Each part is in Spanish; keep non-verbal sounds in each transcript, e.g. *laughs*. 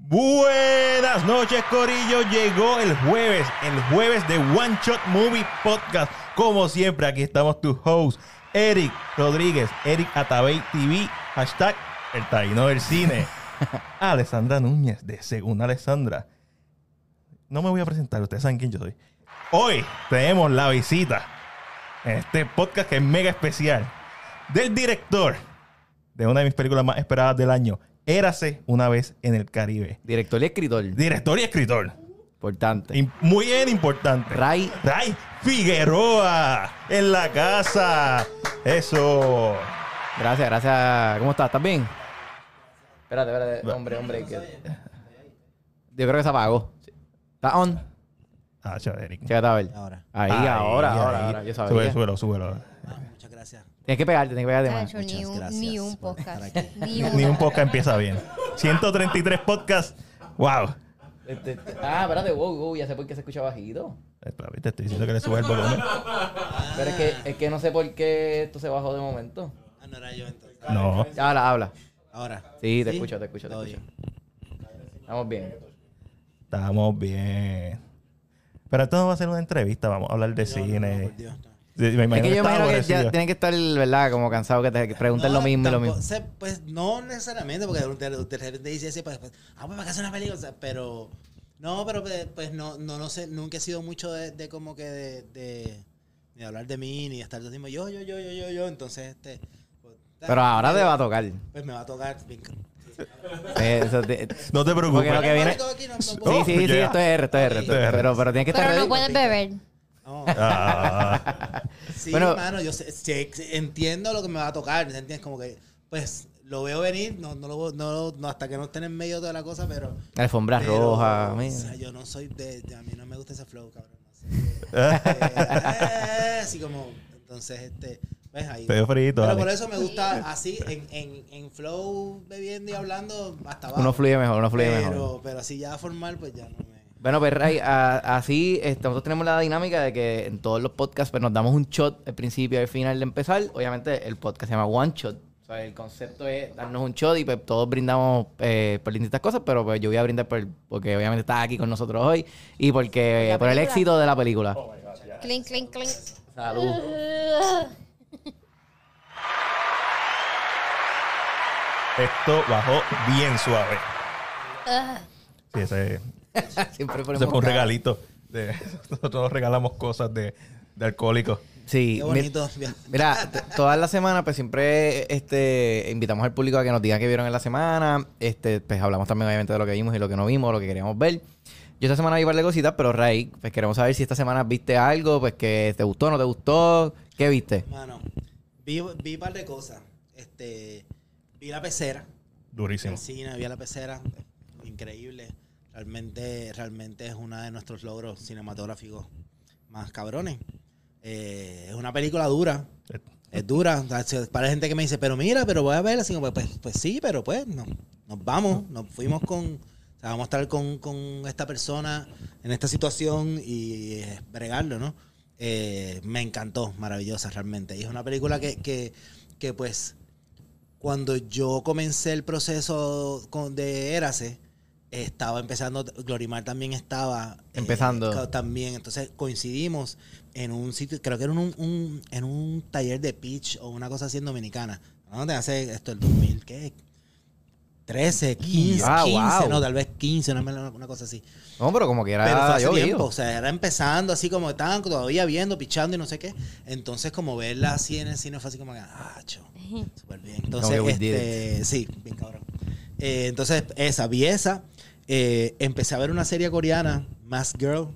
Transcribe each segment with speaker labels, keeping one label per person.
Speaker 1: Buenas noches, Corillo. Llegó el jueves, el jueves de One Shot Movie Podcast. Como siempre, aquí estamos tus hosts, Eric Rodríguez, Eric Atabey TV, hashtag el taino del cine. Alessandra Núñez, de Segunda Alessandra. No me voy a presentar, ustedes saben quién yo soy. Hoy tenemos la visita en este podcast que es mega especial del director de una de mis películas más esperadas del año, Érase una vez en el Caribe.
Speaker 2: Director y escritor.
Speaker 1: Director y escritor.
Speaker 2: Importante.
Speaker 1: Im- Muy bien importante.
Speaker 2: Ray.
Speaker 1: Ray Figueroa en la casa. Eso.
Speaker 2: Gracias, gracias. ¿Cómo estás? ¿Estás bien? Espérate, espérate. Hombre, hombre. que- Yo creo que se apagó. ¿Está on?
Speaker 1: Ah, chaval, Eric.
Speaker 2: Chécate a ver.
Speaker 3: Ahora.
Speaker 2: Ahí,
Speaker 1: Ahí,
Speaker 2: ahora,
Speaker 1: ahí.
Speaker 2: ahora, ahora. Yo sabía.
Speaker 1: Súbelo, súbelo, súbelo.
Speaker 3: Muchas gracias.
Speaker 2: Tienes que pegarte, tienes que pegarte más.
Speaker 4: Chacho, Ah, ni
Speaker 3: Muchas
Speaker 4: un,
Speaker 3: gracias
Speaker 4: ni un
Speaker 3: por estar
Speaker 4: podcast.
Speaker 3: aquí.
Speaker 4: Ni,
Speaker 1: Ni un
Speaker 4: uno.
Speaker 1: podcast empieza bien. 133 podcasts. Wow.
Speaker 2: Este, este, Ah, espérate. Wow, wow. Ya sé por qué se escucha bajito.
Speaker 1: Espera, Te estoy diciendo que le sube el volumen.
Speaker 2: Pero es que, es que no sé por qué esto se bajó de momento.
Speaker 3: Ah, no era yo entonces.
Speaker 1: No.
Speaker 2: Habla, habla.
Speaker 3: Ahora.
Speaker 2: Sí, te escucho, te escucho, te
Speaker 3: Todo
Speaker 2: escucho.
Speaker 3: bien.
Speaker 2: Estamos bien.
Speaker 1: Estamos bien. Pero esto no va a ser una entrevista. Vamos a hablar de
Speaker 3: No,
Speaker 1: cine.
Speaker 3: por Dios, no.
Speaker 1: Sí, Me
Speaker 2: Es
Speaker 1: imagino
Speaker 2: que yo
Speaker 1: estaba
Speaker 2: imagino que ya
Speaker 1: aborrecido.
Speaker 2: tienen que estar, ¿verdad? Como cansado que te pregunten
Speaker 3: No,
Speaker 2: lo mismo y lo
Speaker 3: tampoco-
Speaker 2: mismo.
Speaker 3: se- pues no necesariamente, porque usted, usted te dice así, pues, pues, ah, pues, ¿para qué hacer una película? O sea, pero, no, pero pues, pues, no, no, no sé, nunca he sido mucho de, de como que de, de- ni de hablar de mí, ni de estar todo el tiempo yo, yo, yo, yo, yo, yo, entonces, este, pues,
Speaker 2: Pero ahora te va a tocar.
Speaker 3: pues me va a tocar, bien,
Speaker 2: Eh, eso te-
Speaker 1: No te preocupes.
Speaker 2: Porque lo que viene-
Speaker 3: Todo aquí, no- no
Speaker 2: Sí,
Speaker 3: puedo-
Speaker 1: Oh,
Speaker 2: sí, sí,
Speaker 1: yeah.
Speaker 2: esto es R, esto es R. esto es R. Pero, pero tienes que estar
Speaker 4: Pero no
Speaker 2: ready.
Speaker 4: puedes beber.
Speaker 3: No.
Speaker 1: Ah.
Speaker 3: Sí,
Speaker 2: Bueno.
Speaker 3: hermano, yo sé- sé- sé- entiendo lo que me va a tocar, ¿me ¿entiendes? Como que, pues, lo veo venir, no, no lo veo- no, lo- no, hasta que no estén en medio de toda la cosa, pero...
Speaker 2: Alfombra
Speaker 3: pero,
Speaker 2: roja,
Speaker 3: o
Speaker 2: mira.
Speaker 3: sea, yo no soy de, de- A mí no me gusta ese flow, cabrón. no
Speaker 2: *laughs*
Speaker 3: sé. Eh, así como... Entonces, este... ¿Ves ahí?
Speaker 1: Te dio frito,
Speaker 3: Pero
Speaker 1: Ale.
Speaker 3: por eso me gusta así, en, en, en flow, bebiendo y hablando, hasta abajo.
Speaker 2: Uno fluye mejor, uno fluye
Speaker 3: pero,
Speaker 2: mejor.
Speaker 3: Pero así ya formal, pues ya no me...
Speaker 2: Bueno, pues Ray, a- así este, nosotros tenemos la dinámica de que en todos los podcasts pues, nos damos un shot al principio y al final de empezar. Obviamente el podcast se llama One Shot. O sea, el concepto es darnos un shot y pues todos brindamos eh, por distintas cosas, pero pues yo voy a brindar por, porque obviamente estás aquí con nosotros hoy y porque
Speaker 4: ¿La
Speaker 2: por el
Speaker 4: película?
Speaker 2: éxito de la película.
Speaker 3: Oh,
Speaker 4: Clink, clink, clink.
Speaker 2: Salud. *laughs*
Speaker 1: Esto bajó bien suave.
Speaker 4: Ah,
Speaker 1: Sí, ese,
Speaker 2: Siempre
Speaker 1: ese fue
Speaker 2: ponemos
Speaker 1: un regalito. de- *laughs* nosotros regalamos cosas de, de alcohólicos.
Speaker 2: Sí,
Speaker 3: Qué
Speaker 2: mira-
Speaker 3: bonito.
Speaker 2: Mira, t- todas las semanas, pues siempre este, invitamos al público a que nos diga qué vieron en la semana. Este, pues hablamos también, obviamente, de lo que vimos y lo que no vimos, lo que queríamos ver. Yo esta semana vi un par de cositas, pero Ray, pues queremos saber si esta semana viste algo, pues que te gustó, no te gustó, ¿qué viste?
Speaker 3: Mano, vi, vi un par de cosas. Este, vi la pecera,
Speaker 1: Durísimo.
Speaker 3: el cine, vi la pecera, increíble. Realmente, realmente es una de nuestros logros cinematográficos más cabrones. Eh, es una película dura, es dura. O sea, Para la gente que me dice, pero mira, pero voy a verla. Así como, pues, pues, pues sí, pero pues no, nos vamos, nos fuimos con. O sea, vamos a estar con, con esta persona en esta situación y eh, bregarlo, ¿no? Eh, me encantó, maravillosa realmente. Y es una película que, que, que, pues, cuando yo comencé el proceso con, de Érase, estaba empezando, Glorimar también estaba. eh,
Speaker 2: Empezando.
Speaker 3: ca- también, entonces coincidimos en un sitio, creo que era en un, un- en un taller de pitch o una cosa así en Dominicana. ¿No? De hace esto el 2000, ¿qué? 13, 15,
Speaker 2: Ah,
Speaker 3: 15,
Speaker 2: wow.
Speaker 3: no, tal vez 15, una, una- una cosa así.
Speaker 2: No, pero como que era
Speaker 3: Pero fue hace
Speaker 2: yo vi,
Speaker 3: tiempo, o sea, era empezando así como estaban todavía viendo, pichando y no sé qué. Entonces, como verla así en el cine fue así como que, ah, cho, súper bien. Entonces,
Speaker 2: Como que we did
Speaker 3: este, sí, bien cabrón. Eh, entonces, esa, vi esa. Eh, empecé a ver una serie coreana, Mask Girl.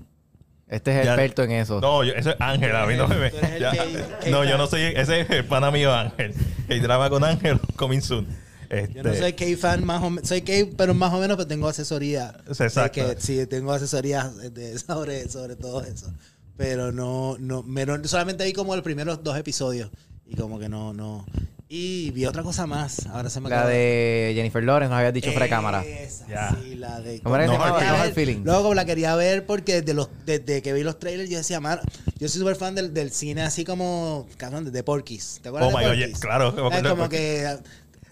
Speaker 2: Este es
Speaker 1: Ya-
Speaker 2: experto en eso.
Speaker 1: No, yo, eso es Ángel, a mí no me...
Speaker 3: Tú eres el
Speaker 1: ya.
Speaker 3: que- que-
Speaker 1: no, yo no soy... Ese es el pana mío Ángel. El drama con Ángel, *laughs* coming soon. Este,
Speaker 3: Yo no soy K-fan, más o menos. Soy K, pero más o menos pues, tengo asesoría.
Speaker 1: Exacto.
Speaker 3: De que- sí, tengo asesoría de- sobre, sobre todo eso. Pero no, no, pero solamente vi como los primeros dos episodios. Y como que no, no. Y vi otra cosa más. Ahora se me
Speaker 2: la
Speaker 3: acaba.
Speaker 2: de Jennifer Lawrence, nos habías dicho
Speaker 3: Eh,
Speaker 2: fuera de cámara.
Speaker 3: Esa,
Speaker 1: Ya.
Speaker 3: sí, la de.
Speaker 2: ¿Cómo era que
Speaker 1: No
Speaker 2: se
Speaker 1: hard
Speaker 2: llamaba? No
Speaker 3: Quería ver-
Speaker 2: hard feeling.
Speaker 3: Luego la quería ver porque desde, los, desde que vi los trailers yo decía, mano, yo soy súper fan del, del cine así como, cabrón, de Porky's. ¿Te acuerdas
Speaker 1: Oh
Speaker 3: de
Speaker 1: my God,
Speaker 3: Porky's?
Speaker 1: claro, me acuerdo
Speaker 3: Es
Speaker 1: de
Speaker 3: Ah, como
Speaker 1: Porky's.
Speaker 3: que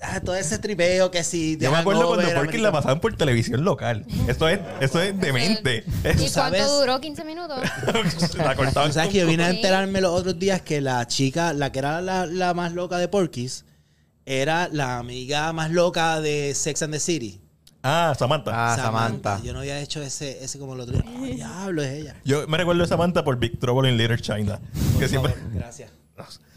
Speaker 3: ah, todo ese tripeo que si... de
Speaker 1: Yo me acuerdo
Speaker 3: hangover,
Speaker 1: cuando Porky la
Speaker 3: americano.
Speaker 1: pasaban por televisión local. Esto es, esto es demente. Eso
Speaker 4: ¿Y
Speaker 1: es-
Speaker 3: sabes?
Speaker 4: cuánto duró? 15 minutos.
Speaker 1: *laughs* la cortaban.
Speaker 3: Tú sabes que yo vine a
Speaker 4: Sí.
Speaker 3: enterarme los otros días que la chica, la que era la, la más loca de Porky's, era la amiga más loca de Sex and the City.
Speaker 1: Ah, Samantha.
Speaker 2: Ah, Samantha.
Speaker 3: Yo no había hecho ese, ese como el otro día. Ay, diablo, es ella.
Speaker 1: Yo me recuerdo de Samantha por Big Trouble in Little China.
Speaker 3: Por
Speaker 1: Que siempre.
Speaker 3: favor, gracias.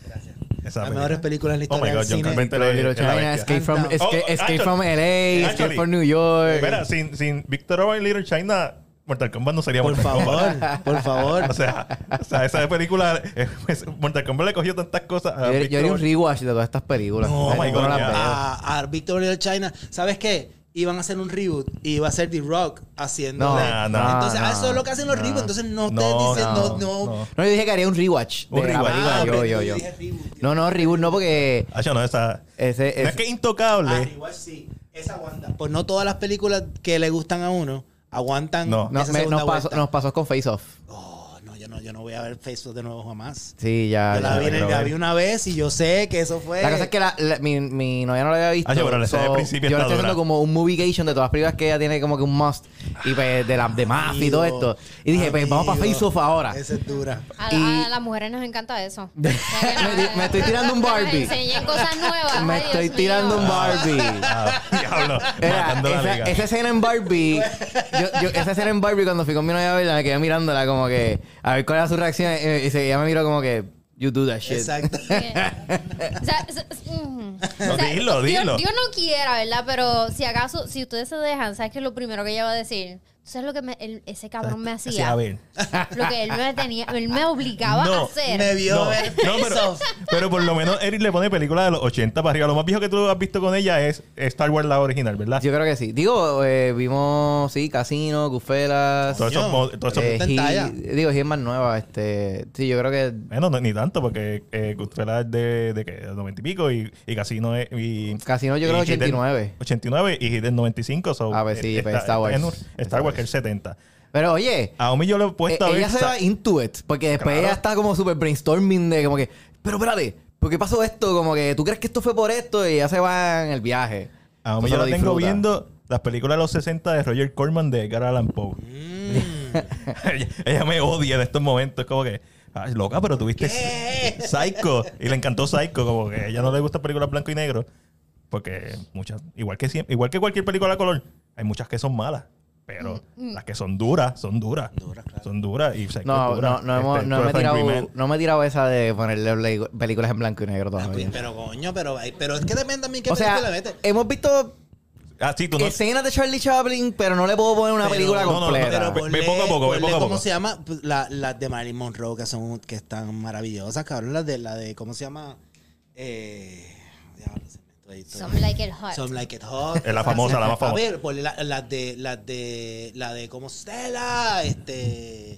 Speaker 3: Gracias.
Speaker 1: Esa
Speaker 3: Las
Speaker 1: película.
Speaker 3: mejores películas en la
Speaker 1: Oh my
Speaker 3: historia
Speaker 1: God,
Speaker 3: del
Speaker 1: John
Speaker 3: cine.
Speaker 1: Carpenter
Speaker 2: Pero
Speaker 1: es-
Speaker 2: Little
Speaker 1: es la
Speaker 2: China,
Speaker 1: bestia.
Speaker 2: Escape from,
Speaker 3: Encanta.
Speaker 2: escape,
Speaker 1: Oh,
Speaker 2: escape
Speaker 1: actually-
Speaker 2: from LA, Escape
Speaker 1: actually-
Speaker 2: from New York.
Speaker 1: Mira, sin, sin Big Trouble in Little China, Mortal Kombat no sería
Speaker 3: Por
Speaker 1: Mortal Kombat. *laughs*
Speaker 3: favor, por favor.
Speaker 1: O sea, o sea, esa película, eh, pues, Mortal Kombat le cogió tantas cosas a
Speaker 2: Yo,
Speaker 1: Big
Speaker 2: yo haría un
Speaker 1: Trouble.
Speaker 2: rewatch de todas estas películas.
Speaker 1: No,
Speaker 2: Ay,
Speaker 1: my
Speaker 2: yo
Speaker 1: God,
Speaker 2: las
Speaker 1: ya.
Speaker 2: veo.
Speaker 3: a, a Victor Little China. ¿Sabes qué? Iban a hacer un reboot y iba a ser The Rock haciendo.
Speaker 2: No,
Speaker 1: Nah, nah.
Speaker 3: entonces,
Speaker 2: no,
Speaker 3: ah, eso es lo que hacen los
Speaker 2: no.
Speaker 3: reboots. Entonces, no te
Speaker 1: No,
Speaker 3: dicen, no,
Speaker 1: no,
Speaker 3: no. Ah,
Speaker 1: no.
Speaker 2: No, yo dije que haría un rewatch. de
Speaker 1: Un
Speaker 2: la
Speaker 1: rewatch.
Speaker 2: película,
Speaker 1: Ah,
Speaker 2: yo,
Speaker 3: ok,
Speaker 2: yo,
Speaker 3: tú
Speaker 2: yo.
Speaker 3: dices reboot.
Speaker 2: No, no, reboot no, porque
Speaker 1: Ah, yo no, esa.
Speaker 2: ese,
Speaker 1: No es
Speaker 2: ese-
Speaker 1: que intocable.
Speaker 3: Ah, igual sí. Esa aguanta. Pues no todas las películas que le gustan a uno aguantan.
Speaker 1: No.
Speaker 2: no,
Speaker 3: esa
Speaker 2: me-
Speaker 3: segunda
Speaker 2: nos, pasó,
Speaker 3: vuelta.
Speaker 2: nos pasó con Face Off.
Speaker 3: Oh, no, yo no, yo no voy a ver Facebook de nuevo jamás.
Speaker 2: Sí, ya.
Speaker 3: Yo
Speaker 2: ya,
Speaker 3: la vi, en el-
Speaker 2: pero-
Speaker 3: la vi una vez y yo sé que eso fue.
Speaker 2: La cosa es que la- la- mi, mi novia no la había visto.
Speaker 1: Ah, sí, pero la escena de principio
Speaker 2: yo le
Speaker 1: está
Speaker 2: estoy haciendo
Speaker 1: dura.
Speaker 2: como un moviegation de todas las películas que ella tiene como que un must. Y pues de, la, de mafia y todo esto. Y dije, pues vamos para
Speaker 3: Amigo,
Speaker 2: Face Off ahora.
Speaker 3: Esa es dura.
Speaker 4: A,
Speaker 2: Y-
Speaker 4: a las mujeres nos encanta
Speaker 2: *laughs*
Speaker 4: eso.
Speaker 2: Me di- me estoy tirando un
Speaker 4: Que nos
Speaker 2: Barbie.
Speaker 4: enseñen cosas nuevas.
Speaker 2: Me
Speaker 4: Ay,
Speaker 2: estoy
Speaker 4: Dios
Speaker 2: tirando
Speaker 4: mío.
Speaker 2: un Barbie.
Speaker 1: Ah, diablo.
Speaker 2: Era,
Speaker 1: matando la
Speaker 2: esa,
Speaker 1: liga.
Speaker 2: esa escena en Barbie, yo, yo- esa escena en Barbie cuando fui con mi novia a verla, me quedé mirándola como que a ver cuál era su reacción eh, y se- ella me miró como que you do that shit.
Speaker 3: Exacto.
Speaker 4: Que- o sea, s- s- mm.
Speaker 1: No,
Speaker 4: O sea,
Speaker 1: dilo,
Speaker 2: Dios-
Speaker 1: dilo.
Speaker 4: Dios no quiera, ¿verdad? Pero si acaso, si ustedes se dejan, ¿sabes qué es lo primero que ella va a decir? ¿Tú sabes lo que me- el- ese cabrón me
Speaker 1: Sí, a
Speaker 4: hacía?
Speaker 1: ver.
Speaker 4: Lo que él me, tenía, él me obligaba
Speaker 1: No,
Speaker 4: a hacer.
Speaker 3: Me vio
Speaker 1: No,
Speaker 3: ver
Speaker 1: no,
Speaker 3: Face
Speaker 1: pero,
Speaker 3: Off.
Speaker 1: pero por lo menos Eric le pone películas de los 80 para arriba. Lo más viejo que tú has visto con ella es Star Wars, la original, ¿verdad?
Speaker 2: Yo creo que sí. Digo, eh, vimos, sí, Casino, Goodfellas.
Speaker 1: Todos esos
Speaker 3: Coño.
Speaker 1: mod- todos esos-
Speaker 2: eh,
Speaker 3: pantalla.
Speaker 2: He- digo, es más nueva. Este, sí, yo creo que
Speaker 1: Bueno, no- ni tanto, porque eh, Goodfellas es de, de que, de 90 y pico y, y Casino es. Y,
Speaker 2: Casino yo creo
Speaker 1: y Hidden-
Speaker 2: 89.
Speaker 1: 89 y del 95. So,
Speaker 2: Ah, pues sí,
Speaker 1: eh,
Speaker 2: pues
Speaker 1: está-
Speaker 2: Star Wars.
Speaker 1: está en un- Star Wars que es el 70.
Speaker 2: Pero oye,
Speaker 1: A Omi yo lo he puesto
Speaker 2: eh,
Speaker 1: a ver.
Speaker 2: ella se
Speaker 1: sa-
Speaker 2: va into it. Porque después
Speaker 1: Claro.
Speaker 2: ella está como super brainstorming de como que, pero espérate, ¿por qué pasó esto? Como que tú crees que esto fue por esto y ella se va en el viaje.
Speaker 1: a Omi Ah,
Speaker 2: Entonces
Speaker 1: yo
Speaker 2: lo
Speaker 1: la tengo
Speaker 2: disfruta.
Speaker 1: viendo las películas de los 60 de Roger Corman de Edgar Allan Poe.
Speaker 3: Mm.
Speaker 1: ella, *laughs* ella me odia en estos momentos, como que, ay, loca, pero tuviste
Speaker 3: ¿Qué?
Speaker 1: Psycho. Y le encantó Psycho, como que a ella no le gusta películas blanco y negro. Porque muchas, igual que siempre, igual que cualquier película a color, hay muchas que son malas. Pero las que son duras, son duras.
Speaker 3: Duras, claro.
Speaker 1: Son duras. Y Psycho es
Speaker 2: No,
Speaker 1: dura.
Speaker 2: no, no,
Speaker 1: Este,
Speaker 2: hemos, no, me he
Speaker 1: Perfect
Speaker 2: tirado,
Speaker 1: Remand.
Speaker 2: no me he tirado esa de ponerle play- películas en blanco y negro todavía.
Speaker 3: Pero Ah, coño, pero, pero es que depende también qué
Speaker 2: O sea,
Speaker 3: película vete.
Speaker 2: hemos visto
Speaker 1: Ah, sí, tú no.
Speaker 2: escenas de Charlie Chaplin, pero no le puedo poner una
Speaker 3: Pero-
Speaker 2: película
Speaker 1: no, no, no,
Speaker 2: completa.
Speaker 1: pero- Ve- ve
Speaker 3: ponle-
Speaker 1: poco a poco, ve
Speaker 3: ponle
Speaker 1: poco a
Speaker 3: ¿Cómo
Speaker 1: poco.
Speaker 3: se llama? Pues, la- Las de Marilyn Monroe, que son que están maravillosas, cabrón. Las de, la de ¿cómo se llama? Eh, diablo, se me- estoy- estoy-
Speaker 4: Some like it hot.
Speaker 3: Some Like It Hot.
Speaker 1: Es la famosa, la más famosa.
Speaker 3: A ver, ponle la- las de, las de, la de, ¿cómo se la? Este...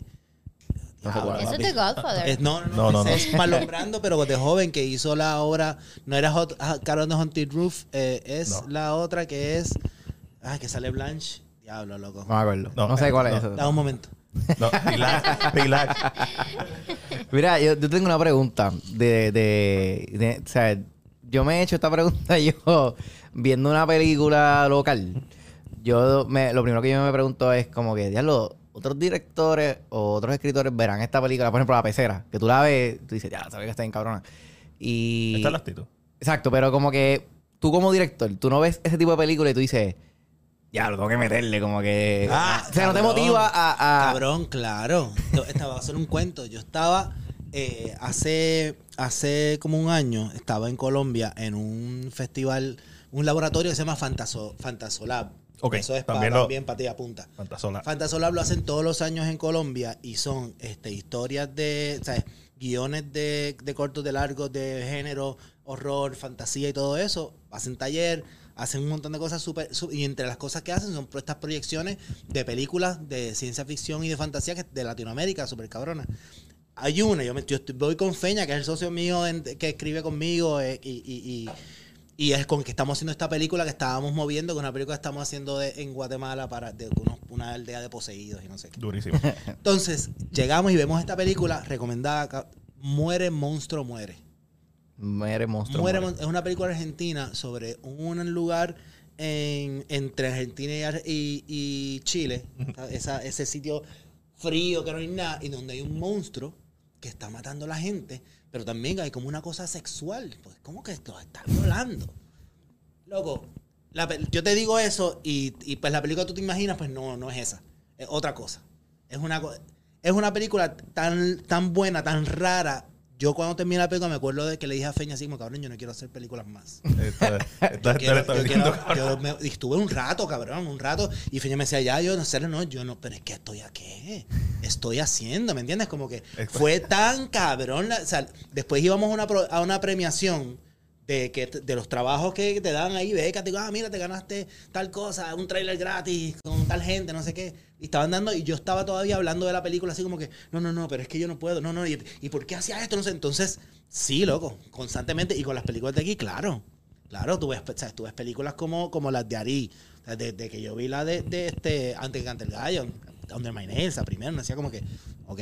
Speaker 2: No sé cuál.
Speaker 3: diablo,
Speaker 4: Eso es
Speaker 3: papi.
Speaker 4: The Godfather.
Speaker 3: Es- no, no, no,
Speaker 1: No, no,
Speaker 3: ese
Speaker 1: no.
Speaker 3: es Malombrando, pero de joven que hizo la obra, no era Hot, ah, Car on the Haunted Roof, eh, es
Speaker 1: No.
Speaker 3: la otra que es, ay, que sale Blanche, diablo, loco.
Speaker 2: No me acuerdo. No,
Speaker 1: No,
Speaker 2: sé cuál
Speaker 1: no.
Speaker 2: es
Speaker 3: Da
Speaker 2: eso.
Speaker 3: un momento.
Speaker 1: no, relax, relax.
Speaker 2: Mira, yo, yo tengo una pregunta de, de, de- O sea, yo me he hecho esta pregunta *laughs* yo viendo una película local. Yo me, lo primero que yo me pregunto es como que, diablo, otros directores o otros escritores verán esta película, por ejemplo, La Pecera, que tú la ves, tú dices, ya, sabes que está bien cabrona. Y...
Speaker 1: Esta es la actitud.
Speaker 2: Exacto, pero como que tú como director, tú no ves ese tipo de película y tú dices, ya lo tengo que meterle, como que. o sea, no te
Speaker 3: cabrón,
Speaker 2: motiva
Speaker 1: Ah.
Speaker 2: a. a-
Speaker 3: Cabrón, claro. Yo estaba a hacer un cuento. Yo estaba eh, hace, hace como un año, estaba en Colombia en un festival, un laboratorio que se llama Fantaso, Fantasolab.
Speaker 1: Ok,
Speaker 3: Eso es
Speaker 1: también
Speaker 3: para,
Speaker 1: lo-
Speaker 3: también para ti apunta.
Speaker 1: Fantasola.
Speaker 3: Fantasolab lo hacen todos los años en Colombia y son este, historias de, o sea, guiones de, de cortos, de largos, de género, horror, fantasía y todo eso. Hacen taller, hacen un montón de cosas súper... su- y entre las cosas que hacen son pro- estas proyecciones de películas de ciencia ficción y de fantasía que de Latinoamérica, súper cabronas. Hay una, yo, me, yo estoy- voy con Feña, que es el socio mío en- que escribe conmigo eh, y- y- y y es con que estamos haciendo esta película que estábamos moviendo, que es una película que estamos haciendo de- en Guatemala para de unos- una aldea de poseídos y no sé qué.
Speaker 1: Durísimo.
Speaker 3: Entonces, llegamos y vemos esta película recomendada. ca- Muere, monstruo, muere.
Speaker 2: Muere monstruo.
Speaker 3: Muere
Speaker 2: muere.
Speaker 3: Mon- es una película argentina sobre un lugar en- entre Argentina y Ar- y, y Chile, esa- ese sitio frío que no hay nada, y donde hay un monstruo que está matando a la gente, pero también hay como una cosa sexual, pues como que lo está violando. Loco, la pel- yo te digo eso y, y, pues la película que tú te imaginas, pues no, no es esa, es otra cosa. Es una, co- es una película tan, tan buena, tan rara. Yo cuando terminé la película me acuerdo de que le dije a Feña así como, cabrón, yo no quiero hacer películas más.
Speaker 1: Esta- esta-
Speaker 3: Yo
Speaker 1: esta
Speaker 3: quiero-
Speaker 1: la está
Speaker 3: yo
Speaker 1: viendo,
Speaker 3: quiero-
Speaker 1: cabrón.
Speaker 3: yo me- y estuve un rato, cabrón, un rato. Y Feña me decía, ya, yo no sé, no, yo no, pero es que estoy a qué. Estoy haciendo, ¿me entiendes? Como que
Speaker 1: Exacto.
Speaker 3: fue tan cabrón. la- o sea, después íbamos a una, pro- a una premiación de, que, t- de los trabajos que te dan ahí, becas. Te digo, ah, mira, te ganaste tal cosa, un trailer gratis con tal gente, no sé qué. Y estaban dando, y yo estaba todavía hablando de la película así como que, no, no, no, pero es que yo no puedo, no, no, y, ¿y por qué hacía esto? No sé, entonces, sí, loco, constantemente. Y con las películas de aquí, claro. Claro, tú ves, o sea, tú ves películas como, como las de Ari. O sea, desde que yo vi la de, de este, antes que cante el gallo, Under My Nails, la primera, me decía como que, ok,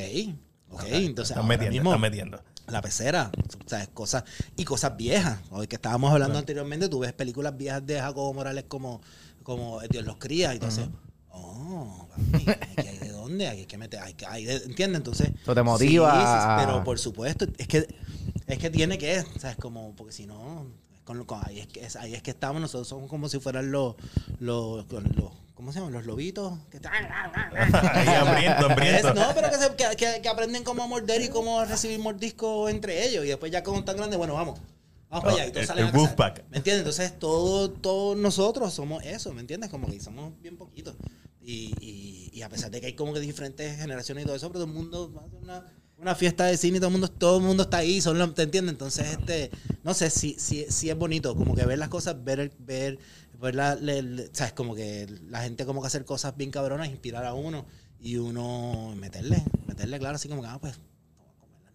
Speaker 3: ok, entonces
Speaker 1: Están
Speaker 3: ahora
Speaker 1: metiendo,
Speaker 3: mismo,
Speaker 1: están
Speaker 3: *laughs*
Speaker 1: metiendo.
Speaker 3: la pecera, o sea, es cosas, y cosas viejas. Hoy que estábamos hablando anteriormente, tú ves películas viejas de Jacobo Morales como, como Dios los cría, y entonces, oh, papi, aquí hay de dónde, aquí hay que meter, hay, que- hay de- ¿entiendes? Entonces,
Speaker 2: Eso te motiva
Speaker 3: sí, sí,
Speaker 2: a-
Speaker 3: pero por supuesto, es que, es que tiene que, o sea, es como, porque si no, es con- con- ahí, es que, es- ahí es que estamos, nosotros somos como si fueran los, los, los- ¿cómo se llaman? Los lobitos, que
Speaker 1: Ahí hambriento, hambriento.
Speaker 3: es- no, pero que, se- que- que- que aprenden cómo morder y cómo recibir mordisco entre ellos. Y después ya como tan grande, bueno, vamos. Vamos
Speaker 1: No,
Speaker 3: para allá. Y todos
Speaker 1: el-
Speaker 3: salen
Speaker 1: el
Speaker 3: a cazar.
Speaker 1: wolf pack.
Speaker 3: ¿Me entiendes? Entonces todos todos nosotros somos eso, ¿me entiendes? Como que somos bien poquitos. Y, y- y a pesar de que hay como que diferentes generaciones y todo eso, pero todo el mundo va a hacer una, una fiesta de cine y todo el mundo, todo el mundo está ahí, son los- ¿te entiendes? Entonces, este, no sé, si si si es bonito, como que ver las cosas, ver, el- ver, ver la, le- le- ¿sabes? Como que la gente como que hacer cosas bien cabronas, inspirar a uno y uno meterle, meterle, claro, así como que, ah, pues,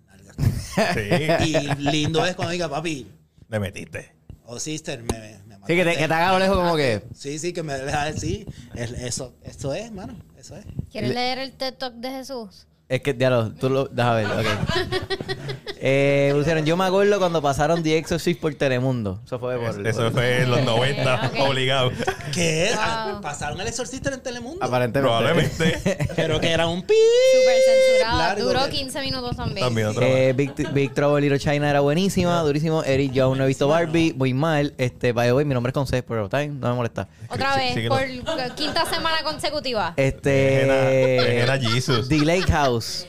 Speaker 3: nalgas.
Speaker 1: *laughs* Sí,
Speaker 3: Y lindo es cuando diga, papi,
Speaker 1: le metiste.
Speaker 3: o sister, me, me
Speaker 2: Sí, que te, que te haga lo lejos como que.
Speaker 3: Sí, sí, que me *laughs* deja decir. Es- eso, eso es, mano. Eso es.
Speaker 4: ¿Quieres
Speaker 2: Le-
Speaker 4: leer el TED Talk de Jesús?
Speaker 2: Es que, ya lo, tú lo. Déjame ver, ok. Eh, Luciano, yo me acuerdo cuando pasaron The Exorcist por Telemundo. Eso fue por.
Speaker 1: Eso fue en los 90,
Speaker 4: Ok.
Speaker 1: obligado.
Speaker 3: ¿Qué?
Speaker 4: Wow.
Speaker 3: Ah, Pasaron el exorcista en Telemundo.
Speaker 2: Aparentemente.
Speaker 1: *laughs*
Speaker 2: *laughs*
Speaker 1: Probablemente.
Speaker 3: Pero que era un pi.
Speaker 4: Súper censurada.
Speaker 3: Largo,
Speaker 4: Duró
Speaker 3: pero-
Speaker 4: 15 minutos también.
Speaker 1: También otra vez.
Speaker 2: Eh, Big, Big Trouble Little China era buenísima, durísimo. Eric Jones no he visto Barbie, muy mal. Este, by the way, mi nombre es Consejo, pero está bien, no me molesta.
Speaker 4: Otra
Speaker 1: Sí,
Speaker 4: vez,
Speaker 1: síguelo.
Speaker 4: por eh, quinta semana consecutiva.
Speaker 2: Eh,
Speaker 1: Dejen a- dejen a
Speaker 2: Este.
Speaker 1: Jesus.
Speaker 2: The Lake House.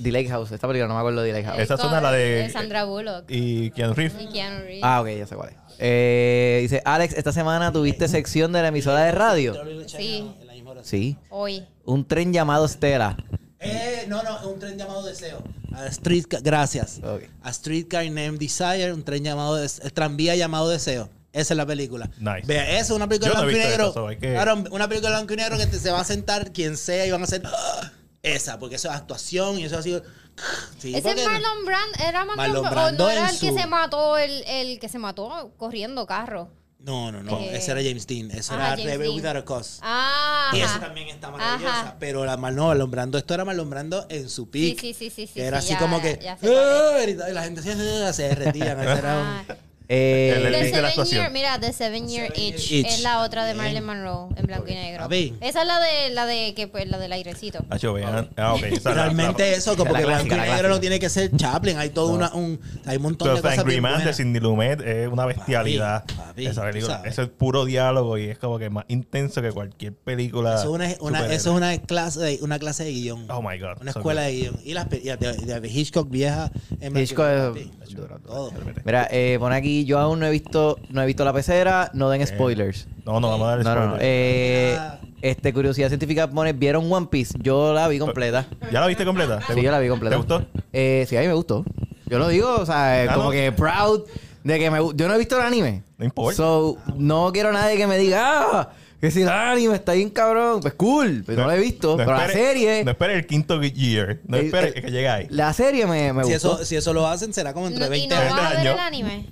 Speaker 2: The Lake House, esta película no me acuerdo de The Lake House.
Speaker 1: esa
Speaker 4: Con-
Speaker 1: zona, la de-
Speaker 4: Sandra Bullock
Speaker 1: Y Keanu Reeves.
Speaker 4: y Keanu Reeves.
Speaker 2: Ah, ok, ya sé cuál es. Eh, dice, Alex, esta semana tuviste sección de la emisora de radio.
Speaker 4: Sí.
Speaker 3: En la misma hora.
Speaker 2: Sí.
Speaker 4: Hoy.
Speaker 2: Un tren llamado Stella.
Speaker 3: Eh, no, no, un tren llamado Deseo. A street, gracias.
Speaker 2: Ok.
Speaker 3: A Streetcar Named Desire, un tren llamado, Des- el tranvía llamado Deseo. Esa es la película.
Speaker 1: Nice.
Speaker 3: Vea, eso es una película
Speaker 1: Yo no he
Speaker 3: blanco y
Speaker 1: visto
Speaker 3: negro.
Speaker 1: eso, so hay que-
Speaker 3: Claro, una película blanco y negro que te- se va a sentar quien sea y van a hacer *gasps* ¡ah! esa, porque eso es actuación y eso ha sido. *gasps* Sí,
Speaker 4: Ese
Speaker 3: porque-
Speaker 4: es Marlon Brand, era Marlon,
Speaker 3: Marlon
Speaker 4: Brand-
Speaker 3: Brando
Speaker 4: o no era
Speaker 3: en
Speaker 4: el que
Speaker 3: su-
Speaker 4: se mató, el, el que se mató corriendo carro.
Speaker 3: No, no, no.
Speaker 4: Eh,
Speaker 3: Ese era James Dean. Ese
Speaker 4: ajá,
Speaker 3: era
Speaker 4: James
Speaker 3: Rebel
Speaker 4: Dean.
Speaker 3: Without a Cause.
Speaker 4: Ah.
Speaker 3: Y
Speaker 4: ajá.
Speaker 3: esa también está maravillosa.
Speaker 4: Ajá.
Speaker 3: Pero la mal no, alumbrando. Esto era malombrando en su
Speaker 4: Sí,
Speaker 3: pic.
Speaker 4: sí, sí, sí, sí.
Speaker 3: que era así
Speaker 4: sí, ya-
Speaker 3: como que.
Speaker 4: ya sé cuál
Speaker 3: "Ah", gritaba, y la gente así, se *laughs* derretían. Ese
Speaker 4: es.
Speaker 3: era un-
Speaker 4: Ah.
Speaker 2: Eh,
Speaker 1: El-
Speaker 4: The
Speaker 1: elite de la
Speaker 4: Seven
Speaker 1: actuación.
Speaker 4: Year- mira, The Seven Year
Speaker 3: Seven
Speaker 4: Itch,
Speaker 3: Year Itch.
Speaker 4: es la otra de
Speaker 3: Bien.
Speaker 4: Marilyn Monroe en blanco y negro.
Speaker 3: A ver.
Speaker 4: Esa es la de la de que pues la del airecito.
Speaker 1: Nacho, vean. Ah, ok. esa es la-
Speaker 3: Realmente
Speaker 1: la-
Speaker 3: eso, como
Speaker 2: La
Speaker 3: que
Speaker 2: clásica,
Speaker 3: blanco y
Speaker 2: la
Speaker 3: negro
Speaker 2: clásica.
Speaker 3: no tiene que ser Chaplin. Hay todo una, un. Hay un montón de
Speaker 1: Entonces,
Speaker 3: cosas.
Speaker 1: Angry
Speaker 3: bien
Speaker 1: Man de
Speaker 3: buenas.
Speaker 1: Cindy Lumet es una bestialidad.
Speaker 3: papi,
Speaker 1: esa película.
Speaker 3: ¿sabes?
Speaker 1: Eso es puro diálogo y es como que más intenso que cualquier película.
Speaker 3: Eso es una, una-
Speaker 1: superhéroe.
Speaker 3: eso es una clase de, una clase de guión.
Speaker 1: Oh my God.
Speaker 3: Una escuela de guión. Y las pe- y las de, de Hitchcock vieja. en blanco y
Speaker 2: Hitchcock
Speaker 3: negro,
Speaker 2: es-
Speaker 3: papi.
Speaker 2: duro, duro.
Speaker 3: Todo.
Speaker 2: Mira, eh, pone aquí, yo aún no he visto, no he visto la pecera, no den spoilers.
Speaker 1: No, no, vamos a dar
Speaker 2: No, no, no.
Speaker 1: spoiler.
Speaker 2: Eh, este, curiosidad científica pone, ¿vieron One Piece? Yo la vi completa.
Speaker 1: ¿Ya la viste completa? ¿Te
Speaker 2: Sí, yo la vi
Speaker 1: gustó?
Speaker 2: completa.
Speaker 1: ¿Te gustó?
Speaker 2: Eh, sí, a mí me gustó. Yo lo digo, o sea, eh,
Speaker 1: Ah,
Speaker 2: como
Speaker 1: ¿no?
Speaker 2: que proud de que me gu- Yo no he visto el anime.
Speaker 1: No importa.
Speaker 2: So, no quiero a nadie que me diga, ah, que si el anime está bien cabrón. Pues cool, pues no, lo he visto. pero la
Speaker 1: espere-
Speaker 2: serie, Eh,
Speaker 1: No espere el quinto year. No
Speaker 2: El-
Speaker 1: espere
Speaker 2: el-
Speaker 1: que llegue ahí.
Speaker 2: la serie me, me
Speaker 3: Si
Speaker 2: gustó.
Speaker 3: eso, si eso lo hacen, será como entre
Speaker 4: No- y
Speaker 3: 20
Speaker 4: no vas a ver
Speaker 1: años.
Speaker 4: el anime.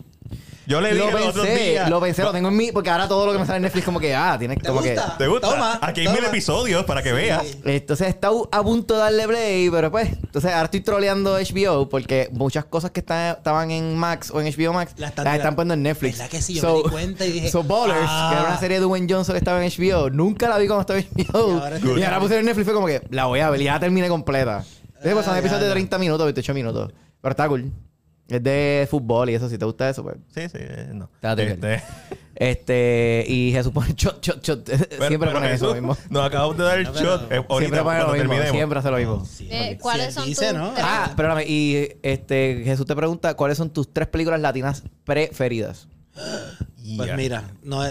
Speaker 1: Yo le dije
Speaker 2: lo
Speaker 1: los otros
Speaker 2: pensé,
Speaker 1: días.
Speaker 2: lo pensé, lo tengo en mí, porque ahora todo lo que me sale en Netflix como que, ah, tienes
Speaker 3: ¿Te
Speaker 2: como
Speaker 3: gusta?
Speaker 1: ¿Te gusta?
Speaker 3: Toma,
Speaker 1: Aquí hay
Speaker 3: toma.
Speaker 1: mil episodios para que veas.
Speaker 2: que... Entonces está a punto de darle play, pero pues, entonces ahora estoy troleando HBO porque muchas cosas que está- estaban en Max o en HBO Max
Speaker 3: La
Speaker 2: las
Speaker 3: están
Speaker 2: están,
Speaker 3: tirando.
Speaker 2: poniendo en Netflix.
Speaker 3: ¿Verdad que sí? Yo me di cuenta y dije,
Speaker 2: So Ballers,
Speaker 3: ah.
Speaker 2: que era una serie de Dwayne Johnson que estaba en HBO, nunca la vi cuando estaba en HBO.
Speaker 3: Y
Speaker 2: Y
Speaker 3: ahora
Speaker 2: ahora,
Speaker 3: está-
Speaker 2: pusieron en Netflix fue como que la voy a ver y ya la terminé completa. Entonces, pues, son
Speaker 3: Ah,
Speaker 2: episodios de
Speaker 3: ya.
Speaker 2: 30 minutos, 28 minutos. Pero está cool. Es de fútbol y eso, si te gusta eso, pues.
Speaker 1: Sí, sí, eh, no.
Speaker 2: Espérate, *laughs*
Speaker 1: Este,
Speaker 2: Este, y Jesús pone *laughs* shot, shot, shot.
Speaker 1: pero-
Speaker 2: siempre
Speaker 1: pero
Speaker 2: ponen eso
Speaker 1: Jesús,
Speaker 2: mismo.
Speaker 1: Nos acabamos de dar el
Speaker 3: No, pero-
Speaker 1: shot. eh, ahorita
Speaker 2: siempre pone
Speaker 1: cuando
Speaker 2: lo mismo.
Speaker 1: terminemos.
Speaker 2: Siempre hace lo mismo.
Speaker 3: Ah, Sí,
Speaker 4: Eh,
Speaker 3: porque-
Speaker 4: ¿cuáles
Speaker 3: sí,
Speaker 4: son
Speaker 3: dice,
Speaker 4: tus
Speaker 3: ¿no?
Speaker 4: tres?
Speaker 2: Ah, espérame. Y este, Jesús te pregunta, ¿cuáles son tus tres películas latinas preferidas?
Speaker 1: Ya.
Speaker 3: Pues mira, no,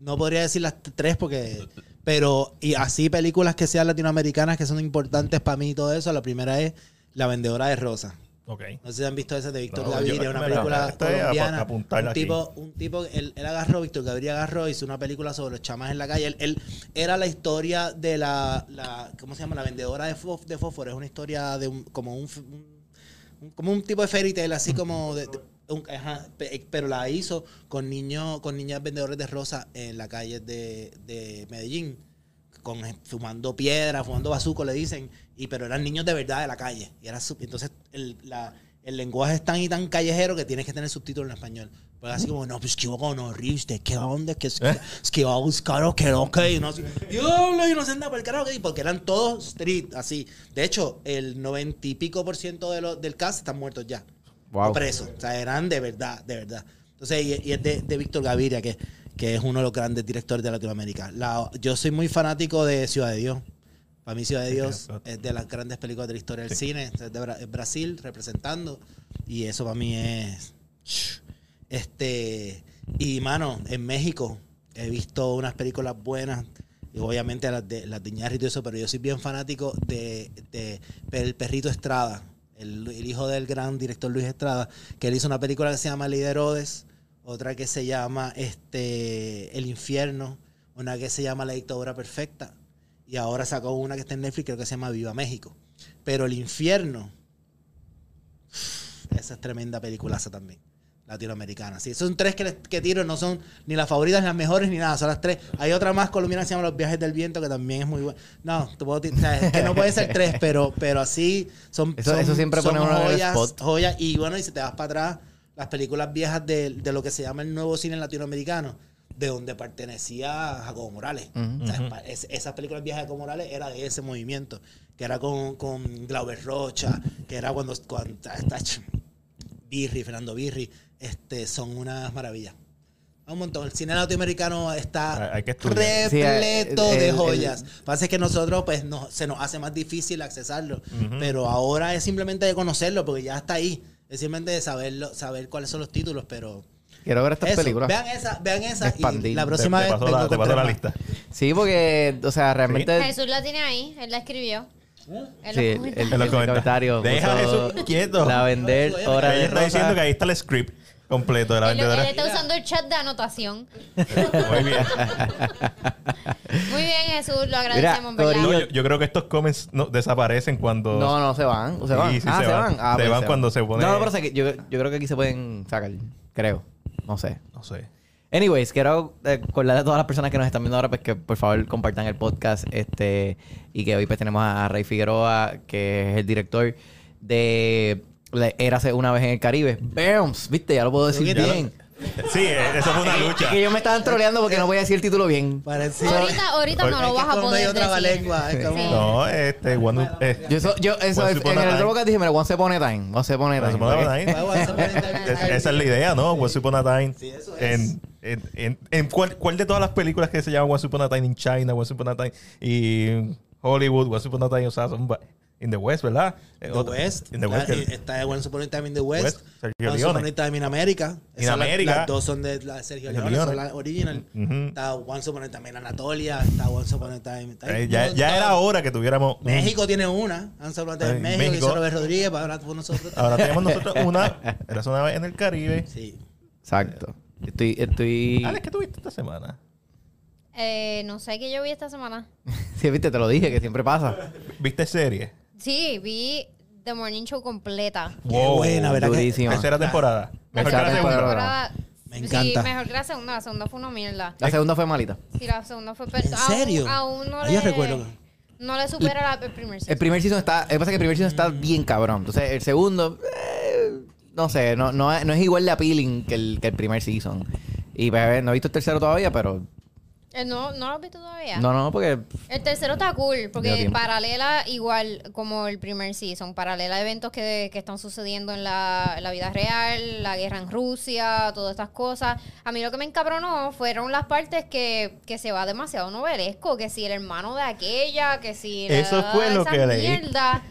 Speaker 3: no podría decir las t- tres porque... Pero, y así películas que sean latinoamericanas que son importantes para mí y todo eso, la primera es La Vendedora de Rosas.
Speaker 1: Ok.
Speaker 3: No sé si han visto esa de Víctor
Speaker 1: No, yo-
Speaker 3: Gaviria, una
Speaker 1: mira,
Speaker 3: película
Speaker 1: esto es a-
Speaker 3: colombiana.
Speaker 1: a apuntarla
Speaker 3: un
Speaker 1: aquí.
Speaker 3: tipo, un tipo, él, él agarró, Víctor Gaviria agarró, hizo una película sobre los chamas en la calle. Él, él- era la historia de la, la- ¿cómo se llama? La vendedora de, fo- de fósforo. Es una historia de un, como un, f- un- un- como un tipo de fairy tale, así como de- de- un- ajá, pe- eh, pero la hizo con niños, con niñas vendedores de rosa en la calle de, de Medellín. Con, fumando piedra, fumando bazuco, le dicen, y pero eran niños de verdad de la calle. Y era su- entonces el, la- el lenguaje es tan y tan callejero que tienes que tener subtítulos en español. Pues así como, no, pues que iba con horrible, que a dónde, que es que, es que iba a buscar o que no, que y no sé. Y hablo y no se anda por el carajo, que- porque eran todos street, así. De hecho, el noventa y pico por ciento de los del cast están muertos ya
Speaker 2: Wow.
Speaker 3: o presos. O sea, eran de verdad, de verdad. Entonces, y, y es de, de Víctor Gaviria, que, que es uno de los grandes directores de Latinoamérica. La- yo soy muy fanático de Ciudad de Dios. Para mí, Ciudad de Dios es de las grandes películas de la historia del cine. O sea, Es de Bra- es Brasil representando. Y eso para mí es. Este. Y, mano, en México he visto unas películas buenas. Y obviamente las de, las de Iñárritu y todo eso, pero yo soy bien fanático de, de El Perrito Estrada, el, el hijo del gran director Luis Estrada, que él hizo una película que se llama Liderodes, otra que se llama este, El Infierno, una que se llama La Dictadura Perfecta, y ahora sacó una que está en Netflix, creo que se llama Viva México. Pero El Infierno, esa es tremenda peliculaza también. Latinoamericana. Sí, son tres que, les- que tiro, no son ni las favoritas, ni las mejores, ni nada. Son las tres. Hay otra más colombiana que se llama Los Viajes del Viento, que también es muy buena. No, tú puedo, ti- o sea, es que no puede ser tres, pero, pero así son.
Speaker 2: Eso-
Speaker 3: son-
Speaker 2: eso siempre
Speaker 3: son
Speaker 2: pone uno en el
Speaker 3: joyas,
Speaker 2: spot.
Speaker 3: joyas. Y bueno, y si te vas para atrás, las películas viejas de, de lo que se llama el nuevo cine latinoamericano, de donde pertenecía Jacobo Morales. O sea, pa- es- esas películas viejas de Jacobo Morales era de ese movimiento, que era con, con Glauber Rocha, que era cuando. cuando tacho, Birri, Fernando Birri, este, son unas maravillas. Un montón. El cine latinoamericano
Speaker 1: Hay-
Speaker 3: está
Speaker 1: hay que estudiar.
Speaker 2: Sí,
Speaker 3: repleto
Speaker 2: el-
Speaker 3: de
Speaker 2: el-
Speaker 3: joyas. Pasa es que nosotros, pues, nos- se nos hace más difícil accesarlo. Pero ahora es simplemente de conocerlo, porque ya está ahí. Es simplemente de saberlo, saber cuáles son los títulos, pero.
Speaker 2: Quiero ver estas
Speaker 3: Eso,
Speaker 2: películas.
Speaker 3: vean esa, vean esa.
Speaker 2: Expandir.
Speaker 3: Y la
Speaker 1: Te, te
Speaker 2: Te-
Speaker 3: próxima vez.
Speaker 1: paso
Speaker 3: vengo
Speaker 1: la, te
Speaker 3: con
Speaker 1: paso
Speaker 3: tres
Speaker 1: la
Speaker 3: más.
Speaker 1: lista.
Speaker 2: Sí, porque, o sea, realmente...
Speaker 4: Jesús la tiene ahí, él la escribió. Él
Speaker 2: Sí,
Speaker 4: lo
Speaker 2: el,
Speaker 4: comentó. *laughs*
Speaker 2: el-
Speaker 1: En los comentarios.
Speaker 2: el comentario.
Speaker 1: Deja
Speaker 2: puso
Speaker 1: eso quieto.
Speaker 2: La vender hora
Speaker 1: Ella
Speaker 2: de
Speaker 1: está
Speaker 2: rosa.
Speaker 1: diciendo que ahí está el script completo de la
Speaker 4: Él- él
Speaker 1: vendedora.
Speaker 4: está usando el chat de anotación.
Speaker 1: Muy bien.
Speaker 4: Muy bien, Jesús, lo agradecemos,
Speaker 2: Mira,
Speaker 4: ¿verdad?
Speaker 1: No, yo, yo creo que estos comments no, desaparecen cuando.
Speaker 2: No, no, se van. o Se
Speaker 1: Sí,
Speaker 2: van.
Speaker 1: sí,
Speaker 2: ah,
Speaker 1: se
Speaker 2: se,
Speaker 1: van.
Speaker 2: van. Ah,
Speaker 1: Se
Speaker 2: pues,
Speaker 1: van cuando se pone-
Speaker 2: No, no, pero sé que yo, yo creo que aquí se pueden sacar. Creo. No sé.
Speaker 1: No sé.
Speaker 2: Anyways, quiero eh, acordar a todas las personas que nos están viendo ahora pues que por favor compartan el podcast este y que hoy pues tenemos a Rey Figueroa que es el director de la- Érase una vez en el Caribe. ¡Bams! ¿Viste? Ya lo puedo decir
Speaker 3: Ya lo-
Speaker 2: bien.
Speaker 1: Sí, eh, eso fue una
Speaker 2: Es
Speaker 1: lucha.
Speaker 2: que yo me estaban troleando porque no voy a decir el título bien.
Speaker 3: Parecía-
Speaker 4: Ahorita, ahorita no
Speaker 1: Ahorita-
Speaker 4: lo
Speaker 3: es que
Speaker 4: vas a
Speaker 3: con medio
Speaker 4: poder decir.
Speaker 3: trabalengua, es como-
Speaker 4: Sí.
Speaker 1: No, este, cuando. eh,
Speaker 2: Yo, eso, yo eso,
Speaker 1: Once
Speaker 2: en
Speaker 1: upon a
Speaker 2: el
Speaker 1: time.
Speaker 2: otro podcast dije, mira, once upon a time, once upon a
Speaker 1: Once
Speaker 2: time.
Speaker 1: upon a time.
Speaker 3: Guau, guau, esa película-
Speaker 1: es- esa es la idea, ¿no? Once Upon a Time.
Speaker 3: Sí, eso es.
Speaker 1: En, en, en, en cuál, ¿Cuál de todas las películas que se llaman Once Upon a Time in China, Once Upon a Time y Hollywood, Once Upon a Time, o sea, son va- in the West, ¿verdad? Eh,
Speaker 3: In the
Speaker 1: otra-
Speaker 3: West.
Speaker 1: In the West.
Speaker 3: la- eh,
Speaker 1: que-
Speaker 3: está de Once Upon a Time in the West.
Speaker 1: West, Sergio
Speaker 3: Once
Speaker 1: Leone.
Speaker 3: Upon a Time in America. Esas la-
Speaker 1: America.
Speaker 3: las dos son de la de Sergio
Speaker 1: Sergio
Speaker 3: Leone, son
Speaker 1: Leone. Mm-hmm,
Speaker 3: las original.
Speaker 1: Ujú.
Speaker 3: Está Once Upon a Time en Anatolia. Está Once Upon a Time. está
Speaker 1: eh,
Speaker 3: un
Speaker 1: ya, ya
Speaker 3: montón.
Speaker 1: era hora que tuviéramos. un-
Speaker 3: México tiene una. Once Upon a Time
Speaker 1: Ay,
Speaker 3: en México.
Speaker 1: México.
Speaker 3: México. Robert Rodríguez. Para hablar con nosotros.
Speaker 1: Ahora tenemos
Speaker 3: *laughs*
Speaker 1: nosotros una. Era una vez en el Caribe.
Speaker 3: Sí.
Speaker 2: Exacto. Estoy, estoy...
Speaker 1: Alex, ¿qué tuviste esta semana?
Speaker 4: Eh, no sé qué yo vi esta semana.
Speaker 2: Sí, viste, te lo dije, que siempre pasa.
Speaker 1: ¿Viste serie?
Speaker 4: Sí, vi The Morning Show completa.
Speaker 1: Wow.
Speaker 3: buena, ¿verdad?
Speaker 2: Durísima.
Speaker 1: Tercera temporada. Mejor que
Speaker 2: Tercera
Speaker 1: la segunda.
Speaker 2: temporada.
Speaker 4: Temporada
Speaker 3: Me encanta.
Speaker 4: Sí, mejor que la segunda. La segunda fue una mierda.
Speaker 2: La segunda fue malita.
Speaker 4: Sí, la segunda fue... pero
Speaker 3: ¿En serio?
Speaker 4: Aún, aún no
Speaker 3: Ah,
Speaker 4: le...
Speaker 3: yo recuerdo que-
Speaker 4: No le supera la, el primer
Speaker 2: El
Speaker 4: season.
Speaker 2: primer season está. Lo que pasa es que el primer season
Speaker 4: Mm.
Speaker 2: está bien cabrón. Entonces, el segundo. eh, no sé, no, no, es- no es igual de appealing que el, que el primer season. Y pues, a ver, no he visto el tercero todavía, pero.
Speaker 4: Eh, no, no lo has visto todavía.
Speaker 2: No, no, porque.
Speaker 4: El tercero está cool,
Speaker 2: Veo
Speaker 4: porque
Speaker 2: tiempo.
Speaker 4: paralela igual como el primer season, paralela a eventos que, que están sucediendo en la, en la vida real, la guerra en Rusia, todas estas cosas. A mí lo que me encabronó fueron las partes que, que se va demasiado novelesco, que si el hermano de aquella, que si... la-
Speaker 1: Eso fue lo
Speaker 4: esas
Speaker 1: que leí.
Speaker 4: mierdas-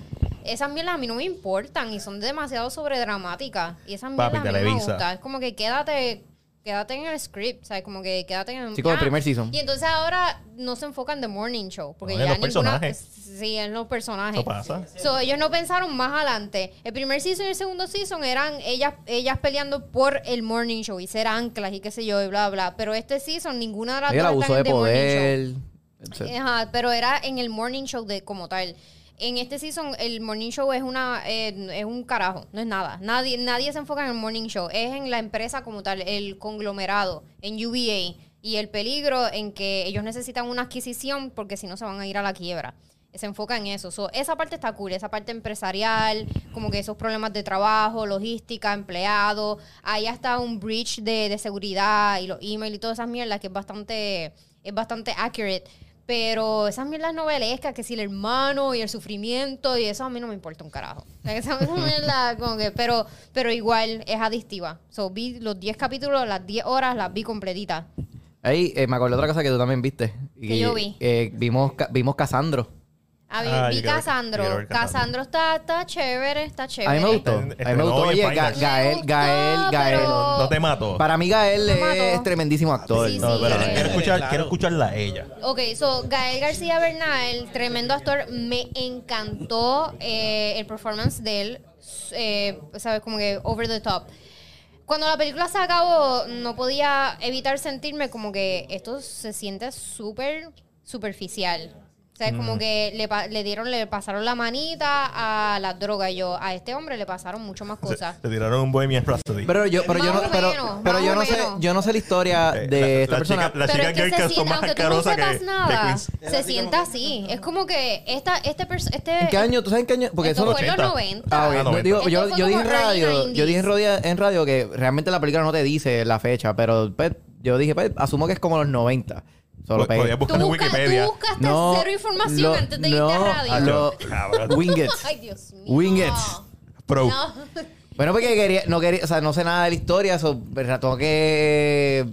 Speaker 4: Esas mierdas a mí no me importan y son demasiado sobredramáticas. Y esas mierdas
Speaker 1: Papi,
Speaker 4: a mí no me
Speaker 1: Televisa.
Speaker 4: gustan. Es como que quédate... Quédate en el script, ¿sabes? Como que quédate en...
Speaker 2: Sí, como el
Speaker 4: Ah,
Speaker 2: primer season.
Speaker 4: Y entonces ahora no se enfocan en The Morning Show. Porque
Speaker 1: No,
Speaker 4: ya
Speaker 1: en los
Speaker 4: ninguna-
Speaker 1: personajes.
Speaker 4: Sí, en los personajes.
Speaker 1: Eso pasa.
Speaker 4: So, ellos no pensaron más adelante. El primer season y el segundo season eran ellas, ellas peleando por el morning show y ser anclas y qué sé yo y bla bla. Pero este season ninguna de las
Speaker 2: Ella
Speaker 4: dos
Speaker 2: abusó
Speaker 4: están en
Speaker 2: de
Speaker 4: The Morning Show. Eh.
Speaker 2: poder. etcétera.
Speaker 4: Ajá, pero era en el morning show de como tal. En este season el morning show es una eh, es un carajo, no es nada. Nadie nadie se enfoca en el morning show, es en la empresa como tal, el conglomerado, en UVA y el peligro en que ellos necesitan una adquisición porque si no se van a ir a la quiebra. Se enfoca en eso. So, esa parte está cool, esa parte empresarial, como que esos problemas de trabajo, logística, empleado. Hay hasta un breach de, de seguridad y los emails y todas esas mierdas que es bastante, es bastante accurate. Pero esas mierdas novelescas, que si el hermano y el sufrimiento y eso a mí no me importa un carajo. *laughs* O sea, Esa esa mierda, como que, pero, pero igual es adictiva. So, vi los 10 capítulos, las 10 horas, las vi completitas.
Speaker 2: Ahí eh, me acordé otra cosa que tú también viste.
Speaker 4: Que yo vi.
Speaker 2: eh, vimos, Ca- vimos Casandro.
Speaker 4: A mí,
Speaker 1: Ah, yo
Speaker 4: vi
Speaker 1: quiero ver-
Speaker 4: Casandro.
Speaker 1: yo quiero ver Casandro.
Speaker 4: Casandro está, está chévere, está chévere.
Speaker 2: A mí me gustó. A mí me
Speaker 1: Estrenó
Speaker 2: gustó.
Speaker 1: hoy en
Speaker 2: Oye, Ga-
Speaker 1: Finals.
Speaker 2: Gael,
Speaker 4: Me
Speaker 2: Gael,
Speaker 4: gustó,
Speaker 2: Gael.
Speaker 4: pero-
Speaker 1: No te mato.
Speaker 2: Para mí, Gael
Speaker 4: Me mató.
Speaker 2: es tremendísimo actor.
Speaker 4: Sí,
Speaker 1: No,
Speaker 4: sí,
Speaker 1: espérate,
Speaker 4: sí.
Speaker 1: quiero, escuchar,
Speaker 3: Claro.
Speaker 1: quiero escucharla a ella.
Speaker 4: Ok, so Gael García Bernal, tremendo actor, me encantó eh, el performance de él, eh, ¿sabes? Como que over the top. Cuando la película se acabó, no podía evitar sentirme como que esto se siente súper superficial. O sea, es
Speaker 1: Mm.
Speaker 4: como que le, pa- le dieron, le pasaron la manita a la droga. Y yo, a este hombre le pasaron mucho más
Speaker 1: Se,
Speaker 4: cosas.
Speaker 1: se tiraron un Bohemian Rhapsody.
Speaker 2: Pero yo, pero yo no,
Speaker 4: Más o
Speaker 2: pero,
Speaker 4: menos,
Speaker 2: pero
Speaker 4: más
Speaker 2: yo
Speaker 4: o
Speaker 2: no sé,
Speaker 4: menos.
Speaker 2: yo no sé la historia
Speaker 1: Eh,
Speaker 2: de
Speaker 1: la-
Speaker 2: esta
Speaker 1: la
Speaker 2: persona.
Speaker 1: chica- la
Speaker 4: Pero es
Speaker 1: chica
Speaker 4: que se
Speaker 1: Girl que son
Speaker 4: siente,
Speaker 1: más
Speaker 4: aunque tú no
Speaker 1: asquerosas
Speaker 4: sepas
Speaker 1: que, que
Speaker 4: nada,
Speaker 1: Queens.
Speaker 4: se sienta así. Es como que esta, este, pers- este
Speaker 2: ¿En qué año? ¿Tú sabes en qué año? Porque
Speaker 4: Esto
Speaker 2: eso no-
Speaker 4: fue en los 90.
Speaker 2: Ah, ok.
Speaker 1: Ah,
Speaker 2: No,
Speaker 1: 90.
Speaker 2: digo,
Speaker 4: Esto
Speaker 2: yo,
Speaker 4: fue
Speaker 2: yo dije en
Speaker 4: como early
Speaker 2: radio,
Speaker 4: 90s.
Speaker 2: yo dije en radio, en radio que realmente la película no te dice la fecha, pero pues, yo dije, pues, asumo que es como los 90. Solo
Speaker 1: Po-
Speaker 2: pegué.
Speaker 1: Podías buscar
Speaker 4: Tú,
Speaker 1: en
Speaker 4: busca-
Speaker 1: Wikipedia.
Speaker 4: tú buscaste cero información
Speaker 2: lo-
Speaker 4: antes de
Speaker 2: no,
Speaker 4: irte a radio.
Speaker 1: Ah, yo-
Speaker 2: lo-
Speaker 1: cabrón.
Speaker 2: Wingets.
Speaker 4: Ay, Dios mío.
Speaker 2: Wingets.
Speaker 1: Pro.
Speaker 4: No.
Speaker 2: Bueno, porque quería, no quería, o sea, no sé nada de la historia, so, ¿verdad? tengo que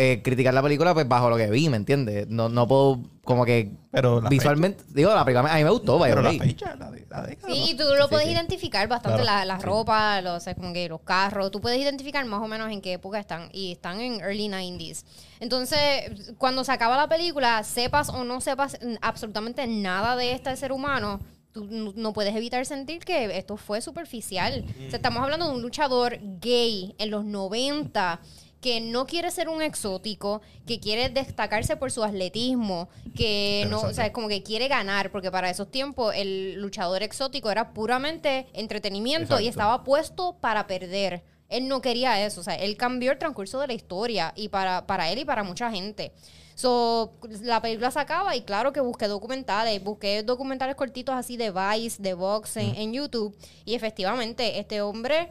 Speaker 2: eh, criticar la película pues bajo lo que vi, ¿me entiendes? No, no puedo como que
Speaker 1: Pero la
Speaker 2: visualmente, digo, la película me- a mí me gustó, vaya.
Speaker 1: Pero la
Speaker 2: ok.
Speaker 1: fecha, la, de- la década.
Speaker 4: Sí, y
Speaker 1: ¿no?
Speaker 4: tú lo puedes
Speaker 2: sí.
Speaker 4: identificar bastante,
Speaker 1: Claro.
Speaker 4: la, la ropa, los, o sea, como que los carros, tú puedes identificar más o menos en qué época están y están en early 90s. Entonces, cuando se acaba la película, sepas o no sepas mm, absolutamente nada de este ser humano, tú n- no puedes evitar sentir que esto fue superficial. O sea, estamos hablando de un luchador gay en los 90 que no quiere ser un exótico, que quiere destacarse por su atletismo, que no, o sea,
Speaker 1: Interesante.
Speaker 4: es como que quiere ganar, porque para esos tiempos el luchador exótico era puramente entretenimiento y
Speaker 2: Exacto.
Speaker 4: estaba puesto para perder. Él no quería eso, o sea, él cambió el transcurso de la historia y para, para él y para mucha gente. So, la película se acaba y claro que busqué documentales, busqué documentales cortitos así de Vice, de Vox en, en YouTube y efectivamente este hombre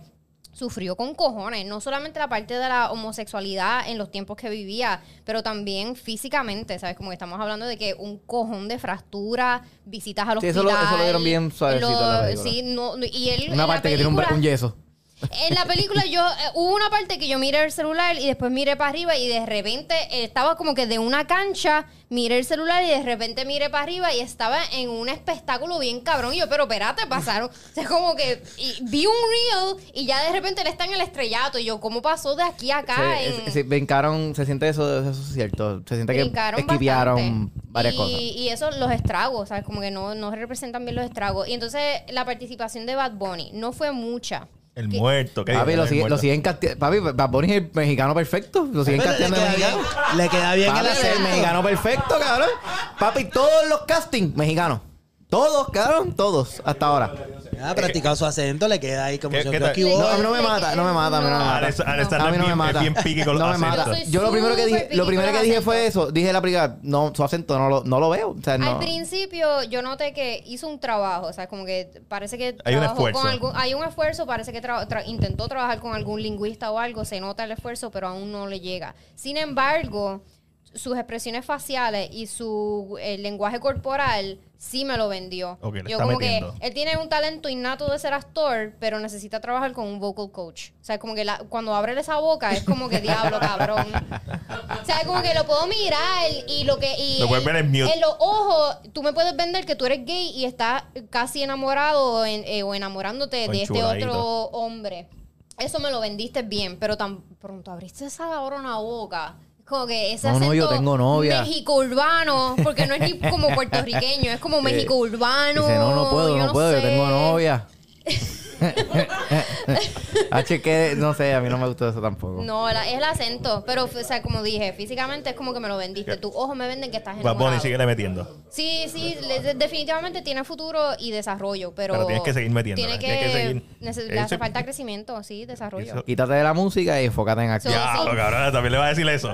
Speaker 4: sufrió con cojones, no solamente la parte de la homosexualidad en los tiempos que vivía, pero también físicamente, ¿sabes? Como que estamos hablando de que un cojón de fractura, visitas al
Speaker 2: Sí,
Speaker 4: hospital.
Speaker 2: eso lo- eso lo dieron bien suavecito en la película.
Speaker 4: Sí, no, no, y él
Speaker 2: Una
Speaker 4: en la
Speaker 2: parte que tiene un, bra-
Speaker 4: película-
Speaker 2: un yeso.
Speaker 4: en la película yo eh, hubo una parte que yo miré el celular y después miré para arriba y de repente eh, estaba como que de una cancha, miré el celular y de repente miré para arriba y estaba en un espectáculo bien cabrón. Y yo, pero espérate, pasaron. O sea, como que y vi un reel y ya de repente él está en el estrellato. Y yo, ¿cómo pasó de aquí a acá?
Speaker 2: Se,
Speaker 4: en-
Speaker 2: es- se brincaron, se siente eso, eso es cierto. Se siente que
Speaker 4: Brincaron
Speaker 2: esquiviaron
Speaker 4: bastante.
Speaker 2: varias
Speaker 4: y,
Speaker 2: cosas.
Speaker 4: Y eso, los estragos, ¿sabes? Como que no, no representan bien los estragos. Y entonces la participación de Bad Bunny no fue mucha.
Speaker 1: El muerto. ¿qué
Speaker 2: Papi,
Speaker 1: digo?
Speaker 2: lo,
Speaker 1: El
Speaker 2: sigue- lo
Speaker 1: muerto.
Speaker 2: siguen casteando. Papi, Bad Bunny es el mexicano perfecto. Lo siguen
Speaker 3: Pero le,
Speaker 2: casteando de
Speaker 3: queda
Speaker 2: mexicano.
Speaker 3: bien, le queda bien el
Speaker 2: Papi, es el
Speaker 3: acento.
Speaker 2: mexicano perfecto, cabrón. Papi, todos los castings mexicanos. Todos, quedaron todos, hasta ahora.
Speaker 3: Ha practicado su acento, le queda ahí como
Speaker 1: ¿Qué-
Speaker 3: yo
Speaker 1: qué
Speaker 3: creo
Speaker 1: tal?
Speaker 3: que hubo-
Speaker 2: No, a mí no me mata, no me mata, a mí no me mata.
Speaker 1: Alex-
Speaker 2: A
Speaker 1: Alexander
Speaker 2: mí no me
Speaker 1: es bien-
Speaker 2: mata.
Speaker 1: es bien pique con los
Speaker 2: No me
Speaker 1: acentos.
Speaker 2: mata.
Speaker 4: Yo soy
Speaker 2: Yo lo primero que dije,
Speaker 4: súper picky
Speaker 2: lo primero
Speaker 4: con
Speaker 2: que
Speaker 4: los
Speaker 2: dije fue
Speaker 4: acentos.
Speaker 2: eso. Dije la primera, no, su acento no lo, no lo veo. O sea, no.
Speaker 4: Al principio yo noté que hizo un trabajo, o sea, como que parece que
Speaker 1: Hay un
Speaker 4: trabajó
Speaker 1: esfuerzo.
Speaker 4: con algún, hay un esfuerzo, parece que tra- tra- intentó trabajar con algún lingüista o algo, se nota el esfuerzo, pero aún no le llega. Sin embargo, sus expresiones faciales y su eh, lenguaje corporal sí me lo vendió.
Speaker 1: Ok, le
Speaker 4: yo
Speaker 1: está
Speaker 4: como
Speaker 1: metiendo.
Speaker 4: que él tiene un talento innato de ser actor, pero necesita trabajar con un vocal coach. O sea, como que la- cuando abre esa boca es como que diablo,
Speaker 1: *laughs*
Speaker 4: cabrón. O sea, como que lo puedo mirar y lo que y
Speaker 1: Lo puedes ver en mute.
Speaker 4: el- los ojos, tú me puedes vender que tú eres gay y estás casi enamorado o, en- eh, o enamorándote
Speaker 1: O
Speaker 4: de este
Speaker 1: enchuladito.
Speaker 4: otro hombre. Eso me lo vendiste bien, pero tan pronto abriste esa una boca. Como que ese
Speaker 2: No, no, yo
Speaker 4: acento
Speaker 2: tengo novia.
Speaker 4: México urbano, porque no es ni
Speaker 2: *laughs*
Speaker 4: como puertorriqueño, es como México urbano.
Speaker 2: Dice, no, no puedo,
Speaker 4: yo
Speaker 2: no puedo, yo
Speaker 4: sé".
Speaker 2: tengo
Speaker 4: *laughs*
Speaker 2: novia. H que, no sé, a mí no me gustó eso tampoco.
Speaker 4: No, la- es el acento, pero o sea, como dije, físicamente es como que me lo vendiste. Tus ojos me venden que estás
Speaker 1: Bad Bunny
Speaker 4: enamorado.
Speaker 1: sigue metiendo.
Speaker 4: Sí, sí, le- de- definitivamente tiene futuro y desarrollo, pero.
Speaker 1: Pero tienes que seguir metiéndole,
Speaker 4: Tiene que,
Speaker 1: tienes que seguir.
Speaker 4: nece-
Speaker 1: Eso
Speaker 4: Le hace
Speaker 1: es-
Speaker 4: falta crecimiento, sí, desarrollo.
Speaker 1: Eso-
Speaker 2: Quítate de la música y enfócate en
Speaker 4: Sí,
Speaker 2: acción.
Speaker 1: Ya,
Speaker 4: sí.
Speaker 1: cabrón, también le va a decir eso.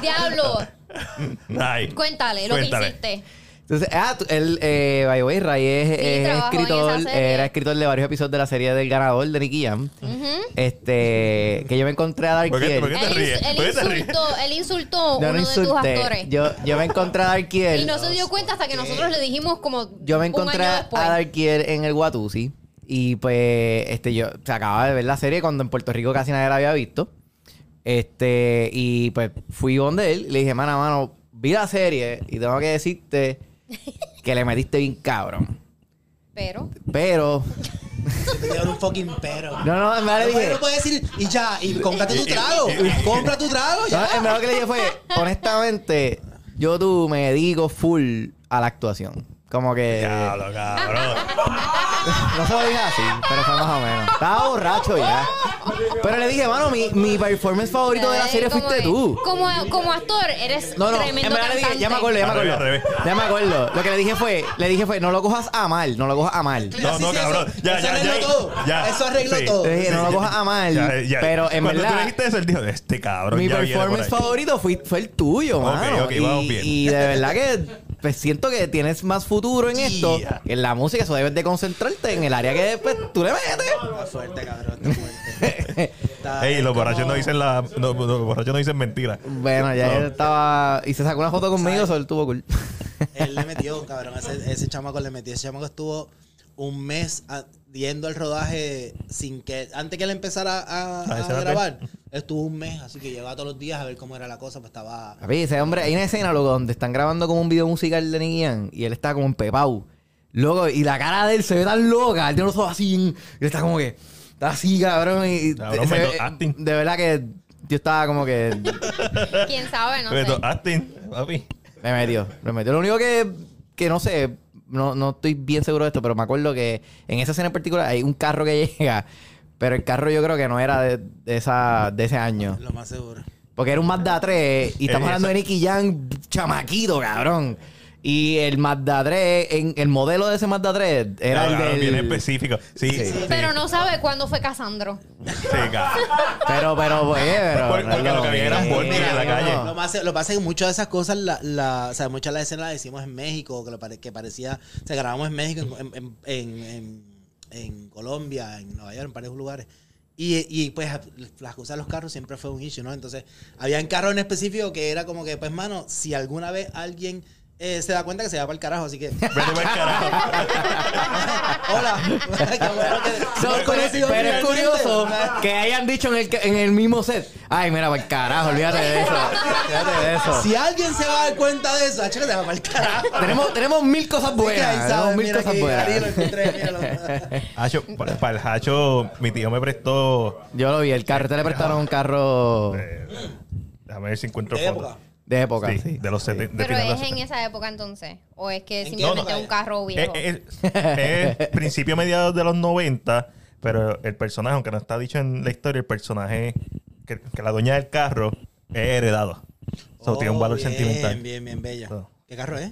Speaker 4: Diablo,
Speaker 1: *laughs* Ay,
Speaker 4: cuéntale lo
Speaker 1: cuéntale.
Speaker 4: que hiciste.
Speaker 2: Entonces, ah, tú- él, eh, by the way, Ray es, es
Speaker 4: trabajó en
Speaker 2: escritor,
Speaker 4: esa serie.
Speaker 2: era escritor de varios episodios de la serie del ganador de Nicky Jam. Este, que yo me encontré a Dark
Speaker 1: ¿Por qué-
Speaker 2: Kiel.
Speaker 1: por qué te
Speaker 4: Él,
Speaker 1: ríes?
Speaker 4: ins- él
Speaker 1: ¿Por qué te ríes?
Speaker 4: insultó, él insultó a
Speaker 2: Yo
Speaker 4: uno
Speaker 2: no
Speaker 4: de tus
Speaker 2: insulté.
Speaker 4: actores.
Speaker 2: Yo, yo me encontré a Dark Kiel.
Speaker 4: y no se dio cuenta hasta que nosotros le dijimos como.
Speaker 2: Yo me
Speaker 4: un año
Speaker 2: encontré a
Speaker 4: después.
Speaker 2: Darkier en el Watusi. Y pues, este, yo se acababa de ver la serie cuando en Puerto Rico casi nadie la había visto. Este, y pues fui donde él y le dije, mano, mano, vi la serie y tengo que decirte que le metiste bien cabrón.
Speaker 4: Pero.
Speaker 2: Pero,
Speaker 3: Te dieron un fucking pero.
Speaker 2: no, no, en verdad le
Speaker 3: No puede-
Speaker 2: dije.
Speaker 3: no puede decir, y ya, y cómprate tu trago. compra tu trago
Speaker 2: No,
Speaker 3: ya.
Speaker 2: en verdad lo que le dije fue, honestamente, yo tú me dedico full a la actuación. Como que.
Speaker 1: Diablo, cabrón.
Speaker 2: No se lo dije así, pero fue más o menos. Estaba borracho ya. Pero le dije, mano, mi, mi performance favorito de la
Speaker 4: Ay,
Speaker 2: serie
Speaker 4: como
Speaker 2: fuiste
Speaker 4: es-
Speaker 2: tú.
Speaker 4: Como, como actor, eres
Speaker 2: No, no, en
Speaker 4: tremendo.
Speaker 2: verdad le dije,
Speaker 4: cantante.
Speaker 2: ya me acuerdo, ya me
Speaker 1: Al revés,
Speaker 2: acuerdo.
Speaker 1: al revés.
Speaker 2: Ya me acuerdo. Lo que le dije fue, le dije fue, no lo cojas a mal, no lo cojas a mal.
Speaker 3: *laughs*
Speaker 1: No, no,
Speaker 3: Sí, sí,
Speaker 1: cabrón.
Speaker 3: eso-
Speaker 1: Ya,
Speaker 3: eso
Speaker 1: ya,
Speaker 3: arregló
Speaker 1: ya,
Speaker 3: todo.
Speaker 1: ya.
Speaker 3: Eso arregló
Speaker 1: Sí.
Speaker 3: todo.
Speaker 2: Le dije, no lo cojas a mal.
Speaker 1: Ya, ya.
Speaker 2: Pero en
Speaker 1: Cuando tú
Speaker 2: verdad.
Speaker 1: le dijiste eso, él dijo, este cabrón.
Speaker 2: Mi
Speaker 1: ya viene por
Speaker 2: performance
Speaker 1: ahí.
Speaker 2: favorito fue, fue el tuyo,
Speaker 1: Ok,
Speaker 2: mano.
Speaker 1: ok,
Speaker 2: y,
Speaker 1: vamos bien.
Speaker 2: y de verdad que pues, siento que tienes más futuro en esto
Speaker 1: Yeah.
Speaker 2: que en la música. Eso debes de concentrarte en el área que pues, tú le metes.
Speaker 3: Está fuerte, cabrón, está fuerte.
Speaker 1: *laughs*
Speaker 3: Está-
Speaker 1: Ey, los
Speaker 3: como-
Speaker 1: borrachos no dicen la, no, no, los borrachos no dicen mentiras.
Speaker 2: Bueno, ya
Speaker 1: No.
Speaker 2: él estaba. Y se sacó una foto conmigo, solo tuvo cool.
Speaker 3: Él le metió, cabrón. Ese, ese chamaco le metió. Ese chamaco estuvo un mes a- yendo al rodaje sin que. Antes que él empezara a, a-
Speaker 1: Ah, ese era
Speaker 3: a grabar, estuvo un mes. Así que llegaba todos los días a ver cómo era la cosa. Pues estaba.
Speaker 2: Papi, ese hombre, hay una escena, loco, donde están grabando como un video musical de Nicky Jam y él está como en Pepau. Loco, y la cara de él se ve tan loca, él tiene los ojos así, en- y él está como que. Está así, cabrón. Y
Speaker 1: Cabrón,
Speaker 2: se ve-
Speaker 1: method acting.
Speaker 2: de verdad que yo estaba como que.
Speaker 4: Quién sabe, no
Speaker 1: Pero, ah,
Speaker 4: sé.
Speaker 1: Astin, papi.
Speaker 2: Me metió, me metió. Lo único que, que no sé, no, no estoy bien seguro de esto, pero me acuerdo que en esa escena en particular hay un carro que *laughs* llega, pero el carro yo creo que no era de, de esa, de ese año.
Speaker 3: Lo más seguro.
Speaker 2: Porque era un Mazda 3 y estamos
Speaker 1: Eh,
Speaker 2: hablando de Nicky Jam chamaquito, cabrón. Y el Mazda 3, en, el modelo de ese Mazda 3 era
Speaker 1: Cabrón,
Speaker 2: el
Speaker 1: bien
Speaker 2: del...
Speaker 1: específico. Sí, sí. sí,
Speaker 4: Pero no sabe cuándo fue Casandro.
Speaker 1: cabrón.
Speaker 2: Pero, pero, oye, pero...
Speaker 1: Pues, Porque- porque lo que había era un
Speaker 2: mismo.
Speaker 1: Volkswagen en la calle.
Speaker 3: *laughs* Lo, más, lo que pasa es que muchas de esas cosas, la, la, o sea, muchas de las escenas las hicimos en México, que, lo pare- que parecía, o sea, grabamos en México, en, en, en, en- en Colombia, en Nueva York, en varios lugares. Y, y pues las cosas de los carros siempre fue un issue, ¿no? Entonces, habían carros en específico que era como que, pues, mano, si alguna vez alguien eh, se da cuenta que se va para el carajo, así que, *laughs*
Speaker 1: Vete pa'l carajo.
Speaker 4: *laughs*
Speaker 3: hola. *laughs* Qué bueno que-
Speaker 2: So,
Speaker 3: nos
Speaker 2: pero, *laughs*
Speaker 3: conocimos
Speaker 2: pero es
Speaker 3: finalmente.
Speaker 2: curioso que hayan dicho en el, que- en el mismo set, ay, mira, para el carajo, olvídate de eso. Olvídate de eso.
Speaker 3: Si alguien se va a dar cuenta de eso, ah, chico, se va para el carajo.
Speaker 2: Tenemos, tenemos mil cosas
Speaker 3: Así que
Speaker 2: buenas.
Speaker 3: ahí saben,
Speaker 2: Tenemos mil
Speaker 3: mira
Speaker 2: cosas
Speaker 3: aquí, ahí lo
Speaker 2: buenas.
Speaker 1: *laughs*
Speaker 3: encontré, míralo.
Speaker 1: Hacho, para, para el Hacho, mi tío me prestó.
Speaker 2: Yo lo vi, el carro. Ustedes le prestaron un carro
Speaker 1: eh, déjame ver si encuentro
Speaker 3: ¿De
Speaker 1: fotos.
Speaker 3: época?
Speaker 2: de época.
Speaker 1: Sí,
Speaker 2: sí.
Speaker 1: de los 70. de
Speaker 4: Pero
Speaker 1: finales de los
Speaker 4: es en esa época entonces. O es que
Speaker 3: qué
Speaker 4: simplemente
Speaker 3: época?
Speaker 4: un carro viejo.
Speaker 1: Eh, eh, eh, principio mediados de los 90, pero el personaje, aunque no está dicho en la historia, el personaje que, que la dueña del carro es heredado. So, tiene un
Speaker 3: Oh,
Speaker 1: valor
Speaker 3: bien,
Speaker 1: sentimental.
Speaker 3: Bien, bien, bello.
Speaker 1: So.
Speaker 3: ¿Qué carro es?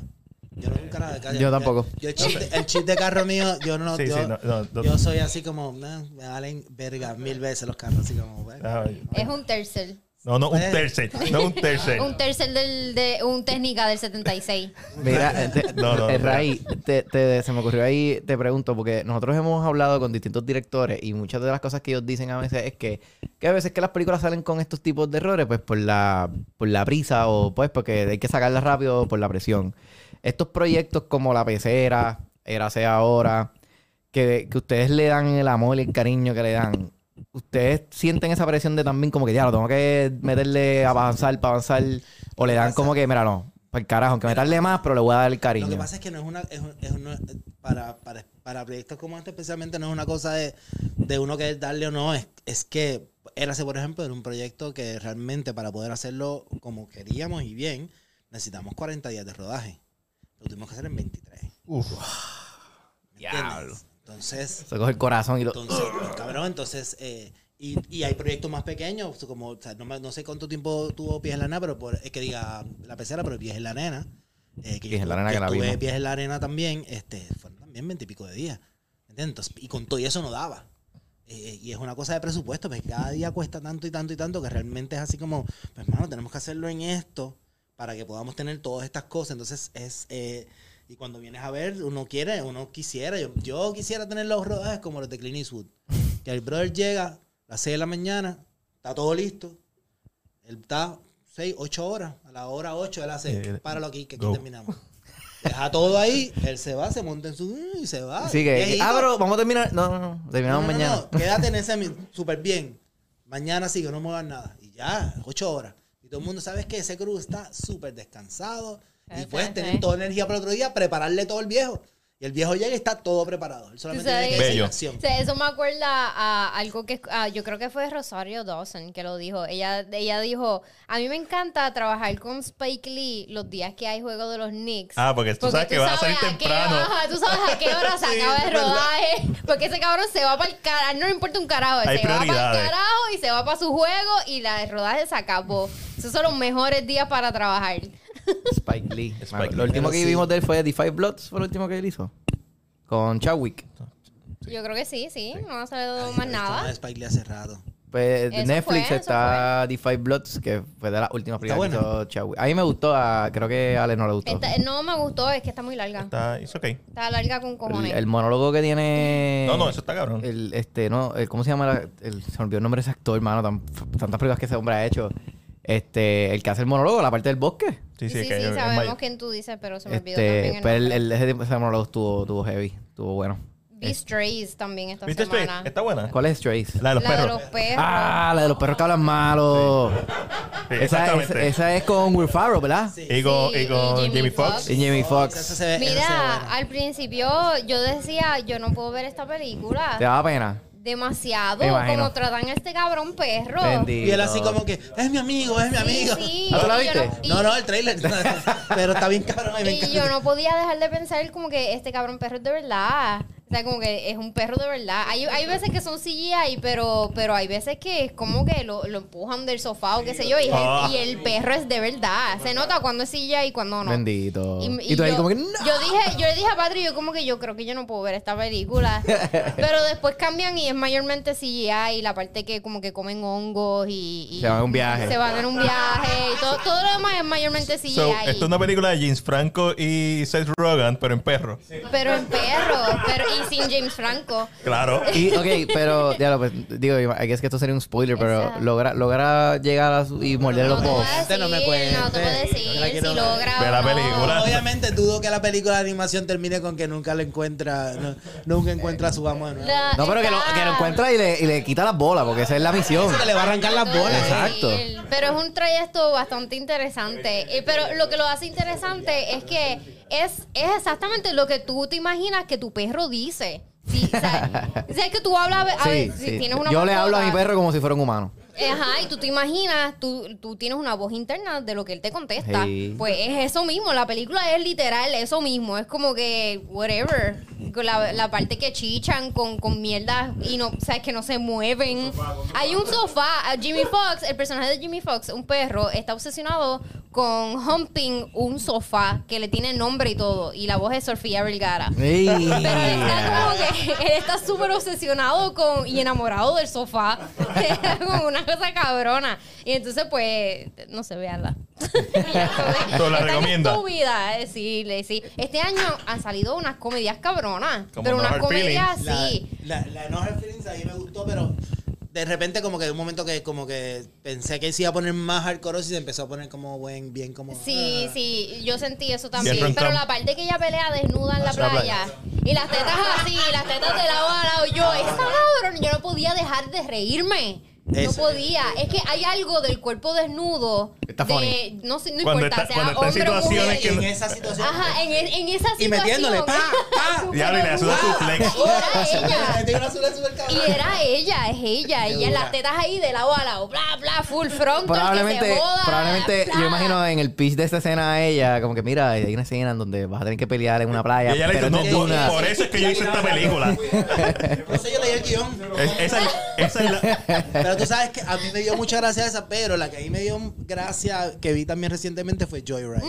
Speaker 3: Yo no soy un carajo de calle.
Speaker 2: Yo tampoco.
Speaker 3: Yo, el, chip, de- el chip de carro mío, yo no.
Speaker 1: Sí,
Speaker 3: yo,
Speaker 1: sí, no, no, no.
Speaker 3: yo soy así como, nah, me valen verga mil veces los carros, así como, pues,
Speaker 1: Ah, oye.
Speaker 4: Es un tercer.
Speaker 1: No, no, un
Speaker 3: Eh.
Speaker 1: tercer. No, un tercer.
Speaker 4: *laughs* Un tercer del, de un técnica del 76.
Speaker 2: Mira,
Speaker 1: *laughs*
Speaker 2: eh, te-
Speaker 1: No, no,
Speaker 2: eh,
Speaker 1: no.
Speaker 2: Ray, te- te- se me ocurrió ahí, te pregunto, porque nosotros hemos hablado con distintos directores y muchas de las cosas que ellos dicen a veces es que, que a veces que las películas salen con estos tipos de errores, pues por la, por la prisa o pues porque hay que sacarlas rápido o por la presión. Estos proyectos como La Pecera, Érase Ahora, que, que ustedes le dan el amor y el cariño que le dan, ¿ustedes sienten esa presión de también como que ya lo tengo que meterle a avanzar para avanzar? ¿O le dan como que, mira, no, para el carajo, aunque meterle más, pero le voy a dar el cariño?
Speaker 3: Lo que pasa es que no es una. es un- es una- para, para, para proyectos como este, especialmente, no es una cosa de, de uno querer darle o no. Es, es que Érase, por ejemplo, era un proyecto que realmente para poder hacerlo como queríamos y bien, necesitamos 40 días de rodaje. Lo tuvimos que hacer en 23.
Speaker 1: Uf.
Speaker 3: ¿me entiendes? Entonces,
Speaker 2: Se coge el corazón y lo...
Speaker 3: entonces pues, cabrón, entonces. eh, y, y hay proyectos más pequeños, como, o sea, no, me- no sé cuánto tiempo tuvo Pies en la Arena, pero por- es que diga la pecera, pero Pies en la Arena. eh, que
Speaker 2: Pies en la Arena que la
Speaker 3: estuve
Speaker 2: vimos.
Speaker 3: Pies en la Arena también, este, fueron también veintipico de días. ¿entiendes? Entonces, y con todo y eso no daba. Eh, y es una cosa de presupuesto, porque cada día cuesta tanto y tanto y tanto que realmente es así como, pues hermano, tenemos que hacerlo en esto para que podamos tener todas estas cosas. Entonces es, eh, y cuando vienes a ver, uno quiere, uno quisiera, yo, yo quisiera tener los rodajes como los de Clint Eastwood. Que el brother llega a las 6 de la mañana, está todo listo, él está 6, 8 horas, a la hora 8 él hace,
Speaker 1: Eh,
Speaker 3: páralo aquí, que aquí
Speaker 1: go.
Speaker 3: terminamos. Deja todo ahí, él se va, se monta en su... y se va.
Speaker 2: Así que,
Speaker 3: Viejito.
Speaker 2: ah, pero vamos a terminar... No, no, no,
Speaker 3: No,
Speaker 2: terminamos
Speaker 3: no, no,
Speaker 2: mañana.
Speaker 3: no, quédate en ese mismo, súper bien. Mañana sigue, no muevas nada. Y ya, ocho horas. Y todo el mundo sabe que ese crew está súper descansado. Y
Speaker 4: Exacto,
Speaker 3: puedes tener
Speaker 4: eh.
Speaker 3: toda energía para el otro día, prepararle todo el viejo. Y el viejo llega y está todo preparado. Él solamente
Speaker 4: sabes-
Speaker 3: tiene que decir
Speaker 1: Bello.
Speaker 3: acción.
Speaker 4: O sea, eso me acuerda a algo que a- yo creo que fue Rosario Dawson que lo dijo. Ella, ella dijo, a mí me encanta trabajar con Spike Lee los días que hay juego de los Knicks.
Speaker 1: Ah, porque tú sabes que vas a salir
Speaker 4: qué-
Speaker 1: temprano.
Speaker 4: ajá, tú sabes a qué hora
Speaker 1: *laughs*
Speaker 4: se
Speaker 1: Sí,
Speaker 4: acaba
Speaker 1: es
Speaker 4: el
Speaker 1: verdad.
Speaker 4: rodaje. Porque ese cabrón se va para el carajo, no le importa un carajo.
Speaker 1: Hay
Speaker 4: se va para
Speaker 1: prioridades.
Speaker 4: el carajo y se va para su juego y la, el rodaje se acabó. Esos son los mejores días para trabajar.
Speaker 2: Spike Lee.
Speaker 1: Spike
Speaker 2: Mano,
Speaker 1: Lee.
Speaker 2: Lo último
Speaker 3: Pero
Speaker 2: que
Speaker 3: sí.
Speaker 2: vimos de él fue The Five Bloods, fue lo último que él hizo. Con Chadwick.
Speaker 4: Yo creo que sí, sí, no ha salido
Speaker 3: Ay, no he
Speaker 4: más
Speaker 3: visto
Speaker 4: nada.
Speaker 3: de Spike Lee hace rato.
Speaker 2: Pues,
Speaker 4: Eso
Speaker 2: Netflix
Speaker 4: fue, eso
Speaker 2: está The Five Bloods, que fue de las últimas
Speaker 3: Está
Speaker 2: películas que
Speaker 3: buena.
Speaker 2: hizo Chadwick. A mí me gustó, a- creo que a Ale no le gustó.
Speaker 4: Esta- no me gustó, es que está muy larga. Está,
Speaker 1: Está, it's okay.
Speaker 4: larga con cojones.
Speaker 2: El, el monólogo que tiene.
Speaker 1: No, no, eso está cabrón.
Speaker 2: Eh, El, este, no, el- ¿cómo se llama? la- el- se me olvidó el nombre de ese actor, hermano. tantas películas que ese hombre ha hecho. Este, el que hace el monólogo, la parte del bosque.
Speaker 1: Sí, sí,
Speaker 4: sí, sí,
Speaker 1: que es
Speaker 4: sabemos
Speaker 1: mayor.
Speaker 4: quién tú dices, pero se me olvidó
Speaker 2: Este,
Speaker 4: también
Speaker 2: pero
Speaker 4: el
Speaker 2: el,
Speaker 4: nombre.
Speaker 2: el- ese, ese monólogo estuvo, estuvo heavy, estuvo bueno.
Speaker 4: Vi Strays también esta
Speaker 1: ¿Viste Stray?
Speaker 4: semana.
Speaker 1: Está buena.
Speaker 2: ¿Cuál es Trace?
Speaker 1: La de los
Speaker 4: la de
Speaker 1: perros.
Speaker 4: los perros.
Speaker 2: Ah, la de los perros que hablan malo.
Speaker 1: Sí,
Speaker 2: esa, es,
Speaker 1: exactamente.
Speaker 2: esa es con Will Farrell, ¿verdad?
Speaker 1: y con,
Speaker 4: Sí,
Speaker 1: y
Speaker 4: y
Speaker 1: con
Speaker 4: Jamie
Speaker 1: Jamie
Speaker 4: Foxx.
Speaker 1: Fox.
Speaker 2: Y Jamie
Speaker 3: Esa
Speaker 2: Fox.
Speaker 3: se ve- esa se ve buena.
Speaker 4: Mira, ah, al principio yo decía, yo no puedo ver esta película.
Speaker 2: ¿Te daba pena?
Speaker 4: Demasiado,
Speaker 2: Me imagino.
Speaker 4: como tratan a este cabrón perro.
Speaker 2: Bendito.
Speaker 3: Y él así como que, es mi amigo, es mi amigo.
Speaker 4: Sí,
Speaker 2: ¿Ah, tú la
Speaker 4: y yo
Speaker 2: viste?
Speaker 4: y-
Speaker 3: No, no, el
Speaker 4: *laughs*
Speaker 3: trailer. pero está bien cabrón. ahí me
Speaker 4: Y
Speaker 3: encanta.
Speaker 4: yo no podía dejar de pensar como que este cabrón perro es de verdad. O sea, como que es un perro de verdad. Hay, hay veces que son CGI, pero, pero hay veces que es como que lo, lo empujan del sofá o qué sé yo. Y, es el-
Speaker 1: Ah.
Speaker 4: y el perro es de verdad. Se nota cuando es CGI y cuando no.
Speaker 2: Bendito.
Speaker 4: Y,
Speaker 2: Y,
Speaker 4: y
Speaker 2: tú ahí
Speaker 4: yo,
Speaker 2: como que no.
Speaker 4: yo dije, yo le dije a Patri, yo como que yo creo que yo no puedo ver esta
Speaker 2: *laughs*
Speaker 4: película. pero después cambian y es mayormente CGI y la parte que como que comen hongos y, y-
Speaker 2: Se van en un viaje.
Speaker 4: Se van en un viaje y todo, todo lo demás es mayormente CGI.
Speaker 1: So, esto es una película de James Franco y Seth Rogen, pero en perro.
Speaker 4: Pero en perro, pero y sin James Franco.
Speaker 1: Claro.
Speaker 2: Y, ok, pero, diablo, pues, digo, I guess que esto sería un spoiler, pero
Speaker 4: Exacto.
Speaker 2: logra, logra llegar a su, y morder
Speaker 4: No
Speaker 2: los
Speaker 4: te puedo
Speaker 2: dos.
Speaker 4: decir,
Speaker 3: Este No
Speaker 4: no,
Speaker 3: me
Speaker 4: te puedo
Speaker 3: cuentes.
Speaker 4: decir
Speaker 3: Yo la quiero
Speaker 4: si
Speaker 3: ver.
Speaker 4: logra
Speaker 1: Ve la
Speaker 4: o no.
Speaker 1: película.
Speaker 3: Obviamente dudo que la película de animación termine con que nunca lo encuentra, no- nunca encuentra a su amo de nuevo.
Speaker 4: La-
Speaker 2: No, pero que lo,
Speaker 4: está-
Speaker 2: que lo encuentra y le, y le quita las bolas, porque esa es la misión.
Speaker 3: Que le va a arrancar las
Speaker 4: No te puedo
Speaker 3: bolas.
Speaker 2: Exacto.
Speaker 4: decir, Pero es un trayecto bastante interesante. Eh, Pero lo que lo hace interesante es que es, es exactamente lo que tú te imaginas que tu perro dice. Sí, o sea, o sea, que tú hablas a ve- a
Speaker 2: Sí,
Speaker 4: ver, si
Speaker 2: sí.
Speaker 4: tienes una
Speaker 2: Yo le hablo a mi
Speaker 4: mascota,
Speaker 2: perro como si fuera un humano.
Speaker 4: Ajá, y tú te imaginas, tú, tú tienes una voz interna de lo que él te contesta.
Speaker 2: Sí.
Speaker 4: Pues es eso mismo, la película es literal eso mismo, es como que, whatever, con la, la parte que chichan con, con mierda y no, sabes que no se ah, mueven. Hay un sofá, Jimmy Fox, el personaje de Jimmy Fox, un perro, está obsesionado con humping un sofá que le tiene nombre y todo. Y la voz es Sofía Vergara. *laughs*
Speaker 2: Ey.
Speaker 4: Pero él está como que él está súper obsesionado con y enamorado del sofá. *laughs* Era como una cosa cabrona. Y entonces, pues, no
Speaker 1: *laughs*
Speaker 4: sé, veanla.
Speaker 1: So, la
Speaker 4: Está en
Speaker 1: recomienda.
Speaker 4: tu vida, eh, sí, le- sí. Este año han salido unas comedias cabronas.
Speaker 1: Como
Speaker 4: pero
Speaker 1: No
Speaker 4: unas
Speaker 1: Hard
Speaker 4: comedias
Speaker 3: La,
Speaker 4: así.
Speaker 3: la, la No Hard Feelings ahí me gustó, pero de repente como que de un momento que como que pensé que se iba a poner más hardcore y se empezó a poner como buen, bien como...
Speaker 4: Sí,
Speaker 3: ah.
Speaker 4: sí, yo sentí eso también.
Speaker 1: Siempre un
Speaker 4: pero
Speaker 1: tam-
Speaker 4: la parte que ella pelea desnuda en la
Speaker 1: En Ah, la playa. Ah,
Speaker 4: playa. Y las tetas así, y las tetas de lado a lado. Yo, esa cabrón, yo no podía dejar de reírme. No
Speaker 3: Eso.
Speaker 4: podía. Es que hay algo del cuerpo desnudo.
Speaker 2: Está
Speaker 4: de-
Speaker 2: funny.
Speaker 4: no, sé, no
Speaker 1: Cuando
Speaker 4: importa,
Speaker 1: está-
Speaker 4: sea
Speaker 1: cuando está en
Speaker 4: hombre o mujer.
Speaker 1: situaciones
Speaker 3: Y
Speaker 1: que
Speaker 3: en esa situación... *laughs*
Speaker 4: Ajá, en, en esa situación.
Speaker 3: y metiéndole, pa, pa.
Speaker 4: *laughs*
Speaker 1: Diablo, y le hace una suplex.
Speaker 4: Y era
Speaker 3: *laughs* La
Speaker 4: ella.
Speaker 3: gente que no sube, sube el cabrón.
Speaker 4: Y era ella, es ella.
Speaker 3: Qué
Speaker 4: Ella en las
Speaker 3: dura.
Speaker 4: tetas ahí de lado a lado. Bla, bla, full front.
Speaker 2: Probablemente, probablemente yo imagino en el pitch de esta escena a ella, como que mira, hay una escena en donde vas a tener que pelear en una
Speaker 1: Y
Speaker 2: playa.
Speaker 1: ella le dice,
Speaker 2: pero
Speaker 1: no,
Speaker 2: es
Speaker 1: por,
Speaker 2: desnuda".
Speaker 1: por eso es que yo hice esta película.
Speaker 3: Por eso yo leí el guión.
Speaker 1: Es- esa, es- esa es la...
Speaker 3: Pero tú sabes que a mí me dio mucha gracia esa, pero la que a mí me dio gracia que vi también recientemente fue Joyride.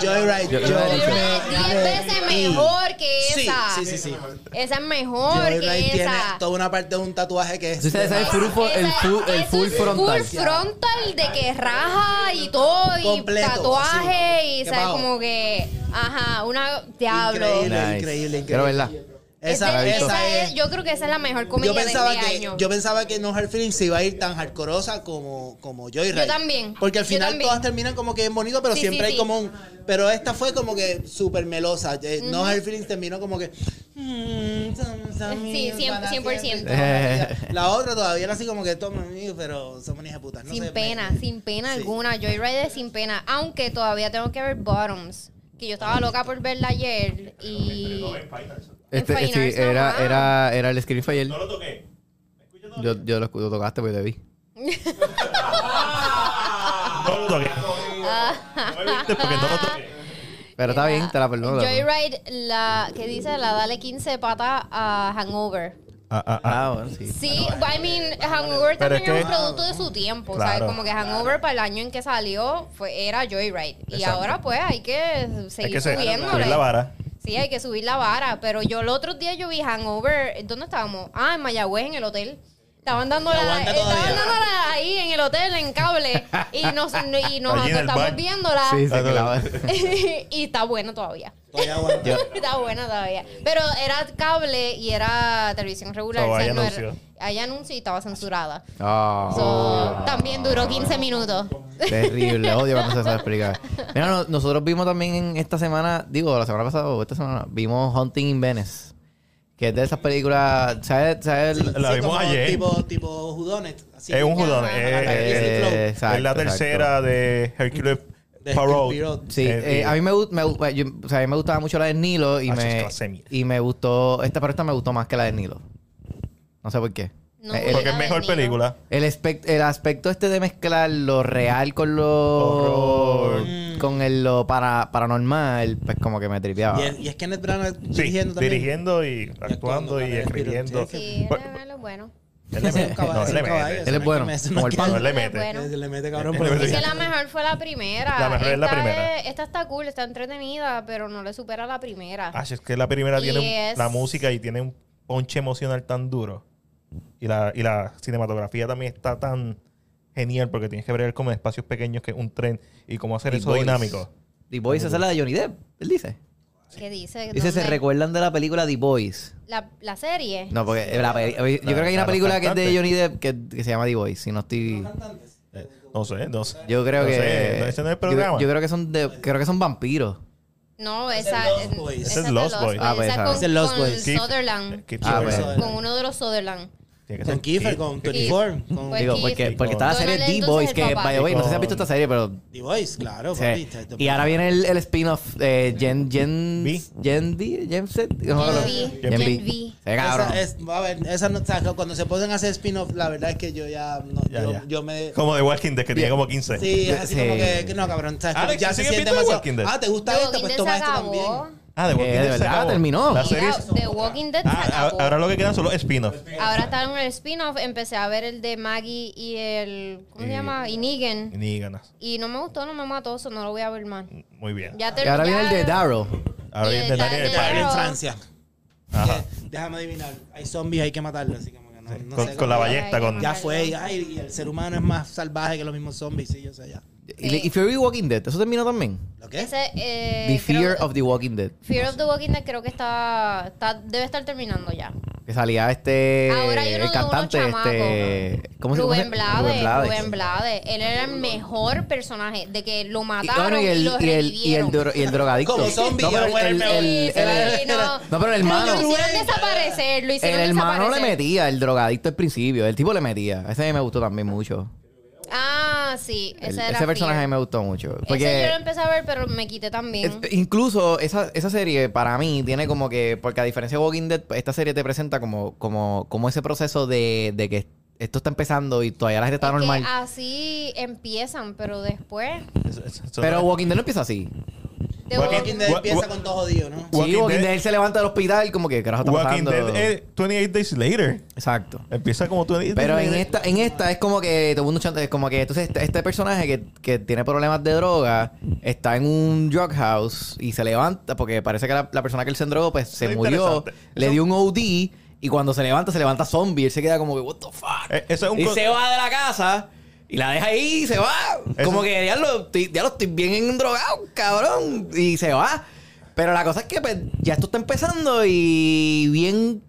Speaker 3: Joyride.
Speaker 2: Yo- yo-
Speaker 3: Joyride.
Speaker 2: yo-
Speaker 4: Mm. Diez veces mejor que
Speaker 3: Sí,
Speaker 4: esa.
Speaker 3: sí, sí, sí.
Speaker 4: Esa es mejor
Speaker 3: Joyride
Speaker 4: que
Speaker 3: tiene
Speaker 4: esa.
Speaker 3: toda una parte de un tatuaje que es...
Speaker 2: Si ustedes saben,
Speaker 4: Esa-
Speaker 2: el full fo- el full- el
Speaker 4: eso
Speaker 2: full
Speaker 4: es
Speaker 2: frontal.
Speaker 4: Full frontal de que raja y todo y
Speaker 3: Completo,
Speaker 4: tatuaje
Speaker 3: sí.
Speaker 4: y
Speaker 3: Qué
Speaker 4: sabes
Speaker 3: bajo.
Speaker 4: como que ajá, una diablo.
Speaker 3: Increíble,
Speaker 2: Nice.
Speaker 3: increíble, increíble.
Speaker 2: Quiero verla.
Speaker 4: Esa,
Speaker 3: Esa, esa
Speaker 4: es,
Speaker 3: es...
Speaker 4: yo creo que esa es la mejor comedia
Speaker 3: Yo pensaba,
Speaker 4: de este
Speaker 3: que,
Speaker 4: año.
Speaker 3: yo pensaba que No Hard Feelings se iba a ir tan hardcoreosa como, como Joyride.
Speaker 4: Yo también,
Speaker 3: Porque al
Speaker 4: yo
Speaker 3: final
Speaker 4: también.
Speaker 3: todas terminan como que es bonito, pero
Speaker 4: Sí,
Speaker 3: siempre
Speaker 4: sí,
Speaker 3: hay
Speaker 4: sí.
Speaker 3: como un... Pero esta fue como que súper melosa. Eh, No Hard Feelings terminó como que... mm, somos amigos
Speaker 4: cien-
Speaker 3: para
Speaker 4: cien por ciento.
Speaker 3: siempre.
Speaker 1: *laughs*
Speaker 3: La otra todavía era así como que toma amigos, pero somos hijas de putas. No
Speaker 4: sin
Speaker 3: sé, me-
Speaker 4: pena, sin pena
Speaker 3: Sí.
Speaker 4: alguna. Joyride es sin pena. Aunque todavía tengo que ver Bottoms. Que yo estaba loca por verla ayer. Y.
Speaker 2: Este,
Speaker 4: En Fine
Speaker 2: sí,
Speaker 4: Arts,
Speaker 2: era,
Speaker 4: ajá.
Speaker 2: era, era el screen fail.
Speaker 1: No lo toqué. ¿Me escuchas todavía?
Speaker 2: Yo, yo lo, lo tocaste porque te vi.
Speaker 1: No lo toqué. No me viste porque no lo toqué.
Speaker 2: Pero está bien, te la perdono. te la perdono.
Speaker 4: Ah, Joyride, la que dice la dale 15 patas a Hangover.
Speaker 2: Ah, bueno, eh, sí.
Speaker 4: Sí, I mean, Hangover
Speaker 1: Pero
Speaker 4: también
Speaker 1: es que-
Speaker 4: era un producto de su tiempo, ¿sabes?
Speaker 1: Claro.
Speaker 4: Como que Hangover para el año en que salió fue, era Joyride. Y
Speaker 1: Exacto.
Speaker 4: ahora pues hay que
Speaker 1: Hay
Speaker 4: seguir
Speaker 1: que se-
Speaker 4: subiéndole.
Speaker 1: subir la vara.
Speaker 4: Sí, hay que subir la vara. Pero yo el otro día yo vi Hangover. ¿Dónde estábamos? Ah, en Mayagüez, en el hotel. Estaban dándola,
Speaker 3: aguanta
Speaker 4: estaban
Speaker 3: todavía.
Speaker 4: dándola ahí en el hotel, en cable. Y nos, y nos
Speaker 1: Allí en el
Speaker 4: estamos
Speaker 1: bar.
Speaker 4: viéndola.
Speaker 2: Sí, sí,
Speaker 1: Ah, no. *laughs*
Speaker 2: claro.
Speaker 4: *laughs* y está bueno todavía.
Speaker 3: Todavía aguanto.
Speaker 4: *laughs* Está buena todavía. Pero era cable y era televisión regular.
Speaker 1: So,
Speaker 4: o sea,
Speaker 1: hay
Speaker 4: no era-
Speaker 1: anuncio.
Speaker 4: hay anuncio y estaba censurada.
Speaker 2: Ah.
Speaker 4: So, También duró 15 minutos. *laughs*
Speaker 2: Terrible, odio cuando se sabe explicar. Mira, no- nosotros vimos también en esta semana, digo, la semana pasada o esta semana, vimos Hunting in Venice, que es de esas películas, ¿sabes? ¿sabes?
Speaker 3: Sí,
Speaker 1: La vimos
Speaker 3: como
Speaker 1: ayer.
Speaker 3: Tipo, tipo Judonet. así.
Speaker 1: Es un judón.
Speaker 4: Ajá.
Speaker 1: Es,
Speaker 3: Flow.
Speaker 2: Eh, exacto,
Speaker 1: es la
Speaker 2: exacto.
Speaker 1: tercera de Hercule
Speaker 3: De
Speaker 1: Poirot.
Speaker 3: Poirot.
Speaker 2: Sí, eh, a mí me, gu- me, gu- yo- o sea, a mí me gustaba mucho la de Nilo y
Speaker 1: Ah, eso es
Speaker 2: me,
Speaker 1: clase mía.
Speaker 2: y me gustó, esta pero esta me gustó más que la de Nilo. No sé por qué.
Speaker 4: No,
Speaker 2: Eh,
Speaker 1: Porque
Speaker 2: el,
Speaker 1: es mejor película.
Speaker 2: el espect- el aspecto este de mezclar lo real con lo...
Speaker 1: Horror.
Speaker 3: Mm.
Speaker 2: Con el, lo para, paranormal, pues como que me tripeaba.
Speaker 3: Y es, y es Kenneth Branagh
Speaker 1: Sí,
Speaker 3: dirigiendo
Speaker 1: dirigiendo,
Speaker 3: también.
Speaker 1: y actuando y
Speaker 3: también,
Speaker 1: escribiendo.
Speaker 3: sí,
Speaker 4: Sí,
Speaker 1: Por-
Speaker 4: era lo bueno.
Speaker 1: Él le mete.
Speaker 3: caballo,
Speaker 1: No, él
Speaker 3: es
Speaker 1: le
Speaker 3: un caballo.
Speaker 1: mete.
Speaker 2: Él es bueno,
Speaker 3: Eso no
Speaker 2: como el
Speaker 3: es
Speaker 2: pan.
Speaker 1: No, él le
Speaker 4: Era
Speaker 1: mete.
Speaker 4: bueno.
Speaker 3: Se le mete cabrón
Speaker 1: Él
Speaker 3: por
Speaker 1: le mete
Speaker 4: Es
Speaker 3: el-
Speaker 4: que la mejor fue la primera.
Speaker 1: La mejor es la
Speaker 4: Esta
Speaker 1: primera.
Speaker 4: es- esta está cool, está entretenida, pero no le supera la primera.
Speaker 1: Ah, es que la primera tiene un-
Speaker 4: Yes.
Speaker 1: la música y tiene un ponche emocional tan duro. Y la, y la cinematografía también está tan genial porque tienes que bregar como en espacios pequeños que un tren y cómo hacer
Speaker 2: The
Speaker 1: eso
Speaker 2: Boys.
Speaker 1: dinámico.
Speaker 2: The Boys esa es la de Johnny Depp, él dice.
Speaker 4: ¿Qué dice?
Speaker 2: Dice, se
Speaker 4: ¿Dónde?
Speaker 2: recuerdan de la película The Boys.
Speaker 4: La, la serie.
Speaker 2: No, porque la peli- yo creo que hay
Speaker 1: la- la
Speaker 2: una película que es de
Speaker 1: cantante.
Speaker 2: Johnny Depp que, que se llama The Boys, si no estoy...
Speaker 1: Eh, no sé, no sé.
Speaker 2: Yo creo
Speaker 1: No
Speaker 2: que...
Speaker 1: sé, no, ese no es el
Speaker 2: yo-
Speaker 1: programa.
Speaker 2: Yo, creo que son de- creo que son vampiros.
Speaker 4: No,
Speaker 3: Es
Speaker 4: esa
Speaker 3: el Lost Boys.
Speaker 4: esa
Speaker 1: Ese es
Speaker 4: de
Speaker 1: Lost Boys.
Speaker 2: Ah, pues,
Speaker 4: Esa
Speaker 2: esa.
Speaker 4: con,
Speaker 3: Es el Lost
Speaker 4: con
Speaker 3: Boys.
Speaker 1: Keith-
Speaker 4: Sutherland.
Speaker 1: Keith
Speaker 2: Ah,
Speaker 1: eh, Sutherland.
Speaker 2: bueno.
Speaker 4: Con uno de los Sutherland.
Speaker 1: Tiene que ser
Speaker 3: Con Kiefer,
Speaker 1: Keith.
Speaker 3: con
Speaker 4: Keith.
Speaker 3: 24, con
Speaker 4: Pues-
Speaker 2: Digo,
Speaker 4: Keith.
Speaker 2: porque, porque está la
Speaker 4: Donald
Speaker 2: serie The
Speaker 4: Entonces
Speaker 2: Boys,
Speaker 4: el
Speaker 2: que,
Speaker 4: papá.
Speaker 2: by the way, no sé si has visto esta serie, pero...
Speaker 3: The Voice, claro.
Speaker 2: sí.
Speaker 3: papi.
Speaker 2: Y ahora viene el, el spin-off eh, Gen... Gen...
Speaker 1: este B.
Speaker 2: Gen B, Gen Z. ¿Cómo lo-
Speaker 4: Gen
Speaker 1: B.
Speaker 2: Gen
Speaker 4: Gen B.
Speaker 2: B. Se ve cabrón.
Speaker 3: Esa es, va a ver, esa no, o sea, cuando se ponen a hacer spin-off, la verdad es que yo ya, no,
Speaker 1: Ya,
Speaker 3: yo,
Speaker 1: ya.
Speaker 3: yo me...
Speaker 1: Como de Walking Dead que tiene como 15.
Speaker 3: Sí, es así
Speaker 2: Sí.
Speaker 3: como que, que no, cabrón, ¿sabes?
Speaker 1: Alex,
Speaker 3: ya
Speaker 1: ¿tú
Speaker 3: se
Speaker 1: sigues viendo
Speaker 3: siente
Speaker 1: The
Speaker 3: demasiado.
Speaker 1: Walking Dead?
Speaker 3: Ah, ¿te gusta
Speaker 4: Luego
Speaker 3: esta? Pues
Speaker 4: Kinder
Speaker 3: toma
Speaker 4: se
Speaker 3: esta
Speaker 4: acabó.
Speaker 3: también.
Speaker 1: Ah, The Walking
Speaker 2: Eh, de
Speaker 1: Dead. se
Speaker 2: verdad,
Speaker 1: acabó.
Speaker 2: terminó.
Speaker 1: La
Speaker 4: Mira,
Speaker 1: serie.
Speaker 4: The Walking Dead se
Speaker 1: Ah, a-
Speaker 4: acabó.
Speaker 1: ahora lo que quedan son los spin-offs.
Speaker 4: Ahora está en el spin-off. Empecé a ver el de Maggie y el. ¿Cómo
Speaker 1: Y-
Speaker 4: se llama? Y Negan.
Speaker 1: Ni ganas.
Speaker 4: Y no me gustó, no me mató, eso no lo voy a ver más.
Speaker 1: Muy bien.
Speaker 4: Ya
Speaker 2: Y
Speaker 4: terminé.
Speaker 2: ahora viene el de Darrow.
Speaker 1: Ahora
Speaker 4: Y
Speaker 1: es del
Speaker 4: está
Speaker 1: área
Speaker 4: el
Speaker 1: de
Speaker 4: de
Speaker 1: París.
Speaker 4: Arrow.
Speaker 3: en Francia.
Speaker 1: Ajá.
Speaker 3: Que, déjame adivinar. Hay zombies, hay que matarlos. Así como que no,
Speaker 1: Sí,
Speaker 3: no
Speaker 1: con,
Speaker 3: sé
Speaker 1: con la
Speaker 3: cómo-
Speaker 1: ballesta, con...
Speaker 3: Ya fue. Y, ay, y el ser humano es más salvaje que los mismos zombies. Sí, yo sé ya.
Speaker 2: Y, le- y Fear of the Walking Dead, ¿eso terminó también?
Speaker 3: ¿Lo qué?
Speaker 4: Ese, eh,
Speaker 2: the
Speaker 4: creo-
Speaker 2: Fear of the Walking Dead.
Speaker 4: Fear of the Walking Dead creo que está, está debe estar terminando ya.
Speaker 2: Que salía este.
Speaker 4: Ahora hay uno
Speaker 2: el
Speaker 4: de unos
Speaker 2: cantante,
Speaker 4: chamacos.
Speaker 2: este. ¿Cómo se llama?
Speaker 4: Rubén Blades, Rubén Blades. Él era el mejor personaje de que lo
Speaker 2: Y,
Speaker 4: mataron
Speaker 2: bueno,
Speaker 4: y,
Speaker 2: y el,
Speaker 4: lo
Speaker 2: y, el, y, el,
Speaker 4: revivieron.
Speaker 2: dro- y el drogadicto.
Speaker 3: Como zombie,
Speaker 2: no, pero
Speaker 3: ahora
Speaker 2: el, el,
Speaker 3: el-
Speaker 2: el-
Speaker 4: Sí,
Speaker 2: el- *laughs*
Speaker 4: sí,
Speaker 2: no, pero el
Speaker 4: Lo
Speaker 2: hermano.
Speaker 4: hicieron desaparecer, lo
Speaker 2: El
Speaker 4: hicieron
Speaker 2: hermano le
Speaker 4: desaparecer.
Speaker 2: metía, el drogadicto al principio. El tipo le metía. Ese me gustó también mucho.
Speaker 4: Ah, sí, ese
Speaker 2: El-
Speaker 4: era
Speaker 2: ese personaje
Speaker 4: Fear.
Speaker 2: me gustó mucho.
Speaker 4: Ese yo
Speaker 2: Porque
Speaker 4: lo empecé a ver, pero me quité también.
Speaker 2: es- incluso esa, esa serie para mí tiene como que. Porque a diferencia de Walking Dead, pues, esta serie te presenta como, como, como ese proceso de, de que esto está empezando y todavía la gente está
Speaker 4: Es que
Speaker 2: normal.
Speaker 4: así empiezan, pero después...
Speaker 1: Eso- eso- eso-
Speaker 2: Pero Walking Dead no empieza así.
Speaker 4: The
Speaker 1: Walking
Speaker 3: Walking Dead
Speaker 1: Wa-
Speaker 3: empieza
Speaker 1: wa-
Speaker 3: con todo jodido, ¿no?
Speaker 2: Sí,
Speaker 1: Walking
Speaker 2: Walking
Speaker 1: Dead-
Speaker 2: Dead él se levanta del hospital como que carajo está
Speaker 1: Walking
Speaker 2: pasando.
Speaker 1: Dead es 28 Days Later.
Speaker 2: Exacto.
Speaker 1: Empieza como 28
Speaker 2: Pero
Speaker 1: Days
Speaker 2: en
Speaker 1: Later.
Speaker 2: esta, en esta es como que todo el mundo chanta- es como que entonces este, este personaje que, que tiene problemas de droga está en un drug house y se levanta porque parece que la, la persona que él se drogó pues se
Speaker 1: Está
Speaker 2: murió,
Speaker 1: interesante.
Speaker 2: le
Speaker 1: Eso-
Speaker 2: dio un OD y cuando se levanta se levanta zombie, él se queda como que what the fuck.
Speaker 1: Eh, Eso es un...
Speaker 2: y
Speaker 1: con-
Speaker 2: se va de la casa y la deja ahí y se va.
Speaker 1: Eso-
Speaker 2: Como que ya lo, estoy, ya lo estoy bien endrogado, cabrón. Y se va. Pero la cosa es que pues, ya esto está empezando y bien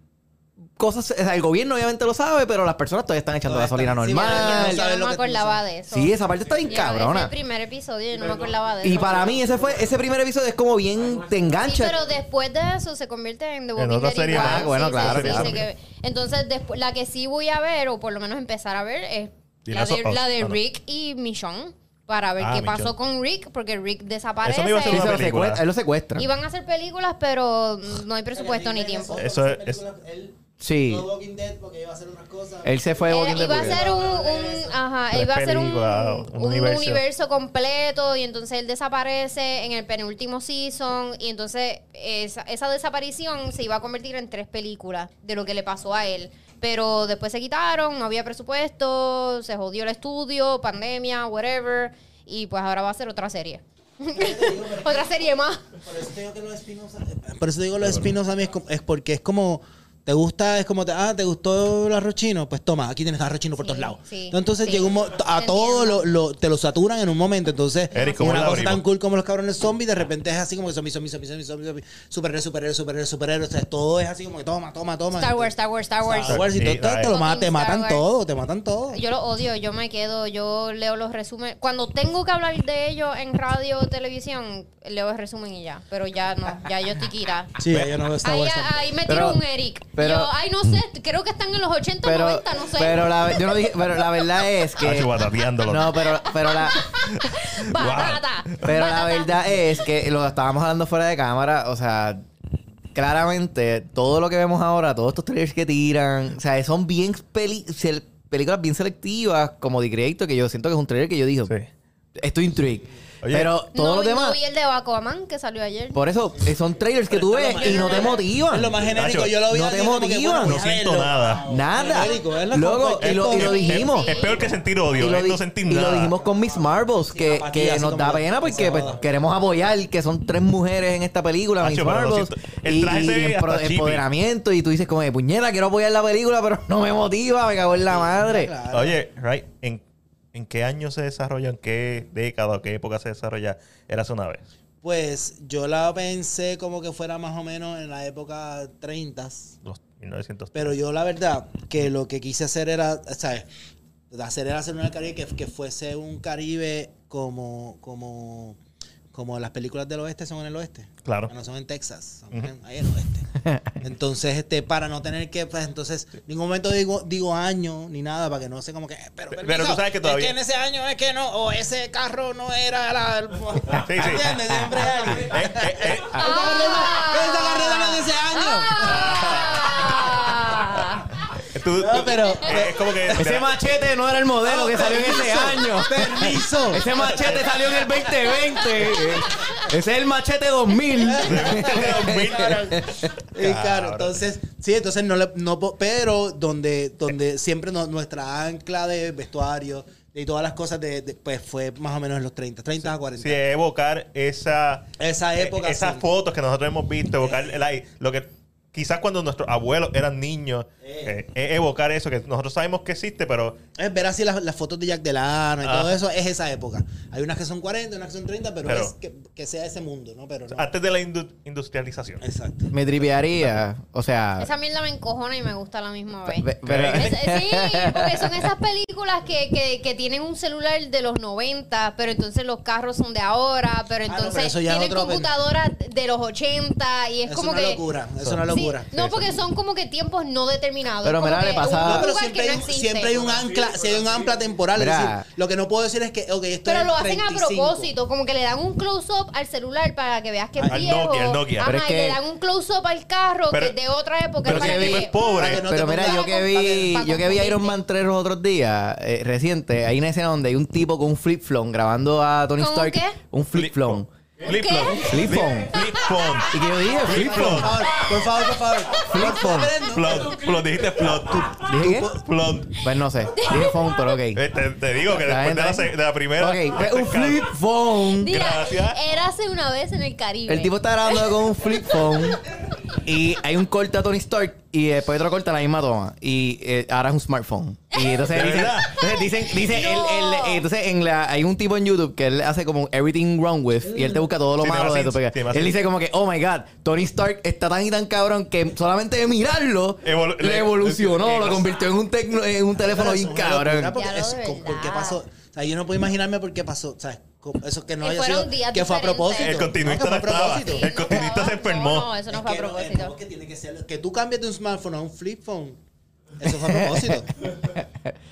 Speaker 2: cosas. o sea, el gobierno obviamente lo sabe, pero las personas todavía están echando
Speaker 3: Todavía
Speaker 2: gasolina
Speaker 3: están- sí,
Speaker 2: normal.
Speaker 3: Él
Speaker 4: Yo
Speaker 3: sabe
Speaker 4: no
Speaker 3: lo
Speaker 4: me
Speaker 3: que tú
Speaker 4: acordaba
Speaker 3: sabes.
Speaker 4: de eso.
Speaker 2: sí, esa parte está bien
Speaker 4: Yo-
Speaker 2: cabrona.
Speaker 4: Ese primer episodio yo no me acordaba de eso.
Speaker 2: Y para mí ese fue ese primer episodio es como bien te
Speaker 4: Sí,
Speaker 2: engancha.
Speaker 4: pero después de eso se convierte en The Walking
Speaker 1: otra
Speaker 4: Dead
Speaker 1: serie
Speaker 4: igual.
Speaker 1: más.
Speaker 4: Sí,
Speaker 2: Bueno,
Speaker 4: sí,
Speaker 2: claro,
Speaker 4: sí,
Speaker 2: claro.
Speaker 4: sí que- entonces, después, la que sí voy a ver, o por lo menos empezar a ver, es
Speaker 1: Y
Speaker 4: la
Speaker 1: las
Speaker 4: de,
Speaker 1: otras.
Speaker 4: la de
Speaker 1: Ah, no.
Speaker 4: Rick y Michonne. Para ver
Speaker 1: Ah,
Speaker 4: qué
Speaker 1: Michonne.
Speaker 4: pasó con Rick, porque Rick desaparece.
Speaker 1: Eso no iba a
Speaker 2: Sí,
Speaker 1: ser una
Speaker 2: se lo
Speaker 1: película.
Speaker 2: secue- él lo secuestra.
Speaker 4: Iban a hacer películas, pero no hay presupuesto ni tiempo.
Speaker 1: Eso es-
Speaker 3: Él,
Speaker 2: Sí.
Speaker 3: no Walking Dead porque iba a hacer otras cosas.
Speaker 2: Él se fue de Walking Dead
Speaker 4: Era- iba Eh, a
Speaker 2: porque-
Speaker 4: ser un, un- ajá,
Speaker 1: Tres
Speaker 4: iba a ser un,
Speaker 1: películas, un
Speaker 4: un
Speaker 1: universo.
Speaker 4: universo. completo y entonces él desaparece en el penúltimo season y entonces esa, esa desaparición se iba a convertir en tres películas de lo que le pasó a él. Pero después se quitaron, no había presupuesto, se jodió el estudio, pandemia, whatever. Y pues ahora va a ser otra serie. *laughs* otra serie más.
Speaker 3: Por eso te digo que los spin-offs. eh, Por eso te digo los spin-offs a mí es, como- es porque es como. Te gusta, es como, te- ah, ¿te gustó el arroz chino? Pues toma, aquí tienes arroz chino por
Speaker 4: Sí,
Speaker 3: todos lados.
Speaker 4: sí,
Speaker 3: entonces
Speaker 4: sí.
Speaker 3: llega un mo- a
Speaker 4: Te
Speaker 3: todos lo,
Speaker 4: entiendo.
Speaker 3: lo- te lo saturan en un momento. Entonces,
Speaker 1: Eric, ¿cómo
Speaker 3: una
Speaker 1: la
Speaker 3: cosa tan
Speaker 1: abrimos?
Speaker 3: cool como los cabrones zombies, de repente es así como que zombies, zombies, zombies, zombies, zombies, superhéroes, superhéroes, superhéroes, superhéroes. O sea, todo es así como que toma, toma, toma.
Speaker 4: Star Wars, Star Wars, Star Wars.
Speaker 3: Star Wars y
Speaker 1: Sí,
Speaker 3: todo, todo- te, lo ma- te
Speaker 4: Fucking Star
Speaker 3: matan
Speaker 4: Wars.
Speaker 3: todo, te matan todo.
Speaker 4: Yo lo odio, yo me quedo, yo leo los resúmenes. Cuando tengo que hablar de ellos en radio o televisión, leo el resumen y ya. Pero ya no, ya yo estoy quita.
Speaker 3: Sí, yo no veo Star
Speaker 4: Ahí,
Speaker 3: Wars. tampoco.
Speaker 4: ahí me
Speaker 2: Pero-
Speaker 4: tiro un Eric.
Speaker 2: pero-
Speaker 4: yo, ay, no sé, creo que están en los 80
Speaker 2: Pero,
Speaker 4: 90, no sé.
Speaker 2: pero la, yo no dije, pero la verdad es que.
Speaker 1: Hacho, batateándolo.
Speaker 2: este No, pero, pero la.
Speaker 4: Batata.
Speaker 2: Pero la verdad es que lo estábamos hablando fuera de cámara, o sea, claramente todo lo que vemos ahora, todos estos trailers que tiran, o sea, son bien peli- sel- películas bien selectivas, como The Creator, que yo siento que es un trailer que yo digo,
Speaker 1: Sí.
Speaker 2: estoy intrigued.
Speaker 1: Oye.
Speaker 2: pero todos
Speaker 4: no,
Speaker 2: los
Speaker 4: vi-
Speaker 2: demás,
Speaker 4: No vi el de Aquaman que salió ayer.
Speaker 2: por eso eh, son trailers que tú ves y no te
Speaker 3: Es lo
Speaker 2: motivan.
Speaker 3: más genérico,
Speaker 1: Nacho,
Speaker 3: yo lo vi.
Speaker 2: no
Speaker 3: así
Speaker 2: te
Speaker 3: como que,
Speaker 2: motivan.
Speaker 1: No
Speaker 3: bueno, ya
Speaker 1: siento
Speaker 3: verlo.
Speaker 1: nada.
Speaker 2: Nada.
Speaker 3: Genérico, es la
Speaker 2: Luego,
Speaker 3: compa-
Speaker 2: y lo, y lo
Speaker 3: es-
Speaker 2: dijimos.
Speaker 1: Es, es peor que sentir
Speaker 2: Y
Speaker 1: odio.
Speaker 2: lo,
Speaker 1: es
Speaker 2: di-
Speaker 1: no sentir
Speaker 2: y lo
Speaker 1: nada.
Speaker 2: dijimos con Miss Marbles, que,
Speaker 3: apatía,
Speaker 2: que
Speaker 3: así
Speaker 2: nos
Speaker 3: como
Speaker 2: da
Speaker 3: que-
Speaker 2: pena porque pues,
Speaker 3: Exacto.
Speaker 2: queremos apoyar que son tres mujeres en esta película,
Speaker 1: Hacho,
Speaker 2: Miss
Speaker 1: pero lo
Speaker 2: Marbles,
Speaker 1: siento. El
Speaker 2: y,
Speaker 1: traje se
Speaker 2: y
Speaker 1: ve hasta
Speaker 2: empro-
Speaker 1: chippy.
Speaker 2: empoderamiento, y tú dices como, de puñera, quiero apoyar la película, pero no me motiva, me cago en la madre.
Speaker 3: Claro.
Speaker 1: Oye, right, ¿en, en qué año se desarrolla, en qué década o qué época se desarrolla? Era hace una vez.
Speaker 3: Pues yo la pensé como que fuera más o menos en la época 30,
Speaker 1: Los 1900.
Speaker 3: pero yo la verdad que lo que quise hacer era, ¿sabes? Hacer era hacer una Caribe que, que fuese un Caribe como, como, como las películas del oeste son en el oeste.
Speaker 1: Claro.
Speaker 3: Que No son en Texas, son en- ahí en el
Speaker 1: *laughs*
Speaker 3: oeste. Entonces, este, para no tener que, pues entonces, ningún momento digo, digo año ni nada, para que no sea como que, eh, pero,
Speaker 1: Pero
Speaker 3: permiso,
Speaker 1: tú sabes que todavía-
Speaker 3: Es que en ese año es que no, o ese carro no era
Speaker 1: *laughs*
Speaker 3: la. pues,
Speaker 1: sí.
Speaker 3: ¿Entiendes? Siempre es
Speaker 1: *laughs*
Speaker 3: *laughs* algo.
Speaker 1: Eh,
Speaker 4: Ah.
Speaker 3: Esa carrera- esa carrera no es de ese año.
Speaker 4: Ah.
Speaker 1: Tú-
Speaker 3: No,
Speaker 1: tú-
Speaker 3: pero-
Speaker 1: eh, es como que.
Speaker 2: Ese machete no era el modelo que salió en ese año.
Speaker 3: Permiso.
Speaker 2: Ese machete salió en el 2020. Ese es el machete
Speaker 1: *laughs*
Speaker 2: 2000.
Speaker 3: Y claro, entonces, sí, entonces no, le- no po- pero donde, donde siempre no- nuestra ancla de vestuario y todas las cosas de, de- pues fue más o menos en los 30, 30 a 40.
Speaker 1: Sí, evocar esa,
Speaker 3: Esa época,
Speaker 1: eh, esas
Speaker 3: sí. Eh.
Speaker 1: fotos que nosotros hemos visto, evocar la- lo que quizás cuando nuestros abuelos eran niños,
Speaker 3: Eh.
Speaker 1: eh, evocar eso que nosotros sabemos que existe, pero
Speaker 3: Es ver así las, las fotos de Jack Delano y
Speaker 1: Ah.
Speaker 3: todo eso, es esa época. Hay unas que son 40, unas que son 30, pero,
Speaker 1: Pero- Ah.
Speaker 3: es que, que sea ese mundo, ¿no? Pero no.
Speaker 1: antes de la indu- industrialización.
Speaker 3: Exacto.
Speaker 2: Me tripearía. O sea.
Speaker 4: Esa mierda me encojona y me gusta a la misma vez.
Speaker 2: pe- pero-
Speaker 4: Es-
Speaker 3: *laughs*
Speaker 4: sí, porque son esas películas que, que, que tienen un celular de los 90, pero entonces los carros son de ahora, pero
Speaker 3: Ah, no,
Speaker 4: entonces
Speaker 3: pero eso ya es
Speaker 4: tienen
Speaker 3: otro-
Speaker 4: computadoras de los 80 y es,
Speaker 3: Es,
Speaker 4: como
Speaker 3: una
Speaker 4: que...
Speaker 3: locura, es
Speaker 1: Sí.
Speaker 3: una locura.
Speaker 4: Sí, no, porque son como que tiempos no determinados.
Speaker 2: Pero
Speaker 4: Es como
Speaker 2: mira, le
Speaker 4: que
Speaker 2: pasa-
Speaker 4: un
Speaker 3: No, pero
Speaker 4: lugar
Speaker 3: siempre
Speaker 4: que no
Speaker 3: hay, un-
Speaker 4: existe.
Speaker 3: siempre hay un ancla, si hay un ancla temporal. es
Speaker 2: Mira.
Speaker 3: decir, lo que no puedo decir es que, ok, esto
Speaker 4: Pero
Speaker 3: es
Speaker 4: lo hacen a
Speaker 3: 35.
Speaker 4: propósito, como que le dan un close-up al celular para que veas que es
Speaker 1: Al
Speaker 4: viejo.
Speaker 1: Nokia, al Nokia.
Speaker 4: Ajá,
Speaker 2: Pero es
Speaker 4: y le
Speaker 2: que-
Speaker 4: dan un close-up al carro
Speaker 1: Pero-
Speaker 4: que es de otra época.
Speaker 1: Pero si
Speaker 4: para
Speaker 1: el tipo
Speaker 4: que-
Speaker 1: es pobre,
Speaker 3: para que no
Speaker 2: pero
Speaker 3: te
Speaker 2: mira, yo
Speaker 3: pongas-
Speaker 2: que
Speaker 4: para que-
Speaker 2: vi, yo
Speaker 4: para
Speaker 2: que vi
Speaker 4: confundirte.
Speaker 2: Iron Man 3 los otros días, eh, reciente, hay una escena donde hay un tipo con un flip phone grabando a Tony
Speaker 4: ¿Con un
Speaker 2: Stark.
Speaker 4: qué?
Speaker 2: Un flip phone.
Speaker 1: Flip phone.
Speaker 2: Flip phone.
Speaker 1: Flip phone.
Speaker 2: Y que yo dije, flip
Speaker 3: Por
Speaker 2: phone.
Speaker 3: favor, por favor, por favor. Por favor, no.
Speaker 1: Plot. Plot. Dijiste plot.
Speaker 2: ¿Dije qué?
Speaker 1: Plot.
Speaker 2: Pues no sé. Dije phone, pero
Speaker 1: *laughs*
Speaker 2: ok.
Speaker 1: Eh, te, te digo que
Speaker 2: Está
Speaker 1: después de
Speaker 2: bien,
Speaker 1: la,
Speaker 2: está
Speaker 1: se-
Speaker 2: bien.
Speaker 1: de la primera. *laughs*
Speaker 2: Ok, pues un
Speaker 1: se-
Speaker 2: flip phone.
Speaker 4: Mira,
Speaker 1: Gracias.
Speaker 4: érase una vez en el Caribe.
Speaker 2: El tipo está grabando con un flip phone. Y hay un corte a Tony Stark y después otro corte a la misma toma. Y eh, ahora es un smartphone. Y
Speaker 1: *laughs*
Speaker 2: entonces,
Speaker 1: ¿De
Speaker 2: dicen,
Speaker 1: verdad?
Speaker 2: entonces dicen, dicen
Speaker 4: No.
Speaker 2: él- él- entonces en la, hay un tipo en YouTube que él hace como un everything wrong with y él te busca todo lo
Speaker 1: Sí, me
Speaker 2: malo de
Speaker 1: fascina,
Speaker 2: tu pega.
Speaker 1: sí, me
Speaker 2: él
Speaker 1: fascina.
Speaker 2: dice como que, oh my god, Tony Stark está tan y tan cabrón que solamente de mirarlo
Speaker 1: Evolu-
Speaker 2: le
Speaker 1: le-
Speaker 2: evolucionó,
Speaker 1: le-
Speaker 2: lo convirtió en un, tecno- en un teléfono
Speaker 3: Pero
Speaker 2: bien
Speaker 3: eso es una locura,
Speaker 2: cabrón.
Speaker 4: Ya
Speaker 3: Porque
Speaker 4: lo
Speaker 3: es-
Speaker 4: de
Speaker 3: con- por qué
Speaker 4: verdad.
Speaker 3: pasó. O sea, yo no puedo imaginarme por qué pasó. O sea, co- eso que no
Speaker 4: Que
Speaker 3: haya
Speaker 4: fueron
Speaker 3: sido.
Speaker 4: días
Speaker 3: que fue a
Speaker 4: diferentes.
Speaker 3: propósito.
Speaker 1: El
Speaker 3: No, que
Speaker 1: continuista
Speaker 3: fue
Speaker 1: no
Speaker 3: a
Speaker 1: estaba.
Speaker 3: propósito.
Speaker 1: El continuista se enfermó.
Speaker 4: No, no, eso no
Speaker 3: Es
Speaker 4: fue a
Speaker 3: que no,
Speaker 4: propósito.
Speaker 3: no, que tiene que ser- que tú cambies de un smartphone a un flip phone. Eso fue a
Speaker 4: *laughs*
Speaker 3: propósito.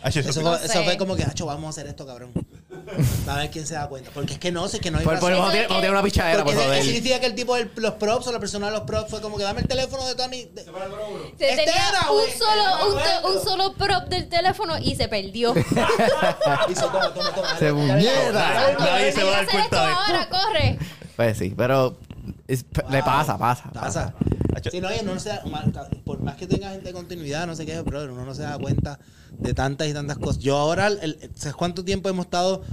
Speaker 1: Ah, sí, eso-
Speaker 3: Eso,
Speaker 4: No
Speaker 3: fue, eso
Speaker 4: sé.
Speaker 3: fue como que, "Acho, vamos a hacer esto, cabrón. A ver quién se da cuenta. Porque es que no sé, que no hay
Speaker 2: Por, por,
Speaker 3: razón.
Speaker 2: vamos a tener- vamos a tener una pichadera, por
Speaker 3: Porque
Speaker 2: favor.
Speaker 3: eso significa que el tipo de los props o la persona de los props fue como que dame el teléfono de Tony. de-
Speaker 4: Se
Speaker 3: Este
Speaker 4: tenía
Speaker 3: era,
Speaker 4: un
Speaker 3: güey,
Speaker 4: solo,
Speaker 3: no
Speaker 4: un,
Speaker 3: me
Speaker 4: te-
Speaker 3: acuerdo.
Speaker 4: un solo prop del teléfono y
Speaker 3: *laughs*
Speaker 4: se perdió.
Speaker 3: Hizo, toma, toma, toma.
Speaker 2: Se
Speaker 1: Nadie-
Speaker 2: muñeca.
Speaker 1: Nadie se va a dar
Speaker 4: Hacer
Speaker 1: cuenta de
Speaker 4: esto
Speaker 1: esto.
Speaker 4: Ahora corre.
Speaker 2: Pues sí, pero es- le pasa, pasa.
Speaker 3: Pasa. Si no, oye, uno no se da- mal- ca- por más que tenga gente de continuidad, no sé qué, brother, uno no se da cuenta de tantas y tantas cosas. Yo ahora, el- el- ¿sabes cuánto tiempo hemos estado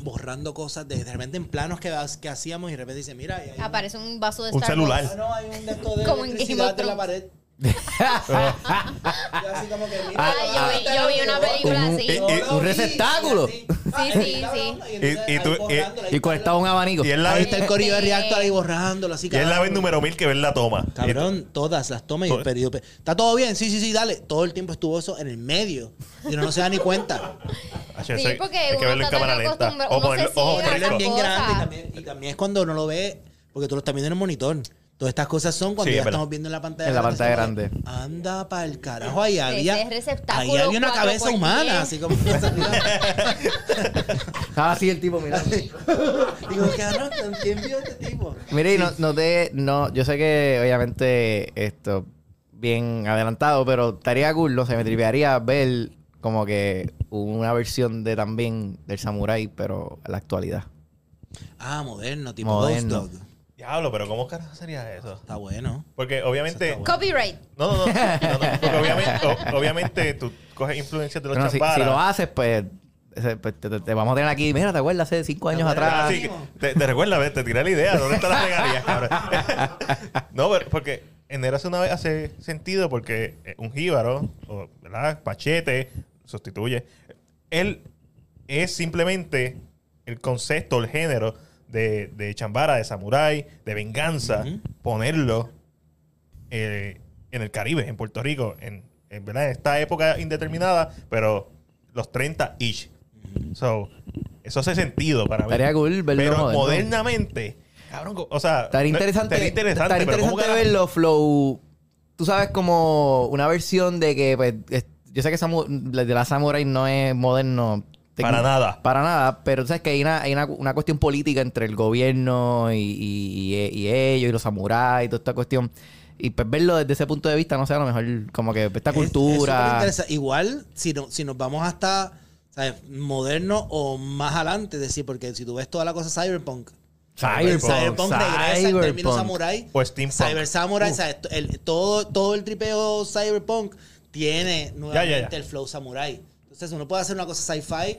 Speaker 3: borrando cosas de, de repente en planos que, que hacíamos y de repente dice, mira, y hay un-
Speaker 4: Aparece un vaso de
Speaker 1: Un
Speaker 4: Starbucks.
Speaker 1: celular.
Speaker 3: Ah, no, hay un de estos de
Speaker 4: Como en
Speaker 3: electricidad
Speaker 4: Game
Speaker 3: de
Speaker 4: of
Speaker 3: la pared. *laughs* Y así como que, mira,
Speaker 4: Ah, yo vi- yo vi una película
Speaker 2: Un- eh,
Speaker 4: así.
Speaker 1: un-
Speaker 3: lo
Speaker 2: un
Speaker 3: vi,
Speaker 2: receptáculo.
Speaker 3: así. Ah,
Speaker 4: Sí,
Speaker 3: el
Speaker 4: sí,
Speaker 3: cabrón,
Speaker 4: sí.
Speaker 3: y entonces
Speaker 1: Y- y
Speaker 3: ahí
Speaker 1: tú- y-
Speaker 3: borrándolo, ahí
Speaker 2: Y conectado a un abanico.
Speaker 1: Y es la,
Speaker 3: Ahí
Speaker 1: y
Speaker 3: está el corillo de
Speaker 4: Sí.
Speaker 3: Reactor ahí borrándolo, así
Speaker 1: es la
Speaker 3: cabrón.
Speaker 1: vez número mil que ven la toma.
Speaker 3: Cabrón, todas las tomas y el
Speaker 1: Todo-
Speaker 3: periodo. ¿Está todo bien? Sí, sí, sí, dale. Todo el tiempo estuvo eso en el medio. Y uno no se da ni cuenta.
Speaker 4: *laughs*
Speaker 1: Ah, sí,
Speaker 4: Sí,
Speaker 1: eso hay-
Speaker 4: porque
Speaker 1: hay que
Speaker 4: uno
Speaker 1: verlo en
Speaker 4: está
Speaker 1: cámara
Speaker 4: tan
Speaker 1: lenta.
Speaker 4: acostumbrado,
Speaker 1: O
Speaker 4: uno se
Speaker 1: ponerlo ojo
Speaker 4: ciega.
Speaker 3: Pero él es
Speaker 1: fresco.
Speaker 3: bien
Speaker 4: cosa.
Speaker 3: grande y también, y también es cuando uno lo ve, porque tú lo estás viendo en el monitor. Todas estas cosas son cuando
Speaker 1: Sí, es
Speaker 3: ya
Speaker 1: verdad.
Speaker 3: estamos viendo en la pantalla
Speaker 2: En la
Speaker 3: grande,
Speaker 2: pantalla
Speaker 3: así como que, Anda para el carajo, ahí había.
Speaker 4: Ese receptáculo
Speaker 3: Ahí había una
Speaker 4: cuatro
Speaker 3: cabeza
Speaker 4: por diez.
Speaker 3: humana, así como.
Speaker 2: Estaba así Ah, el *laughs* tipo mirando.
Speaker 3: *laughs* Digo, cabrón, ¿quién vio este tipo?
Speaker 2: Mire, y no, no te. No, yo sé que obviamente esto bien adelantado, pero estaría cool, no sé, me tripearía ver como que una versión de también del samurái, pero a la actualidad.
Speaker 3: Ah, moderno, tipo
Speaker 2: Moderno.
Speaker 3: Ghost Dog.
Speaker 1: Diablo, pero ¿cómo carajo sería eso?
Speaker 3: Está bueno.
Speaker 1: Porque obviamente.
Speaker 3: Eso está
Speaker 4: Copyright.
Speaker 1: No,
Speaker 2: *laughs*
Speaker 1: no, no. no, no, porque obviamente, o- obviamente tú coges influencias de los
Speaker 2: Bueno, si,
Speaker 1: chambaras.
Speaker 2: si lo haces, pues, ese- pues, te, te- te vamos a tener aquí. Mira, ¿te acuerdas? Hace cinco años
Speaker 3: acuerdas?
Speaker 2: atrás.
Speaker 1: Así que te, te recuerda, ve, te tiré la idea. ¿Dónde está la
Speaker 2: *laughs*
Speaker 1: regalía, cabrón? *laughs* no, pero porque enero hace una vez hace sentido porque eh, un jíbaro, o, ¿verdad? Pachete, sustituye. Él es simplemente el concepto, el género de, de chambara, de samurái, de venganza,
Speaker 3: Ujú.
Speaker 1: ponerlo eh, en el Caribe, en Puerto Rico, en, en, ¿verdad? en esta época indeterminada, pero los 30-ish. So, eso hace sentido para mí.
Speaker 2: Estaría cool verlo
Speaker 1: Pero
Speaker 2: moderno.
Speaker 1: modernamente, cabrón, co- o sea...
Speaker 2: Estaría interesante,
Speaker 1: Estaría interesante,
Speaker 2: estaría
Speaker 1: pero ¿cómo
Speaker 2: interesante
Speaker 1: carajo?
Speaker 2: verlo, Flow. Tú sabes, como una versión de que, pues, es- yo sé que Samu- la- de la Samurai no es moderno. tec-
Speaker 1: Para nada.
Speaker 2: Para nada, pero tú sabes que hay una, hay una, una cuestión política entre el gobierno y, y- y- y ellos, y los samuráis, y toda esta cuestión. Y pues verlo desde ese punto de vista, no sé, a lo mejor como que esta
Speaker 3: Es- es
Speaker 2: cultura...
Speaker 3: superinteresa- Igual, si, no, si nos vamos hasta ¿sabes? moderno o más adelante, es decir, porque si tú ves toda la cosa cyberpunk,
Speaker 2: Cyberpunk.
Speaker 3: Cyberpunk regresa en términos
Speaker 2: Cyberpunk.
Speaker 3: samurai.
Speaker 1: O steampunk.
Speaker 3: Cyber Samurai,
Speaker 1: Uf.
Speaker 3: ¿sabes? El- todo, todo el tripeo Cyberpunk tiene nuevamente
Speaker 1: ya.
Speaker 3: el flow samurai. Entonces uno puede hacer una cosa sci-fi.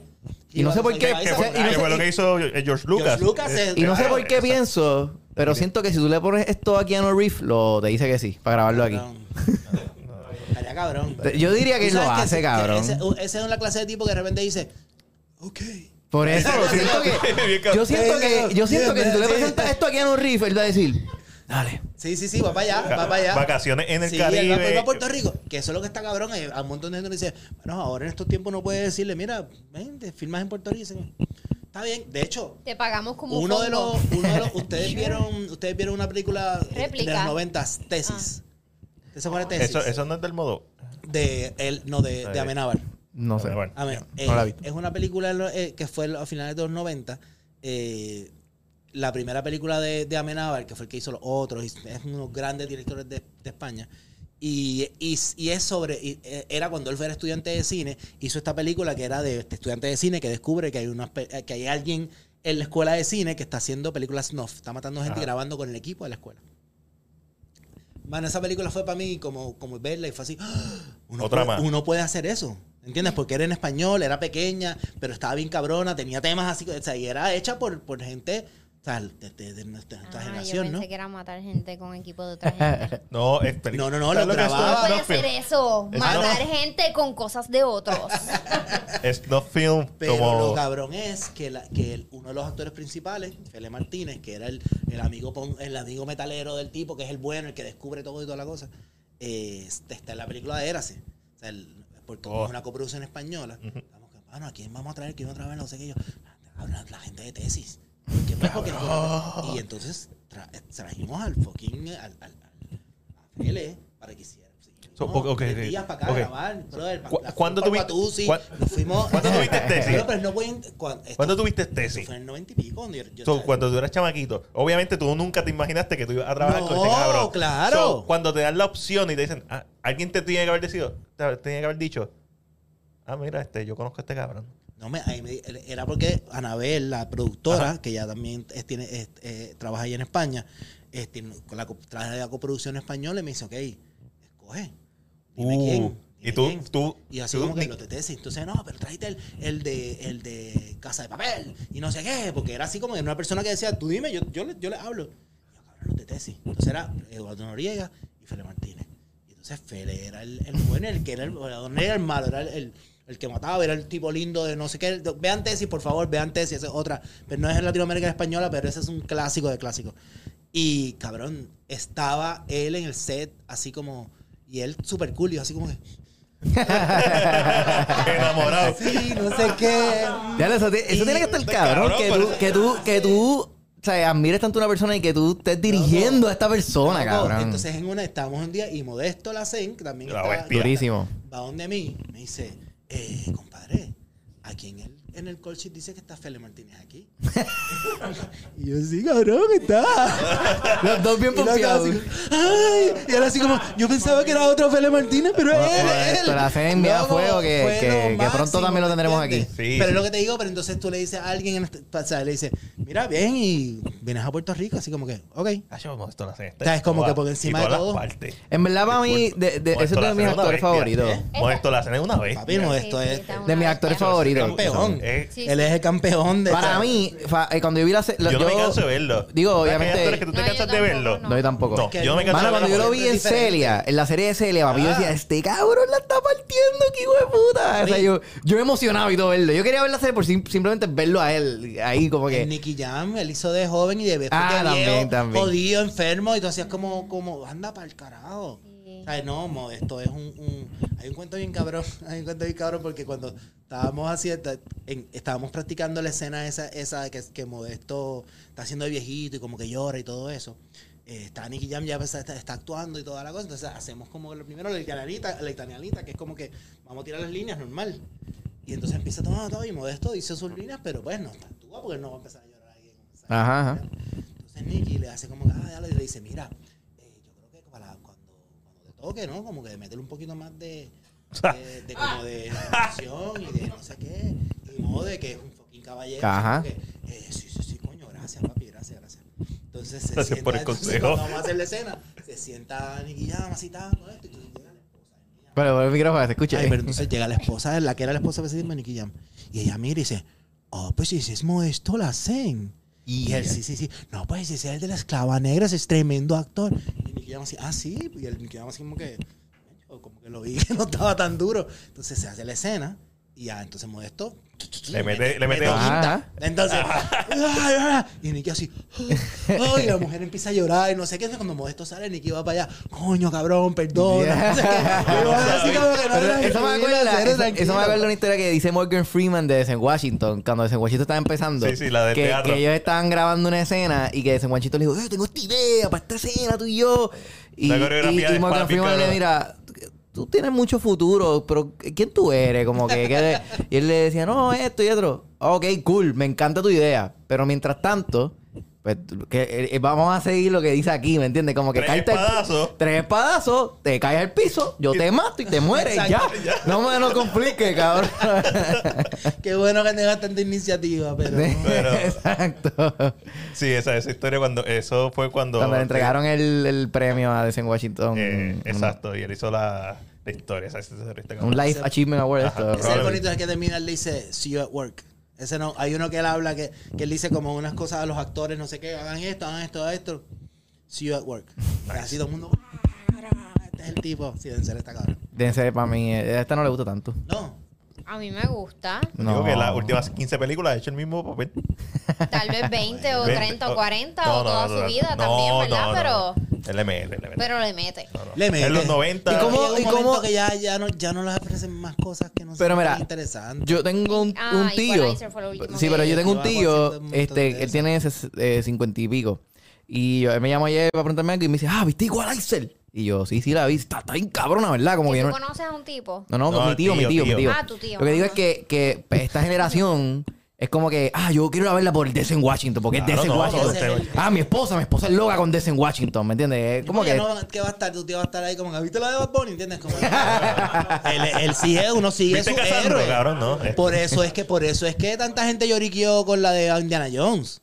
Speaker 2: Y no sé por qué,
Speaker 1: Que
Speaker 2: O
Speaker 1: fue,
Speaker 2: sea, y no
Speaker 1: que
Speaker 2: sé-
Speaker 1: fue lo que hizo eh, George Lucas.
Speaker 3: Lucas es-
Speaker 2: Y no sé
Speaker 1: claro,
Speaker 2: por qué
Speaker 1: exacto.
Speaker 2: pienso, pero siento que si tú le pones esto aquí a No Reef, lo te dice que sí, para grabarlo aquí. *laughs*
Speaker 3: Estaría cabrón.
Speaker 2: Te- Yo diría que
Speaker 3: Tú
Speaker 2: lo
Speaker 3: sabes que
Speaker 2: hace,
Speaker 3: ese-
Speaker 2: cabrón.
Speaker 3: Ese, ese es una clase de tipo que de repente dice, ok.
Speaker 2: Por eso,
Speaker 1: Pero
Speaker 2: yo
Speaker 1: sí,
Speaker 2: siento que,
Speaker 1: bien cabrón.
Speaker 2: yo siento que, yo siento que si tú le
Speaker 3: Sí.
Speaker 2: presentas esto aquí a No Reef, él va a decir, dale.
Speaker 3: Sí, sí, sí, va para allá, va para allá.
Speaker 1: Vacaciones en el
Speaker 3: Sí, él va-
Speaker 1: Caribe.
Speaker 3: él va a Puerto Rico, que eso es lo que está cabrón. eh, A un montón de gente le dice, bueno, ahora en estos tiempos no puedes decirle, mira, ven, te filmas en Puerto Rico. Y dicen, Está bien, de hecho,
Speaker 4: Te pagamos como un
Speaker 3: uno de los,
Speaker 4: fondo.
Speaker 3: uno de los-
Speaker 4: *laughs*
Speaker 3: ustedes vieron, ustedes vieron una película eh, de-
Speaker 4: Réplica.
Speaker 3: de
Speaker 4: Ah.
Speaker 3: los noventas, tesis. ¿Te acuerdas de tesis?
Speaker 1: Eso, eso no es del modo.
Speaker 3: De el, no, de, de Amenábar.
Speaker 2: No sé.
Speaker 1: Bueno,
Speaker 3: A ver,
Speaker 2: No
Speaker 3: eh,
Speaker 2: la he visto.
Speaker 3: Es una película eh, que fue a finales de los 90. eh, la primera película de, de Amenábar, que fue el que hizo los otros, y es uno de los grandes directores de, de España. Y, y- y es sobre. y, eh, era cuando él era estudiante de cine, hizo esta película que era de, este estudiante de cine que descubre que hay, unas pe- eh, que hay alguien en la escuela de cine que está haciendo películas snuff, está matando gente y grabando con el equipo de la escuela. Mano, esa película fue para mí como, como verla y fue así. *gasps* ¡ah! Uno,
Speaker 1: Otra
Speaker 3: puede,
Speaker 1: más.
Speaker 3: uno puede hacer eso. ¿Entiendes? Porque era en español, era pequeña, pero estaba bien cabrona, tenía temas así. O sea, y era hecha por, por gente tal, de, de- de nuestra nuestra
Speaker 4: Ah, yo
Speaker 3: generación,
Speaker 4: pensé
Speaker 3: ¿no?
Speaker 4: que era matar gente con equipo de otra
Speaker 1: *laughs*
Speaker 4: gente.
Speaker 1: No, es peli-
Speaker 3: No, no, no,
Speaker 1: ¿Sabes
Speaker 3: lo
Speaker 1: que es
Speaker 3: grababa.
Speaker 4: Puede
Speaker 1: Snuff
Speaker 4: hacer
Speaker 1: Film?
Speaker 4: eso,
Speaker 1: Es
Speaker 4: matar
Speaker 1: no.
Speaker 4: gente con cosas
Speaker 3: *laughs*
Speaker 4: de otros.
Speaker 1: Snuff Film,
Speaker 3: Pero lo
Speaker 1: como.
Speaker 3: cabrón es que, la- que el- uno de los actores principales, Fele Martínez, que era el, el amigo pon- el amigo metalero del tipo, que es el bueno, el que descubre todo y toda la cosa, eh, este, está en la película de Érase. O sea, el- porque como
Speaker 1: Oh.
Speaker 3: es una coproducción española, estamos que, "Mano, ¿a quién vamos a traer? ¿Quién otra vez? No sé qué yo. Habla la gente de tesis. ¿Quién más? Porque-
Speaker 1: Oh.
Speaker 3: y entonces tra- eh, trajimos al fucking al, al, al- a Fele para que hiciera.
Speaker 1: So, ok, ok,
Speaker 3: Tres
Speaker 1: ok.
Speaker 3: días para acá
Speaker 1: Ok.
Speaker 3: a grabar, brother, pa-
Speaker 1: ¿Cu-
Speaker 3: la-
Speaker 1: cuándo
Speaker 3: pa-
Speaker 1: tuviste-
Speaker 3: Patusi,
Speaker 1: cuán-
Speaker 3: nos fuimos-
Speaker 1: ¿Cuándo tuviste tesis?
Speaker 3: No, pero no pueden- cuan- esto-
Speaker 1: ¿Cuándo tuviste
Speaker 3: esto
Speaker 1: tesis?
Speaker 3: Fue en el 90 y pico. Cuando yo, yo
Speaker 1: So,
Speaker 3: estaba-
Speaker 1: cuando tú eras chamaquito, obviamente tú nunca te imaginaste que tú ibas a trabajar
Speaker 3: No,
Speaker 1: con este cabrón.
Speaker 3: claro.
Speaker 1: So, cuando te dan la opción y te dicen, ah, alguien te tiene que haber decidido, te tiene que haber dicho, ah, mira, este, yo conozco a este cabrón.
Speaker 3: No me, ahí me- era porque Anabel, la productora, que ya también es- tiene, es- eh, trabaja ahí en España, es, tiene- con la, co- trabaja en la coproducción española y me dice, ok, escoge. Dime
Speaker 1: Uh,
Speaker 3: quién.
Speaker 1: y
Speaker 3: dime
Speaker 1: tú,
Speaker 3: quién".
Speaker 1: tú,
Speaker 3: Y así
Speaker 1: tú
Speaker 3: como que
Speaker 1: ni-
Speaker 3: los de tesis. Entonces, no, pero tráete el, el de, el de Casa de Papel y no sé qué, porque era así como que una persona que decía, tú dime, yo, yo, le, yo le hablo. Y yo, cabrón, los de tesis. Entonces era Eduardo Noriega y Fele Martínez. Y entonces Fele era el, el bueno, el que era el, Eduardo Noriega era el malo, era el, el- el que mataba, era el tipo lindo de no sé qué. Vean tesis, por favor, vean tesis, esa es otra. Pero no es en Latinoamérica es española, pero ese es un clásico de clásicos. Y cabrón, estaba él en el set así como. Y él súper cool, y yo así como que.
Speaker 1: *laughs*
Speaker 3: *laughs*
Speaker 1: enamorado.
Speaker 3: Ah, Sí, no sé qué.
Speaker 2: Ya, eso, te- eso
Speaker 1: Y-
Speaker 2: tiene que estar
Speaker 1: está
Speaker 2: cabrón,
Speaker 1: cabrón,
Speaker 2: que,
Speaker 1: pero
Speaker 2: tú,
Speaker 1: eso-
Speaker 2: que tú, que tú, o sea, admires tanto a una persona y que tú estés dirigiendo a esta persona,
Speaker 3: Loco,
Speaker 2: cabrón.
Speaker 3: Entonces en una estábamos un día y Modesto Lacen, que también
Speaker 1: La
Speaker 3: estaba-
Speaker 1: bestia.
Speaker 2: Durísimo.
Speaker 3: va donde mí, me dice, eh, compadre, aquí en el, en el call sheet dice que está Fele Martínez aquí. *laughs* y yo, sí, cabrón, está. *laughs*
Speaker 2: Los dos bien
Speaker 3: Y la cara
Speaker 2: pompeados.
Speaker 3: así como, "Ay", y ahora así como, yo pensaba que era otro Fele Martínez, pero
Speaker 2: Bueno,
Speaker 3: es él,
Speaker 2: bueno,
Speaker 3: es él.
Speaker 2: esto la hacen bien a
Speaker 3: Loco,
Speaker 2: fuego, que-
Speaker 3: fue
Speaker 2: que-
Speaker 3: lo
Speaker 2: que pronto
Speaker 3: máximo,
Speaker 2: también lo tendremos aquí.
Speaker 3: ¿entiendes?
Speaker 1: Sí,
Speaker 3: pero es
Speaker 1: sí.
Speaker 3: lo que te digo, pero entonces tú le dices a alguien, en este- o sea, le dices, mira, bien, y vienes a Puerto Rico, así como que, ok.
Speaker 1: Ah, yo me gusta la serie.
Speaker 3: O sea, es como
Speaker 1: Toda-
Speaker 3: que por encima
Speaker 1: y
Speaker 3: de
Speaker 1: todas
Speaker 3: todo.
Speaker 1: las partes.
Speaker 2: En verdad, para mí,
Speaker 1: Disculpa.
Speaker 2: de, de- ese es
Speaker 1: Modesto
Speaker 2: de mis
Speaker 1: Lacena es una
Speaker 2: actores
Speaker 1: bestia.
Speaker 2: favoritos.
Speaker 4: ¿Eh?
Speaker 1: Modesto la es una vez.
Speaker 3: Papi, Modesto es...
Speaker 4: está
Speaker 2: De mis
Speaker 4: una
Speaker 2: actores
Speaker 4: bestia.
Speaker 2: favoritos.
Speaker 3: Campeón.
Speaker 4: Sí,
Speaker 3: Él es el campeón de...
Speaker 2: Para mí, fa- eh, cuando yo vi la se-
Speaker 1: Yo, no me canso de verlo. ¿Sabes
Speaker 2: Digo,
Speaker 1: que hay
Speaker 2: obviamente-
Speaker 1: actores que tú te
Speaker 4: No, yo
Speaker 1: cansas de verlo.
Speaker 4: tampoco,
Speaker 2: No, yo tampoco.
Speaker 1: No, yo no me canso
Speaker 2: Mano,
Speaker 1: de
Speaker 2: cuando yo lo
Speaker 1: verlo.
Speaker 2: vi en
Speaker 3: Es diferente.
Speaker 2: Celia, en la serie de Celia, papi, yo
Speaker 3: Ah.
Speaker 2: decía, este cabrón la está partiendo, qué hijo de puta. O sea,
Speaker 3: Sí.
Speaker 2: yo, yo me emocionaba y todo verlo. Yo quería ver la serie por sim- simplemente verlo a él, ahí como que...
Speaker 3: El Nicky Jam, él hizo de joven y de vez
Speaker 2: Ah,
Speaker 3: de viejo,
Speaker 2: también, también.
Speaker 3: jodido, enfermo, y tú hacías como, como, anda para el carajo.
Speaker 4: Sí.
Speaker 3: O sea, no, Modesto es un, un- Hay un cuento bien cabrón, *laughs* hay un cuento bien cabrón porque cuando estábamos así, está- en- estábamos practicando la escena esa, esa que, que Modesto está haciendo de viejito y como que llora y todo eso. eh, está Nicky Jam ya está, está- está actuando y toda la cosa. Entonces hacemos como lo primero la italianita, la italianita, que es como que vamos a tirar las líneas normal. Y entonces empieza todo, todo y Modesto dice sus líneas, pero pues no está actúa porque no va a empezar a llorar ahí.
Speaker 2: Ajá, ajá.
Speaker 3: Entonces Nicky le hace como, ah, ya lo- y le dice, mira, eh, yo creo que para- cuando, cuando te toque, ¿no? Como que meterle un poquito más
Speaker 1: *laughs*
Speaker 3: de, de, de como de emoción y de no sé qué. Y modo de que es un fucking caballero.
Speaker 2: Ajá.
Speaker 3: así como que, eh, sí, sí, sí, coño, gracias, papi, gracias. gracias, gracias. Entonces se
Speaker 1: Gracias
Speaker 3: sienta,
Speaker 1: por el
Speaker 3: entonces,
Speaker 1: consejo.
Speaker 3: cuando vamos a hacer la escena, se sienta Nicky Jam así, tal, con esto, y entonces llega la esposa. de Nicky Jam.
Speaker 2: Pero por el micrófono, se escucha.
Speaker 3: Ay, pero entonces llega la esposa, la que era la esposa presidente de Nicky Jam, y ella mira y dice, oh, pues si es modesto la hacen. Y él, sí, sí, sí. No, pues ese es el de la esclava negra, ese es tremendo actor. Y Nicky Jam así, ah, sí. Y el Nicky Jam así como que, yo como que lo vi *laughs* que no estaba tan duro. Entonces se hace la escena y ya, entonces Modesto.
Speaker 1: Le mete- le mete-
Speaker 2: Ajá.
Speaker 3: Entonces, ay, ay, y Nicky así, ay, y la mujer empieza a llorar y no sé qué. Cuando Modesto sale, Nicky va para allá, coño, cabrón, perdón. *laughs*
Speaker 2: Yeah.
Speaker 3: "Ah,
Speaker 2: Pero eso me acuerda, eso, eso me acuerda una historia que dice Morgan Freeman de Desen Washington, cuando Desen Washington estaba empezando.
Speaker 1: Sí, sí, la del
Speaker 2: que,
Speaker 1: teatro.
Speaker 2: que ellos estaban grabando una escena y que Desen Washington le dijo, "Eh, tengo esta idea para esta escena, tú y yo. Y,
Speaker 1: La
Speaker 2: y-
Speaker 1: coreografía
Speaker 2: y
Speaker 1: de
Speaker 2: Morgan
Speaker 1: Papi,
Speaker 2: Freeman
Speaker 1: cabrón.
Speaker 2: le mira, tú tienes mucho futuro, pero ¿quién tú eres? Como que, que- y él le decía, no, esto y otro. "Ah, Ok, cool, me encanta tu idea. Pero mientras tanto, pues, que, eh, vamos a seguir lo que dice aquí, ¿me entiendes? Como que
Speaker 1: Tres
Speaker 2: caerte al-
Speaker 1: espadazos.
Speaker 2: tres espadazos, te caes al piso, yo te mato y te mueres ya.
Speaker 1: Exacto, ya.
Speaker 2: No me lo compliques, cabrón.
Speaker 3: Qué bueno que tengas tanta iniciativa, pero.
Speaker 1: Pero-
Speaker 2: *laughs* Exacto.
Speaker 1: Sí, esa, esa historia cuando eso fue cuando
Speaker 2: Cuando le entregaron el, el premio a Desen Washington.
Speaker 1: Eh,
Speaker 2: un-
Speaker 1: exacto, y él hizo la, la historia, esa esa- esa- esa-
Speaker 2: Un Life Achievement Award.
Speaker 1: Ajá.
Speaker 3: Ese es
Speaker 2: esto.
Speaker 3: el bonito es que termina, él le dice, see you at work. Ese no, hay uno que él habla que, que él dice como unas cosas a los actores, no sé qué, hagan esto, hagan esto, hagan esto. See you at work. Y Así todo el mundo, "Ah, este es el tipo. Sí, en serio está cabrón.
Speaker 2: Dense para mí, eh, a esta no le gusta tanto.
Speaker 3: No,
Speaker 4: A mí me gusta.
Speaker 1: Digo
Speaker 2: No.
Speaker 1: que las últimas 15 películas ha hecho el mismo papel.
Speaker 4: Tal vez 20 o
Speaker 1: 20,
Speaker 4: 30
Speaker 1: oh,
Speaker 4: o 40
Speaker 1: no,
Speaker 4: o
Speaker 1: no,
Speaker 4: toda
Speaker 1: no,
Speaker 4: su
Speaker 1: no,
Speaker 4: vida
Speaker 1: no,
Speaker 4: también,
Speaker 1: no,
Speaker 4: ¿verdad?
Speaker 1: no,
Speaker 4: pero,
Speaker 1: no. El ML, el ML.
Speaker 4: pero le mete.
Speaker 1: No, no.
Speaker 3: Le
Speaker 1: En
Speaker 3: mete.
Speaker 1: los 90.
Speaker 2: ¿Y cómo-
Speaker 3: Llega un
Speaker 2: y
Speaker 3: momento
Speaker 2: cómo-
Speaker 3: que ya, ya, no, ya no les ofrecen más cosas que no
Speaker 2: Pero
Speaker 3: son
Speaker 2: mira,
Speaker 3: tan interesantes.
Speaker 2: Yo tengo un,
Speaker 4: Ah,
Speaker 2: un tío.
Speaker 4: Equalizer fue lo último
Speaker 2: Sí,
Speaker 4: que-
Speaker 2: pero yo tengo un
Speaker 3: Yo hago
Speaker 2: tío,
Speaker 3: haciendo un montón de
Speaker 2: este, él
Speaker 3: eso.
Speaker 2: tiene ses- eh, cincuenta y pico. Y yo, él me llamó ayer para preguntarme algo y me dice, ah, ¿viste Equalizer? Y yo, sí, sí, la vi. Está, está bien cabrona, ¿verdad? Como que
Speaker 4: ¿Que
Speaker 2: yo
Speaker 4: tú
Speaker 2: no...
Speaker 4: conoces a un tipo?
Speaker 2: No, no,
Speaker 1: No,
Speaker 2: mi tío, mi tío, mi tío.
Speaker 4: Ah, tu tío,
Speaker 2: Lo que digo
Speaker 4: ajá.
Speaker 2: es que, que pues, esta generación es como que, ah, yo quiero ir a verla por el Death in Washington, porque
Speaker 1: Claro,
Speaker 2: es Death in
Speaker 1: no,
Speaker 2: Washington.
Speaker 1: no,
Speaker 3: este-
Speaker 2: ah, mi esposa, mi esposa es loca con Death in Washington, ¿me entiendes? Es como
Speaker 3: Ya
Speaker 2: que...
Speaker 3: no, que va a estar? Tu tío va a estar ahí como que, ¿viste la de Bad Bunny? ¿Entiendes? Como, *laughs* él, él sigue, uno sigue
Speaker 1: ¿Viste
Speaker 3: su
Speaker 1: Casandro,
Speaker 3: héroe.
Speaker 1: cabrón? No. eh.
Speaker 3: Por eso es que, por eso es que tanta gente lloriqueó con la de Indiana Jones.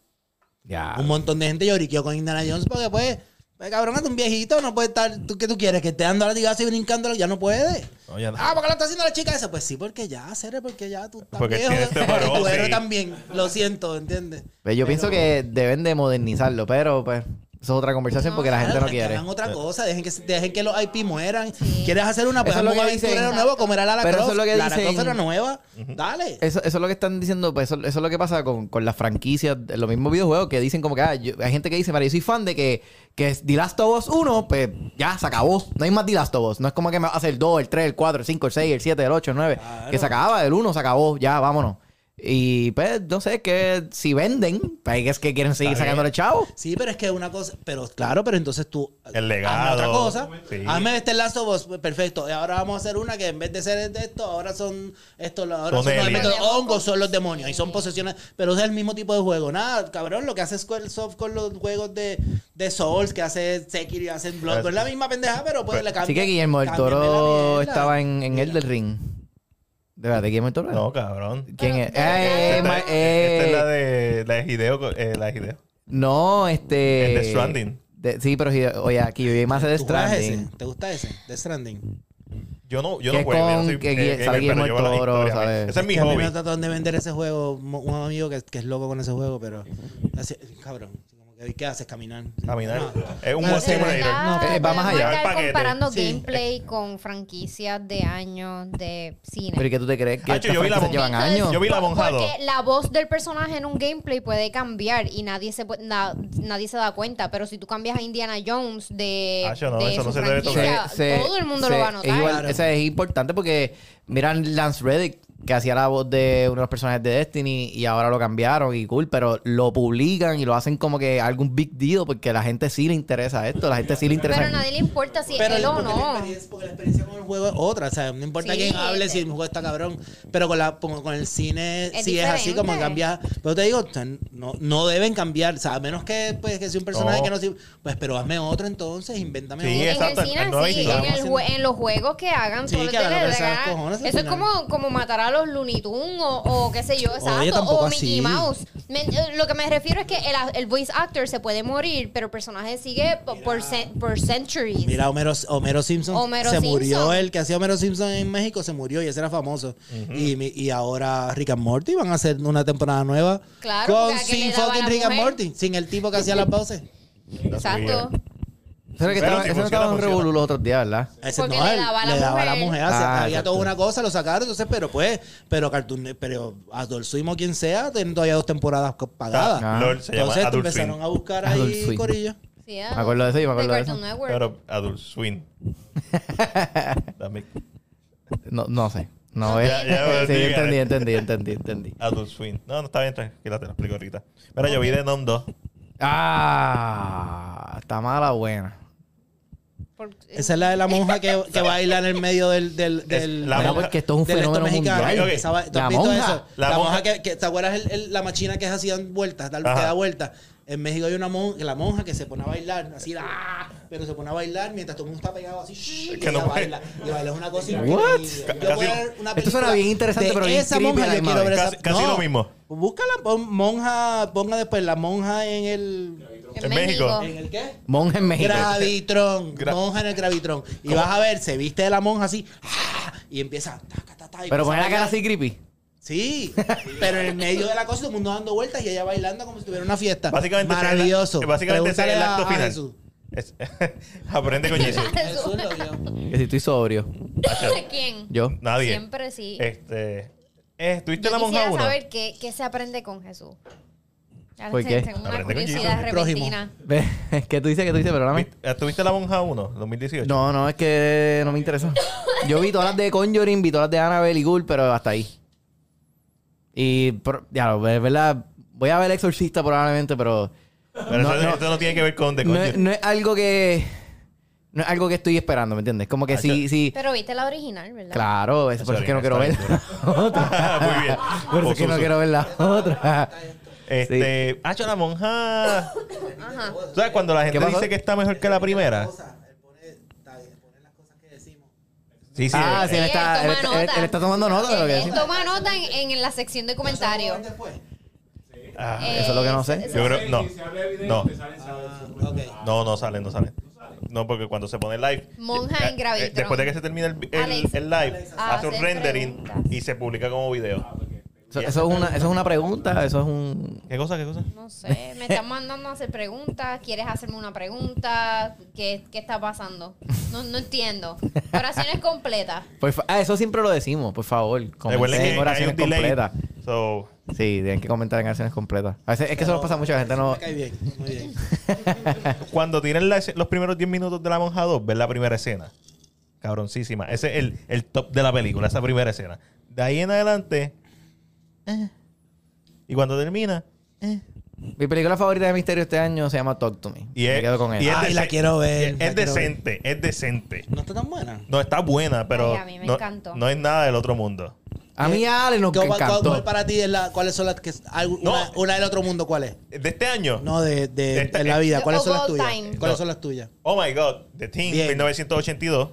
Speaker 2: Ya.
Speaker 3: Un montón de gente lloriqueó con Indiana Jones porque pues, pues cabrón, tú un viejito no puede estar, ¿tú qué tú quieres? Que esté dando latigazo y brincándolo, ya no puede.
Speaker 1: No, ya no.
Speaker 3: Ah, porque lo está haciendo la chica esa. Pues sí, porque ya, Cere, porque ya tú estás
Speaker 1: Porque este
Speaker 3: viejo.
Speaker 1: tienes
Speaker 3: *laughs* y tu
Speaker 1: osteoporosis.
Speaker 3: héroe también, lo siento, ¿entiendes?
Speaker 2: Pues yo pienso que deben de modernizarlo, pero pues eso es otra conversación porque la gente no
Speaker 3: Claro, ah, que
Speaker 2: quiere.
Speaker 3: hagan otra cosa, dejen que, dejen que los IP mueran. ¿Quieres hacer una? Pues
Speaker 2: Eso es lo
Speaker 3: hazme un
Speaker 2: que dicen.
Speaker 3: aventurero nuevo, como era Lara
Speaker 2: Pero eso
Speaker 3: Croft.
Speaker 2: es lo que
Speaker 3: Lara
Speaker 2: dicen. Eh.
Speaker 3: Croft era nueva. Dale.
Speaker 2: Eso, eso es lo que están diciendo, pues eso, eso es lo que pasa con, con las franquicias, de los mismos videojuegos que dicen como que ah, yo- hay gente que dice, Mario, yo soy fan de que, que es The Last of Us 1, pues ya se acabó. No hay más The Last of Us. No es como que me hace el 2, el 3, el 4, el 5, el 6, el 7, el 8, el 9.
Speaker 3: Claro.
Speaker 2: Que se acababa, el 1 se acabó, ya vámonos. Y pues no sé, que si venden, pues es que quieren seguir
Speaker 1: Está bien.
Speaker 2: sacándole chavo.
Speaker 3: Sí, pero es que una cosa, pero claro, pero entonces tú
Speaker 1: El legado.
Speaker 3: hazme otra cosa.
Speaker 1: Sí.
Speaker 3: Hazme este lazo vos, perfecto. Y ahora vamos a hacer una que en vez de ser de esto, ahora son estos los- ahora
Speaker 1: Son
Speaker 3: son los
Speaker 1: aliens.
Speaker 3: elementos- hongos, son los demonios y son posesiones, pero es el mismo tipo de juego. Nada, cabrón, lo que hace Squaresoft con los juegos de, de Souls, que hace Sekiro y hacen Bloodborne, es la misma pendeja, pero pues le
Speaker 2: Así
Speaker 3: cambian.
Speaker 2: que Guillermo del
Speaker 3: cámbiame la
Speaker 2: Toro
Speaker 3: mierda.
Speaker 2: estaba en, en Elden Ring. De verdad, Guillermo del Toro.
Speaker 1: No, cabrón.
Speaker 2: ¿Quién es?
Speaker 4: Pero-
Speaker 2: Eh, eh,
Speaker 1: esta,
Speaker 2: ma-
Speaker 1: esta es
Speaker 2: eh.
Speaker 1: la de, la de Hideo. eh, la de Hideo.
Speaker 2: No, este.
Speaker 1: El Death Stranding.
Speaker 2: de- sí, pero si- oye, aquí yo vi más de Death
Speaker 3: ¿Tú juegas
Speaker 2: Stranding.
Speaker 3: ese? ¿Te gusta ese? The Stranding.
Speaker 1: Yo no, yo
Speaker 2: Que
Speaker 1: no juego. yo no
Speaker 2: con-
Speaker 1: soy,
Speaker 2: que
Speaker 1: eh,
Speaker 2: Guille-
Speaker 1: gamer,
Speaker 2: sale
Speaker 1: pero
Speaker 2: Guillermo
Speaker 1: yo veo la
Speaker 2: Toro,
Speaker 1: historia,
Speaker 2: ¿sabes?
Speaker 1: man. Ese es mi
Speaker 3: Que a mí me
Speaker 1: hobby.
Speaker 3: trataron de vender ese juego, mo- un amigo que, que es loco con ese juego, pero así, cabrón, como que, ¿qué haces? Caminar.
Speaker 1: Caminar.
Speaker 3: No.
Speaker 1: Es un
Speaker 3: Pero
Speaker 1: walk
Speaker 3: sí,
Speaker 1: simulator.
Speaker 3: ¿verdad?
Speaker 4: No,
Speaker 2: Eh, va más allá.
Speaker 1: El
Speaker 4: Estar
Speaker 1: paquete.
Speaker 4: comparando
Speaker 3: Sí.
Speaker 4: gameplay con franquicias de años de cine.
Speaker 2: Pero ¿y qué tú te crees? Que
Speaker 1: Hacho,
Speaker 2: estas
Speaker 1: Ah, yo vi la
Speaker 2: franquicias llevan
Speaker 1: bomba.
Speaker 2: años.
Speaker 1: Yo vi la
Speaker 4: Por-
Speaker 1: Monjado.
Speaker 4: Porque la voz del personaje en un gameplay puede cambiar y nadie se pu- na- nadie se da cuenta. Pero si tú cambias a Indiana Jones de,
Speaker 1: Hacho, Ah, no,
Speaker 4: de
Speaker 1: eso
Speaker 4: su
Speaker 1: no se debe
Speaker 4: franquicia, todo el mundo
Speaker 2: se-
Speaker 4: lo va a notar.
Speaker 2: Es, igual-
Speaker 3: Claro.
Speaker 2: ese es importante porque miran Lance Reddick que hacía la voz de uno de los personajes de Destiny y ahora lo cambiaron y cool, pero lo publican y lo hacen como que algún big deal porque la gente sí le interesa esto, la gente sí le interesa.
Speaker 4: Pero a nadie le importa si
Speaker 3: Pero
Speaker 4: es él o
Speaker 3: porque La
Speaker 4: no.
Speaker 3: experiencia, porque la experiencia con el juego es otra, o sea, no importa
Speaker 4: Sí,
Speaker 3: quién hable, si
Speaker 4: sí.
Speaker 3: el juego está cabrón, pero con, la, con, con el cine
Speaker 4: Es
Speaker 3: sí es así como
Speaker 4: diferente.
Speaker 3: cambia. Pero te digo, o sea, no, no deben cambiar, o sea, a menos que, pues, que sea un personaje
Speaker 1: No.
Speaker 3: que no sirve, pues, pero hazme otro entonces, invéntame
Speaker 1: Sí,
Speaker 3: otro.
Speaker 1: es-
Speaker 4: En
Speaker 1: Exacto,
Speaker 4: el cine
Speaker 1: no hay
Speaker 4: sí,
Speaker 1: nada
Speaker 4: en,
Speaker 1: más
Speaker 4: el jue- en los juegos que hagan
Speaker 3: Sí,
Speaker 4: todo el
Speaker 3: que hagan lo que
Speaker 4: tele-
Speaker 3: se les
Speaker 4: hagan-
Speaker 3: cojones al
Speaker 4: Eso es
Speaker 3: final.
Speaker 4: como, como matar a los Looney Tunes o, o qué sé yo,
Speaker 3: Oye,
Speaker 4: exacto,
Speaker 3: tampoco
Speaker 4: o
Speaker 3: así.
Speaker 4: Mickey Mouse. Me- eh, lo que me refiero es que el, a- el voice actor se puede morir, pero el personaje sigue por, por cen- por centuries.
Speaker 3: Mira, Homero, Homero Simpson
Speaker 4: Homero
Speaker 3: se
Speaker 4: Simpson.
Speaker 3: murió. El que hacía Homero Simpson en México se murió y ese era famoso. y, mi- y ahora Rick and Morty van a hacer una temporada nueva.
Speaker 4: Claro,
Speaker 3: con
Speaker 4: porque aquel
Speaker 3: sin
Speaker 4: le daba a
Speaker 3: fucking
Speaker 4: la
Speaker 3: Rick and
Speaker 4: mujer.
Speaker 3: Morty. Sin el tipo que hacía las voces.
Speaker 4: Exacto.
Speaker 2: Eso era que
Speaker 1: Pero
Speaker 2: estaba,
Speaker 1: si
Speaker 2: eso no
Speaker 1: funciona,
Speaker 2: estaba en
Speaker 1: funciona.
Speaker 2: revolú los otros días, ¿verdad?
Speaker 3: Ese
Speaker 4: Porque
Speaker 3: no,
Speaker 4: le
Speaker 3: él-
Speaker 4: daba a la
Speaker 3: le daba a la
Speaker 4: mujer.
Speaker 3: mujer. hacía-
Speaker 2: Ah,
Speaker 3: había
Speaker 2: exacto.
Speaker 3: toda una cosa, lo sacaron. Entonces, pero pues, pero Cartoon, Network- pero Adult Swim o quien sea, tienen todavía dos temporadas co- pagadas.
Speaker 2: Ah,
Speaker 1: LOL se llama
Speaker 3: Entonces
Speaker 1: Adult
Speaker 3: empezaron
Speaker 1: Swim.
Speaker 3: a buscar
Speaker 2: Adult
Speaker 3: ahí
Speaker 2: Swim.
Speaker 4: *laughs*
Speaker 3: corillo.
Speaker 4: Sí, ya.
Speaker 2: Me acuerdo de eso, yo me acuerdo de
Speaker 4: Cartoon
Speaker 2: eso.
Speaker 4: Network.
Speaker 1: Claro, Adult
Speaker 3: *laughs*
Speaker 1: Swim. Dame
Speaker 2: No, no sé. No
Speaker 1: Ya-
Speaker 2: es.
Speaker 1: ya me
Speaker 2: *laughs* sí,
Speaker 1: olvidé.
Speaker 2: entendí, entendí, entendí, entendí.
Speaker 1: Adult Swim. No, no está bien, tranquila, te lo explico ahorita. Mira, yo vi de Nom 2.
Speaker 2: Ah, está mala buena.
Speaker 4: Por-
Speaker 3: Esa es la de la monja que, que baila en el medio del. del, del
Speaker 1: La
Speaker 2: Mira,
Speaker 1: monja-
Speaker 2: Ah, porque esto es un
Speaker 3: del
Speaker 2: fenómeno
Speaker 3: esto mexicano.
Speaker 2: mundial.
Speaker 1: Ok, ok.
Speaker 3: Esa va- ¿Tú
Speaker 2: La
Speaker 3: has visto
Speaker 2: monja.
Speaker 3: eso?
Speaker 1: La
Speaker 3: La,
Speaker 1: monja.
Speaker 3: monja, que, que- ¿Te acuerdas el- el- la machina que es así, dan vueltas, da, que
Speaker 1: Ajá.
Speaker 3: da vueltas? En México hay una monja, la monja que se pone a bailar, así, ¡ah! pero se pone a bailar mientras todo el mundo está pegado así, ¡shh! y
Speaker 1: Que no
Speaker 3: ella
Speaker 1: puede.
Speaker 3: baila. Y baila es una cosa
Speaker 2: What?
Speaker 3: increíble. Yo
Speaker 1: Casi-
Speaker 3: puedo ver una
Speaker 2: Esto suena
Speaker 3: película
Speaker 2: bien interesante,
Speaker 3: de
Speaker 2: pero bien
Speaker 3: esa
Speaker 2: creepy
Speaker 3: monja
Speaker 2: a la
Speaker 3: yo
Speaker 2: misma
Speaker 3: quiero ver
Speaker 1: vez.
Speaker 3: esa-
Speaker 1: Casi- casi lo mismo.
Speaker 3: Búscala, pon monja, ponga después la monja en el...
Speaker 1: En México.
Speaker 3: ¿En el qué?
Speaker 2: Monja
Speaker 1: *laughs*
Speaker 2: en México.
Speaker 3: Gravitrón,
Speaker 1: Gra-
Speaker 3: monja en el gravitrón. Y vas a ver, se viste de la monja así, ¡ah! y empieza. taca, ta, ta, y
Speaker 2: Pero
Speaker 3: empieza
Speaker 2: pone
Speaker 3: a
Speaker 2: la cara
Speaker 3: bailar.
Speaker 2: así creepy.
Speaker 3: Sí, pero en el medio de la cosa, todo el mundo dando vueltas y ella bailando como si tuviera una fiesta.
Speaker 1: Básicamente ese es el-
Speaker 3: Maravilloso.
Speaker 1: básicamente ese es el
Speaker 3: Pregúntale
Speaker 1: acto
Speaker 3: a- a
Speaker 1: final.
Speaker 3: Jesús.
Speaker 1: Es- *laughs* aprende con
Speaker 4: *laughs*
Speaker 1: Jesús.
Speaker 3: Jesús lo vio.
Speaker 2: Que si estoy sobrio.
Speaker 4: ¿Quién?
Speaker 2: Yo.
Speaker 1: Nadie.
Speaker 4: Siempre sí.
Speaker 1: Este. Eh, ¿Tuviste
Speaker 4: Yo
Speaker 1: la monja
Speaker 4: quisiera
Speaker 1: 1?
Speaker 4: saber qué, qué se aprende con Jesús. Ahora
Speaker 2: ¿Por
Speaker 4: te-
Speaker 2: qué?
Speaker 4: Tengo una
Speaker 1: Aprende con
Speaker 4: curiosidad
Speaker 3: Jesús. Prójimo.
Speaker 4: repentina.
Speaker 2: *laughs* ¿Qué tú dices? ¿Qué tú dices? Pero
Speaker 1: ah, ¿Tuviste la monja 1? 2018.
Speaker 2: No, no, es que no me interesa. Yo vi todas las de Conjuring, vi todas las de Annabelle y Ghoul, pero hasta ahí. Y, por- ya, lo- es verdad, voy a ver Exorcista probablemente, pero
Speaker 1: Pero
Speaker 2: No,
Speaker 1: eso,
Speaker 2: no.
Speaker 1: esto no tiene que ver con The
Speaker 2: no, es-
Speaker 1: Conjuring.
Speaker 2: no es algo que... No es algo que estoy esperando, ¿me entiendes? Como que
Speaker 1: Ah,
Speaker 2: sí,
Speaker 1: yo-
Speaker 2: sí...
Speaker 4: Pero viste la original, ¿verdad?
Speaker 2: Claro, eso, por eso es que no quiero ver la *laughs* otra.
Speaker 1: Muy bien.
Speaker 2: Por eso es que no
Speaker 1: Osusu.
Speaker 2: quiero ver la otra.
Speaker 1: Este. Ha hecho la monja.
Speaker 4: Ajá.
Speaker 1: ¿Tú ¿Sabes cuando la gente
Speaker 2: pasó?
Speaker 1: dice que está mejor que la primera? Sí, sí.
Speaker 2: Ah,
Speaker 1: eh,
Speaker 2: sí, él
Speaker 4: él
Speaker 2: está, él,
Speaker 4: toma
Speaker 2: está-
Speaker 4: nota.
Speaker 2: él- él está tomando nota de lo que
Speaker 4: Él
Speaker 2: decís.
Speaker 4: toma nota en, en la sección de comentarios.
Speaker 1: ah,
Speaker 4: Eh,
Speaker 2: Eso es lo que no sé.
Speaker 1: Yo creo, no, no,
Speaker 3: Ah, Ok.
Speaker 1: no, no sale, no sale. No, porque cuando se pone live, eh,
Speaker 4: Monja en Gravitron.
Speaker 1: después de que se termina el, el-
Speaker 4: Alexa.
Speaker 1: el live,
Speaker 4: Ah,
Speaker 1: hace un
Speaker 4: hacer
Speaker 1: rendering
Speaker 4: preguntas.
Speaker 1: y se publica como video.
Speaker 2: Eso, eso es una, eso es una pregunta, eso es un...
Speaker 1: ¿Qué cosa, qué cosa?
Speaker 4: No sé, me están mandando a hacer preguntas. ¿Quieres hacerme una pregunta? ¿Qué, qué está pasando? No, no entiendo. Oraciones completas.
Speaker 2: Por fa- ah, eso siempre lo decimos, por favor.
Speaker 1: Recuerden
Speaker 2: Comenten
Speaker 1: que hay
Speaker 2: oraciones
Speaker 1: un delay.
Speaker 2: completas.
Speaker 1: So,
Speaker 2: Sí, tienen que comentar en oraciones completas. A veces es que eso nos pasa a mucha gente, no.
Speaker 3: Me cae bien, muy bien.
Speaker 1: cuando tienen la- los primeros 10 minutos de La Monja 2, ves la primera escena. Cabroncísima. Ese es el, el top de la película, esa primera escena. De ahí en adelante. eh. Y cuando termina. eh.
Speaker 2: Mi película favorita de misterio este año se llama Talk to Me.
Speaker 1: Y
Speaker 2: me
Speaker 1: es-
Speaker 2: quedo con
Speaker 1: y
Speaker 2: ella.
Speaker 1: es
Speaker 3: Ay, la
Speaker 1: decen-
Speaker 3: quiero ver,
Speaker 1: y
Speaker 3: la
Speaker 1: Es
Speaker 3: quiero ver.
Speaker 1: decente, es decente.
Speaker 3: No está tan buena.
Speaker 1: No, está buena, pero
Speaker 4: Ay, a mí me
Speaker 1: no,
Speaker 4: encantó.
Speaker 1: no es nada del otro mundo.
Speaker 2: A
Speaker 3: Eh,
Speaker 2: mí Ale nos
Speaker 3: ¿Cuál- cuál-
Speaker 2: encantó.
Speaker 3: cuál para ti es la, cuáles son las que algo- una,
Speaker 1: No.
Speaker 3: una del otro mundo cuál es?
Speaker 1: ¿De este año?
Speaker 3: No de, de,
Speaker 1: Esta-
Speaker 3: de la vida,
Speaker 4: The
Speaker 3: ¿cuáles son las
Speaker 4: Old
Speaker 3: tuyas?
Speaker 4: Time.
Speaker 1: No.
Speaker 3: ¿Cuáles son las tuyas?
Speaker 1: Oh my God, The Thing,
Speaker 3: Bien. Mm-hmm.
Speaker 1: 1982.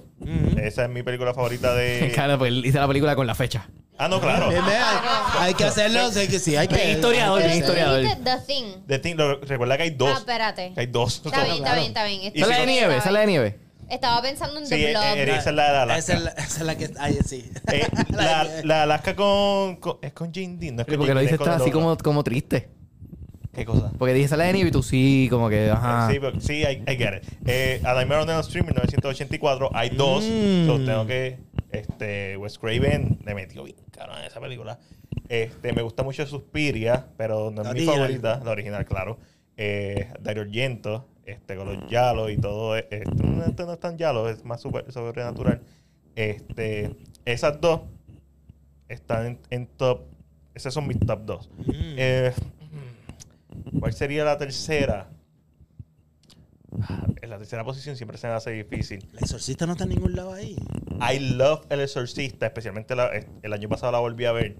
Speaker 1: Esa es mi película favorita
Speaker 2: *laughs*
Speaker 1: de...
Speaker 2: Claro, pues hice la película con la fecha.
Speaker 1: ah, no, claro.
Speaker 3: Bien, bien, hay, hay que hacerlo, sé que sí, hay que.
Speaker 2: Bien historiador,
Speaker 4: Pero
Speaker 2: bien
Speaker 4: tú
Speaker 2: Ah, historiador.
Speaker 4: dijiste The Thing.
Speaker 1: The Thing, lo- recuerda que hay dos.
Speaker 4: Ah, espérate.
Speaker 1: Que hay dos.
Speaker 4: Está bien, está
Speaker 3: claro.
Speaker 4: bien, está bien.
Speaker 1: Y
Speaker 4: Estoy
Speaker 2: Sale de
Speaker 1: si-
Speaker 4: bien,
Speaker 2: nieve,
Speaker 4: está
Speaker 2: sale de
Speaker 4: bien.
Speaker 2: nieve.
Speaker 4: Estaba pensando en
Speaker 1: Sí,
Speaker 4: The
Speaker 1: eh,
Speaker 4: Blob.
Speaker 1: eh, esa es la de Alaska.
Speaker 3: Esa es la, esa es la que. Ay, sí.
Speaker 1: *laughs* Eh, la, la Alaska con, con- Es con Jane Dean, no es con
Speaker 2: Porque
Speaker 1: Jane Dean,
Speaker 2: lo dices
Speaker 1: es con
Speaker 2: está
Speaker 1: el
Speaker 2: así
Speaker 1: otro.
Speaker 2: como, como triste.
Speaker 1: ¿Qué cosa?
Speaker 2: Porque dije sale de nieve y tú sí, como que, ajá.
Speaker 1: Eh, Sí, pero- sí, I, I get it. Eh, A Nightmare on Elm Street, 1984. Hay dos.
Speaker 3: Mm.
Speaker 1: So, tengo que... Este, Wes Craven le metió bien caro en esa película. Este, me gusta mucho Suspiria, pero no es
Speaker 3: La
Speaker 1: mi
Speaker 3: original.
Speaker 1: favorita. La original, claro. Eh, Dario Argento, este, con los yalos y todo. eh, Esto no, esto no es tan yalo, es más super- sobrenatural. Este, esas dos están en, en top. Esas son mis top dos. Eh, ¿Cuál sería la tercera? En la tercera posición siempre se me hace difícil.
Speaker 3: El exorcista no está en ningún lado ahí.
Speaker 1: I love El Exorcista, especialmente la- eh, el año pasado la volví a ver.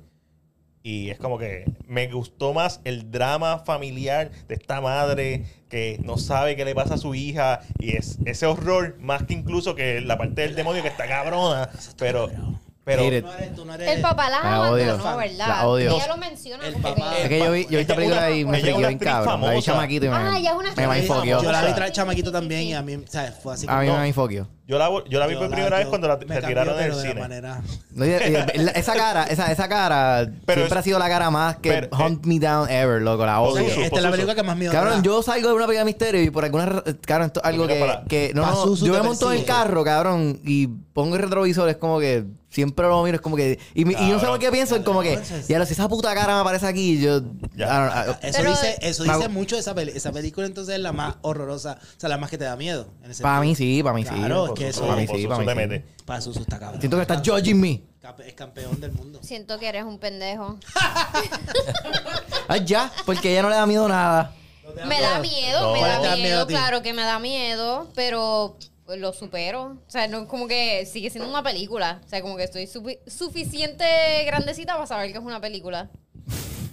Speaker 1: Y es como que me gustó más el drama familiar de esta madre que no sabe qué le pasa a su hija. Y es ese horror, más que incluso que la parte del demonio que está cabrona. Pero Pero
Speaker 2: Mire,
Speaker 3: Tú no eres- tú no eres-
Speaker 4: El papá las
Speaker 2: La odio.
Speaker 4: abandonó, ¿verdad?
Speaker 2: La odio.
Speaker 4: Ella lo menciona.
Speaker 3: eh, El
Speaker 4: como
Speaker 3: papá-
Speaker 4: que-
Speaker 2: Es que yo vi, yo vi esta
Speaker 1: Ella es una-
Speaker 2: película y me
Speaker 1: ella es
Speaker 2: friqué
Speaker 1: una
Speaker 2: bien
Speaker 1: actriz
Speaker 2: cabrón. La vi
Speaker 1: famosa.
Speaker 2: chamaquito y me,
Speaker 4: Ah, ella es una
Speaker 2: me
Speaker 4: actriz
Speaker 2: mindfuckeó.
Speaker 3: Yo la vi
Speaker 1: O sea,
Speaker 3: tra- chamaquito también y a mí, ¿sabes? Fue así
Speaker 2: A mí
Speaker 3: como-
Speaker 2: me mindfuckeó.
Speaker 1: yo la, yo la vi
Speaker 3: Yo
Speaker 1: por
Speaker 3: la-
Speaker 1: primera vez
Speaker 3: yo-
Speaker 1: cuando la
Speaker 3: me cambió,
Speaker 1: retiraron del
Speaker 3: pero de la
Speaker 1: cine.
Speaker 3: manera-
Speaker 2: No, y- y- la- Esa cara, esa, esa cara
Speaker 1: Pero
Speaker 2: siempre
Speaker 1: es-
Speaker 2: ha sido la cara más que
Speaker 1: pero, eh,
Speaker 2: hunt me down ever, loco. La
Speaker 1: o
Speaker 3: O
Speaker 2: odio.
Speaker 3: sea, que
Speaker 1: Susu,
Speaker 3: Esta es la
Speaker 1: Susu.
Speaker 3: película que más miedo. me
Speaker 2: Cabrón,
Speaker 3: da.
Speaker 2: yo salgo de una película de misterio y por alguna ra- eh, cabrón, esto es algo
Speaker 1: Mira
Speaker 2: que,
Speaker 1: para-
Speaker 2: que no, no,
Speaker 3: Pazuzu
Speaker 2: yo
Speaker 3: te
Speaker 2: me monto en el
Speaker 3: persigue.
Speaker 2: carro, cabrón, y pongo el retrovisor, es como que siempre lo miro, es como que y, mi- y no sé por qué pienso, es como que
Speaker 3: entonces-
Speaker 2: ya lo si esa puta cara me aparece aquí, yo
Speaker 1: Ya.
Speaker 2: I don't know,
Speaker 3: Eso
Speaker 4: Pero-
Speaker 3: dice, eso
Speaker 2: Pa-
Speaker 3: dice mucho de esa película. Esa película entonces es la más horrorosa, o sea, la más que te da miedo. en ese
Speaker 2: para mí
Speaker 3: sentido.
Speaker 2: sí, para mí sí.
Speaker 3: Claro, es que eso-
Speaker 2: para mí sí, para mí
Speaker 1: Te
Speaker 2: sí.
Speaker 1: mete.
Speaker 3: Pa' Susu está cabrón.
Speaker 2: Siento que está judging me.
Speaker 3: Cap- Es campeón del mundo.
Speaker 4: Siento que eres un pendejo.
Speaker 2: Ay, ya, porque ella no le da miedo nada.
Speaker 4: Me da miedo,
Speaker 1: No.
Speaker 4: me
Speaker 1: ¿Cuál
Speaker 4: da
Speaker 3: te da
Speaker 4: miedo,
Speaker 3: miedo a ti?
Speaker 4: claro que me da miedo, pero lo supero. O sea, no es como que sigue siendo una película. O sea, como que estoy sufi- suficiente grandecita para saber que es una película.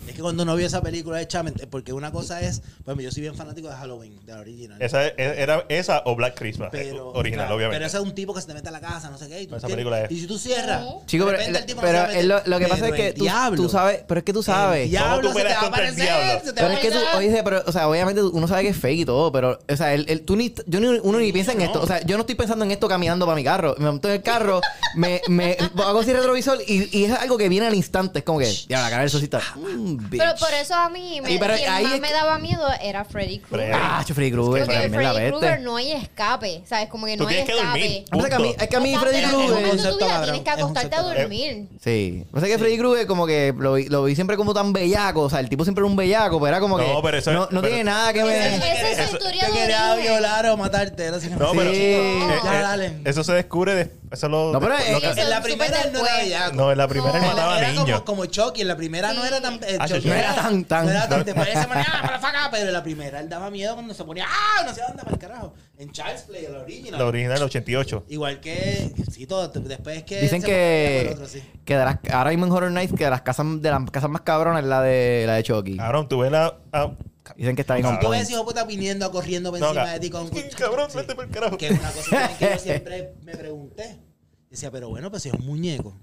Speaker 3: Es que cuando uno vio esa película de Chamen, porque una cosa es, por ejemplo, yo soy bien fanático de Halloween, de la original.
Speaker 1: Esa es- era esa o Black Christmas.
Speaker 3: pero,
Speaker 1: eh, original,
Speaker 3: claro,
Speaker 1: obviamente.
Speaker 3: Pero ese es un tipo que se te mete a la casa, no sé qué. Y tú
Speaker 1: Esa
Speaker 3: tienes-
Speaker 1: película es-
Speaker 3: Y si tú cierras.
Speaker 4: No.
Speaker 2: Chico,
Speaker 3: de
Speaker 2: pero,
Speaker 3: repente el tipo no
Speaker 2: pero
Speaker 3: se mete.
Speaker 2: es lo, lo que pasa es
Speaker 3: Pero
Speaker 2: que
Speaker 3: el
Speaker 2: tú,
Speaker 3: diablo.
Speaker 2: tú sabes, pero es que tú sabes.
Speaker 3: El diablo
Speaker 1: ¿Cómo tú
Speaker 3: se te
Speaker 1: peleas
Speaker 3: va a
Speaker 1: contra el
Speaker 3: aparecer.
Speaker 1: diablo?
Speaker 3: se te va
Speaker 2: Pero es que tú,
Speaker 4: Exacto.
Speaker 2: oye, pero, o sea, obviamente uno sabe que es fake y todo, pero, o sea, el, el- tú ni, yo ni, uno ni piensa en esto. O sea, yo no estoy pensando en esto caminando para mi carro. Me monto en el carro, *laughs* me, me hago así retrovisor y, y es algo que viene al instante. Es como que, ya, la cara del socita. Mm, bitch.
Speaker 4: Pero por eso a mí, me,
Speaker 2: Y pero
Speaker 4: quien
Speaker 2: ahí
Speaker 4: más
Speaker 2: es
Speaker 4: me
Speaker 2: que-
Speaker 4: daba miedo era Freddy Krueger.
Speaker 1: Freddy.
Speaker 2: Ah, yo Freddy Krueger,
Speaker 4: Porque
Speaker 2: también la
Speaker 4: Freddy Krueger
Speaker 2: peste.
Speaker 4: no hay escape, ¿sabes? Como que
Speaker 1: Tú
Speaker 4: no hay
Speaker 1: tienes que
Speaker 4: escape.
Speaker 3: Ah,
Speaker 1: dormir.
Speaker 2: Pasa que a mí- Es que a mí
Speaker 4: O sea,
Speaker 2: Freddy
Speaker 4: en
Speaker 3: es un
Speaker 4: algún momento
Speaker 2: Krueger...
Speaker 4: de tu
Speaker 3: concepto
Speaker 4: vida
Speaker 3: cabrón,
Speaker 4: tienes que
Speaker 3: es un
Speaker 4: acostarte a
Speaker 3: concepto
Speaker 4: dormir.
Speaker 2: Sí. Pasa que Freddy Krueger como que lo vi, lo vi siempre como tan bellaco. O sea, el tipo siempre era un bellaco, pero era como que...
Speaker 1: No, pero eso-
Speaker 2: no, no
Speaker 1: pero-
Speaker 2: tiene nada que ver...
Speaker 4: Esa esa es su historia
Speaker 3: Yo
Speaker 4: de
Speaker 3: quería
Speaker 4: origen.
Speaker 3: violar o matarte. Era así,
Speaker 1: No, pero-
Speaker 2: Sí.
Speaker 1: eh,
Speaker 3: Ya,
Speaker 1: eh,
Speaker 3: dale.
Speaker 1: Eso se descubre de- eso Eh, lo-
Speaker 2: No, pero
Speaker 1: después-
Speaker 2: es-
Speaker 4: Eso
Speaker 3: En la
Speaker 4: es
Speaker 3: primera
Speaker 4: súper
Speaker 3: él no era
Speaker 4: después.
Speaker 3: bellaco.
Speaker 1: No, en la primera él
Speaker 4: No,
Speaker 1: mataba
Speaker 3: era
Speaker 1: niños.
Speaker 3: Como, como Chucky, en la primera no era tan. eh,
Speaker 1: Ah,
Speaker 3: Chucky
Speaker 1: yo-
Speaker 2: No era tan, tan.
Speaker 3: No era tan. Te ponía, se ponía, "Ah, para la faca", pero en la primera él daba miedo cuando se ponía. ¡Ah! No sé dónde, para el carajo. En Child's Play, en la original.
Speaker 1: La original del 88.
Speaker 3: Igual que. Sí, todo. Después es que.
Speaker 2: Dicen
Speaker 3: se ponía con
Speaker 2: que,
Speaker 3: el otro, sí.
Speaker 1: Ah,
Speaker 2: que de las, ahora mismo en Horror Nights que de las casas de las casas más cabronas es la de la de Chucky.
Speaker 1: Cabrón, tú ves la. ah,
Speaker 2: Dicen que está bien
Speaker 1: Son
Speaker 2: on
Speaker 3: Tú ves
Speaker 2: point.
Speaker 3: hijo puta viniendo, corriendo por
Speaker 1: No,
Speaker 3: encima
Speaker 1: ca-
Speaker 3: de
Speaker 1: *laughs*
Speaker 3: ti con.
Speaker 1: Cabrón,
Speaker 3: Sí.
Speaker 1: vete por el carajo.
Speaker 3: Que es una cosa
Speaker 1: *laughs*
Speaker 3: que yo siempre me pregunté. Decía, pero bueno, pues si es un muñeco.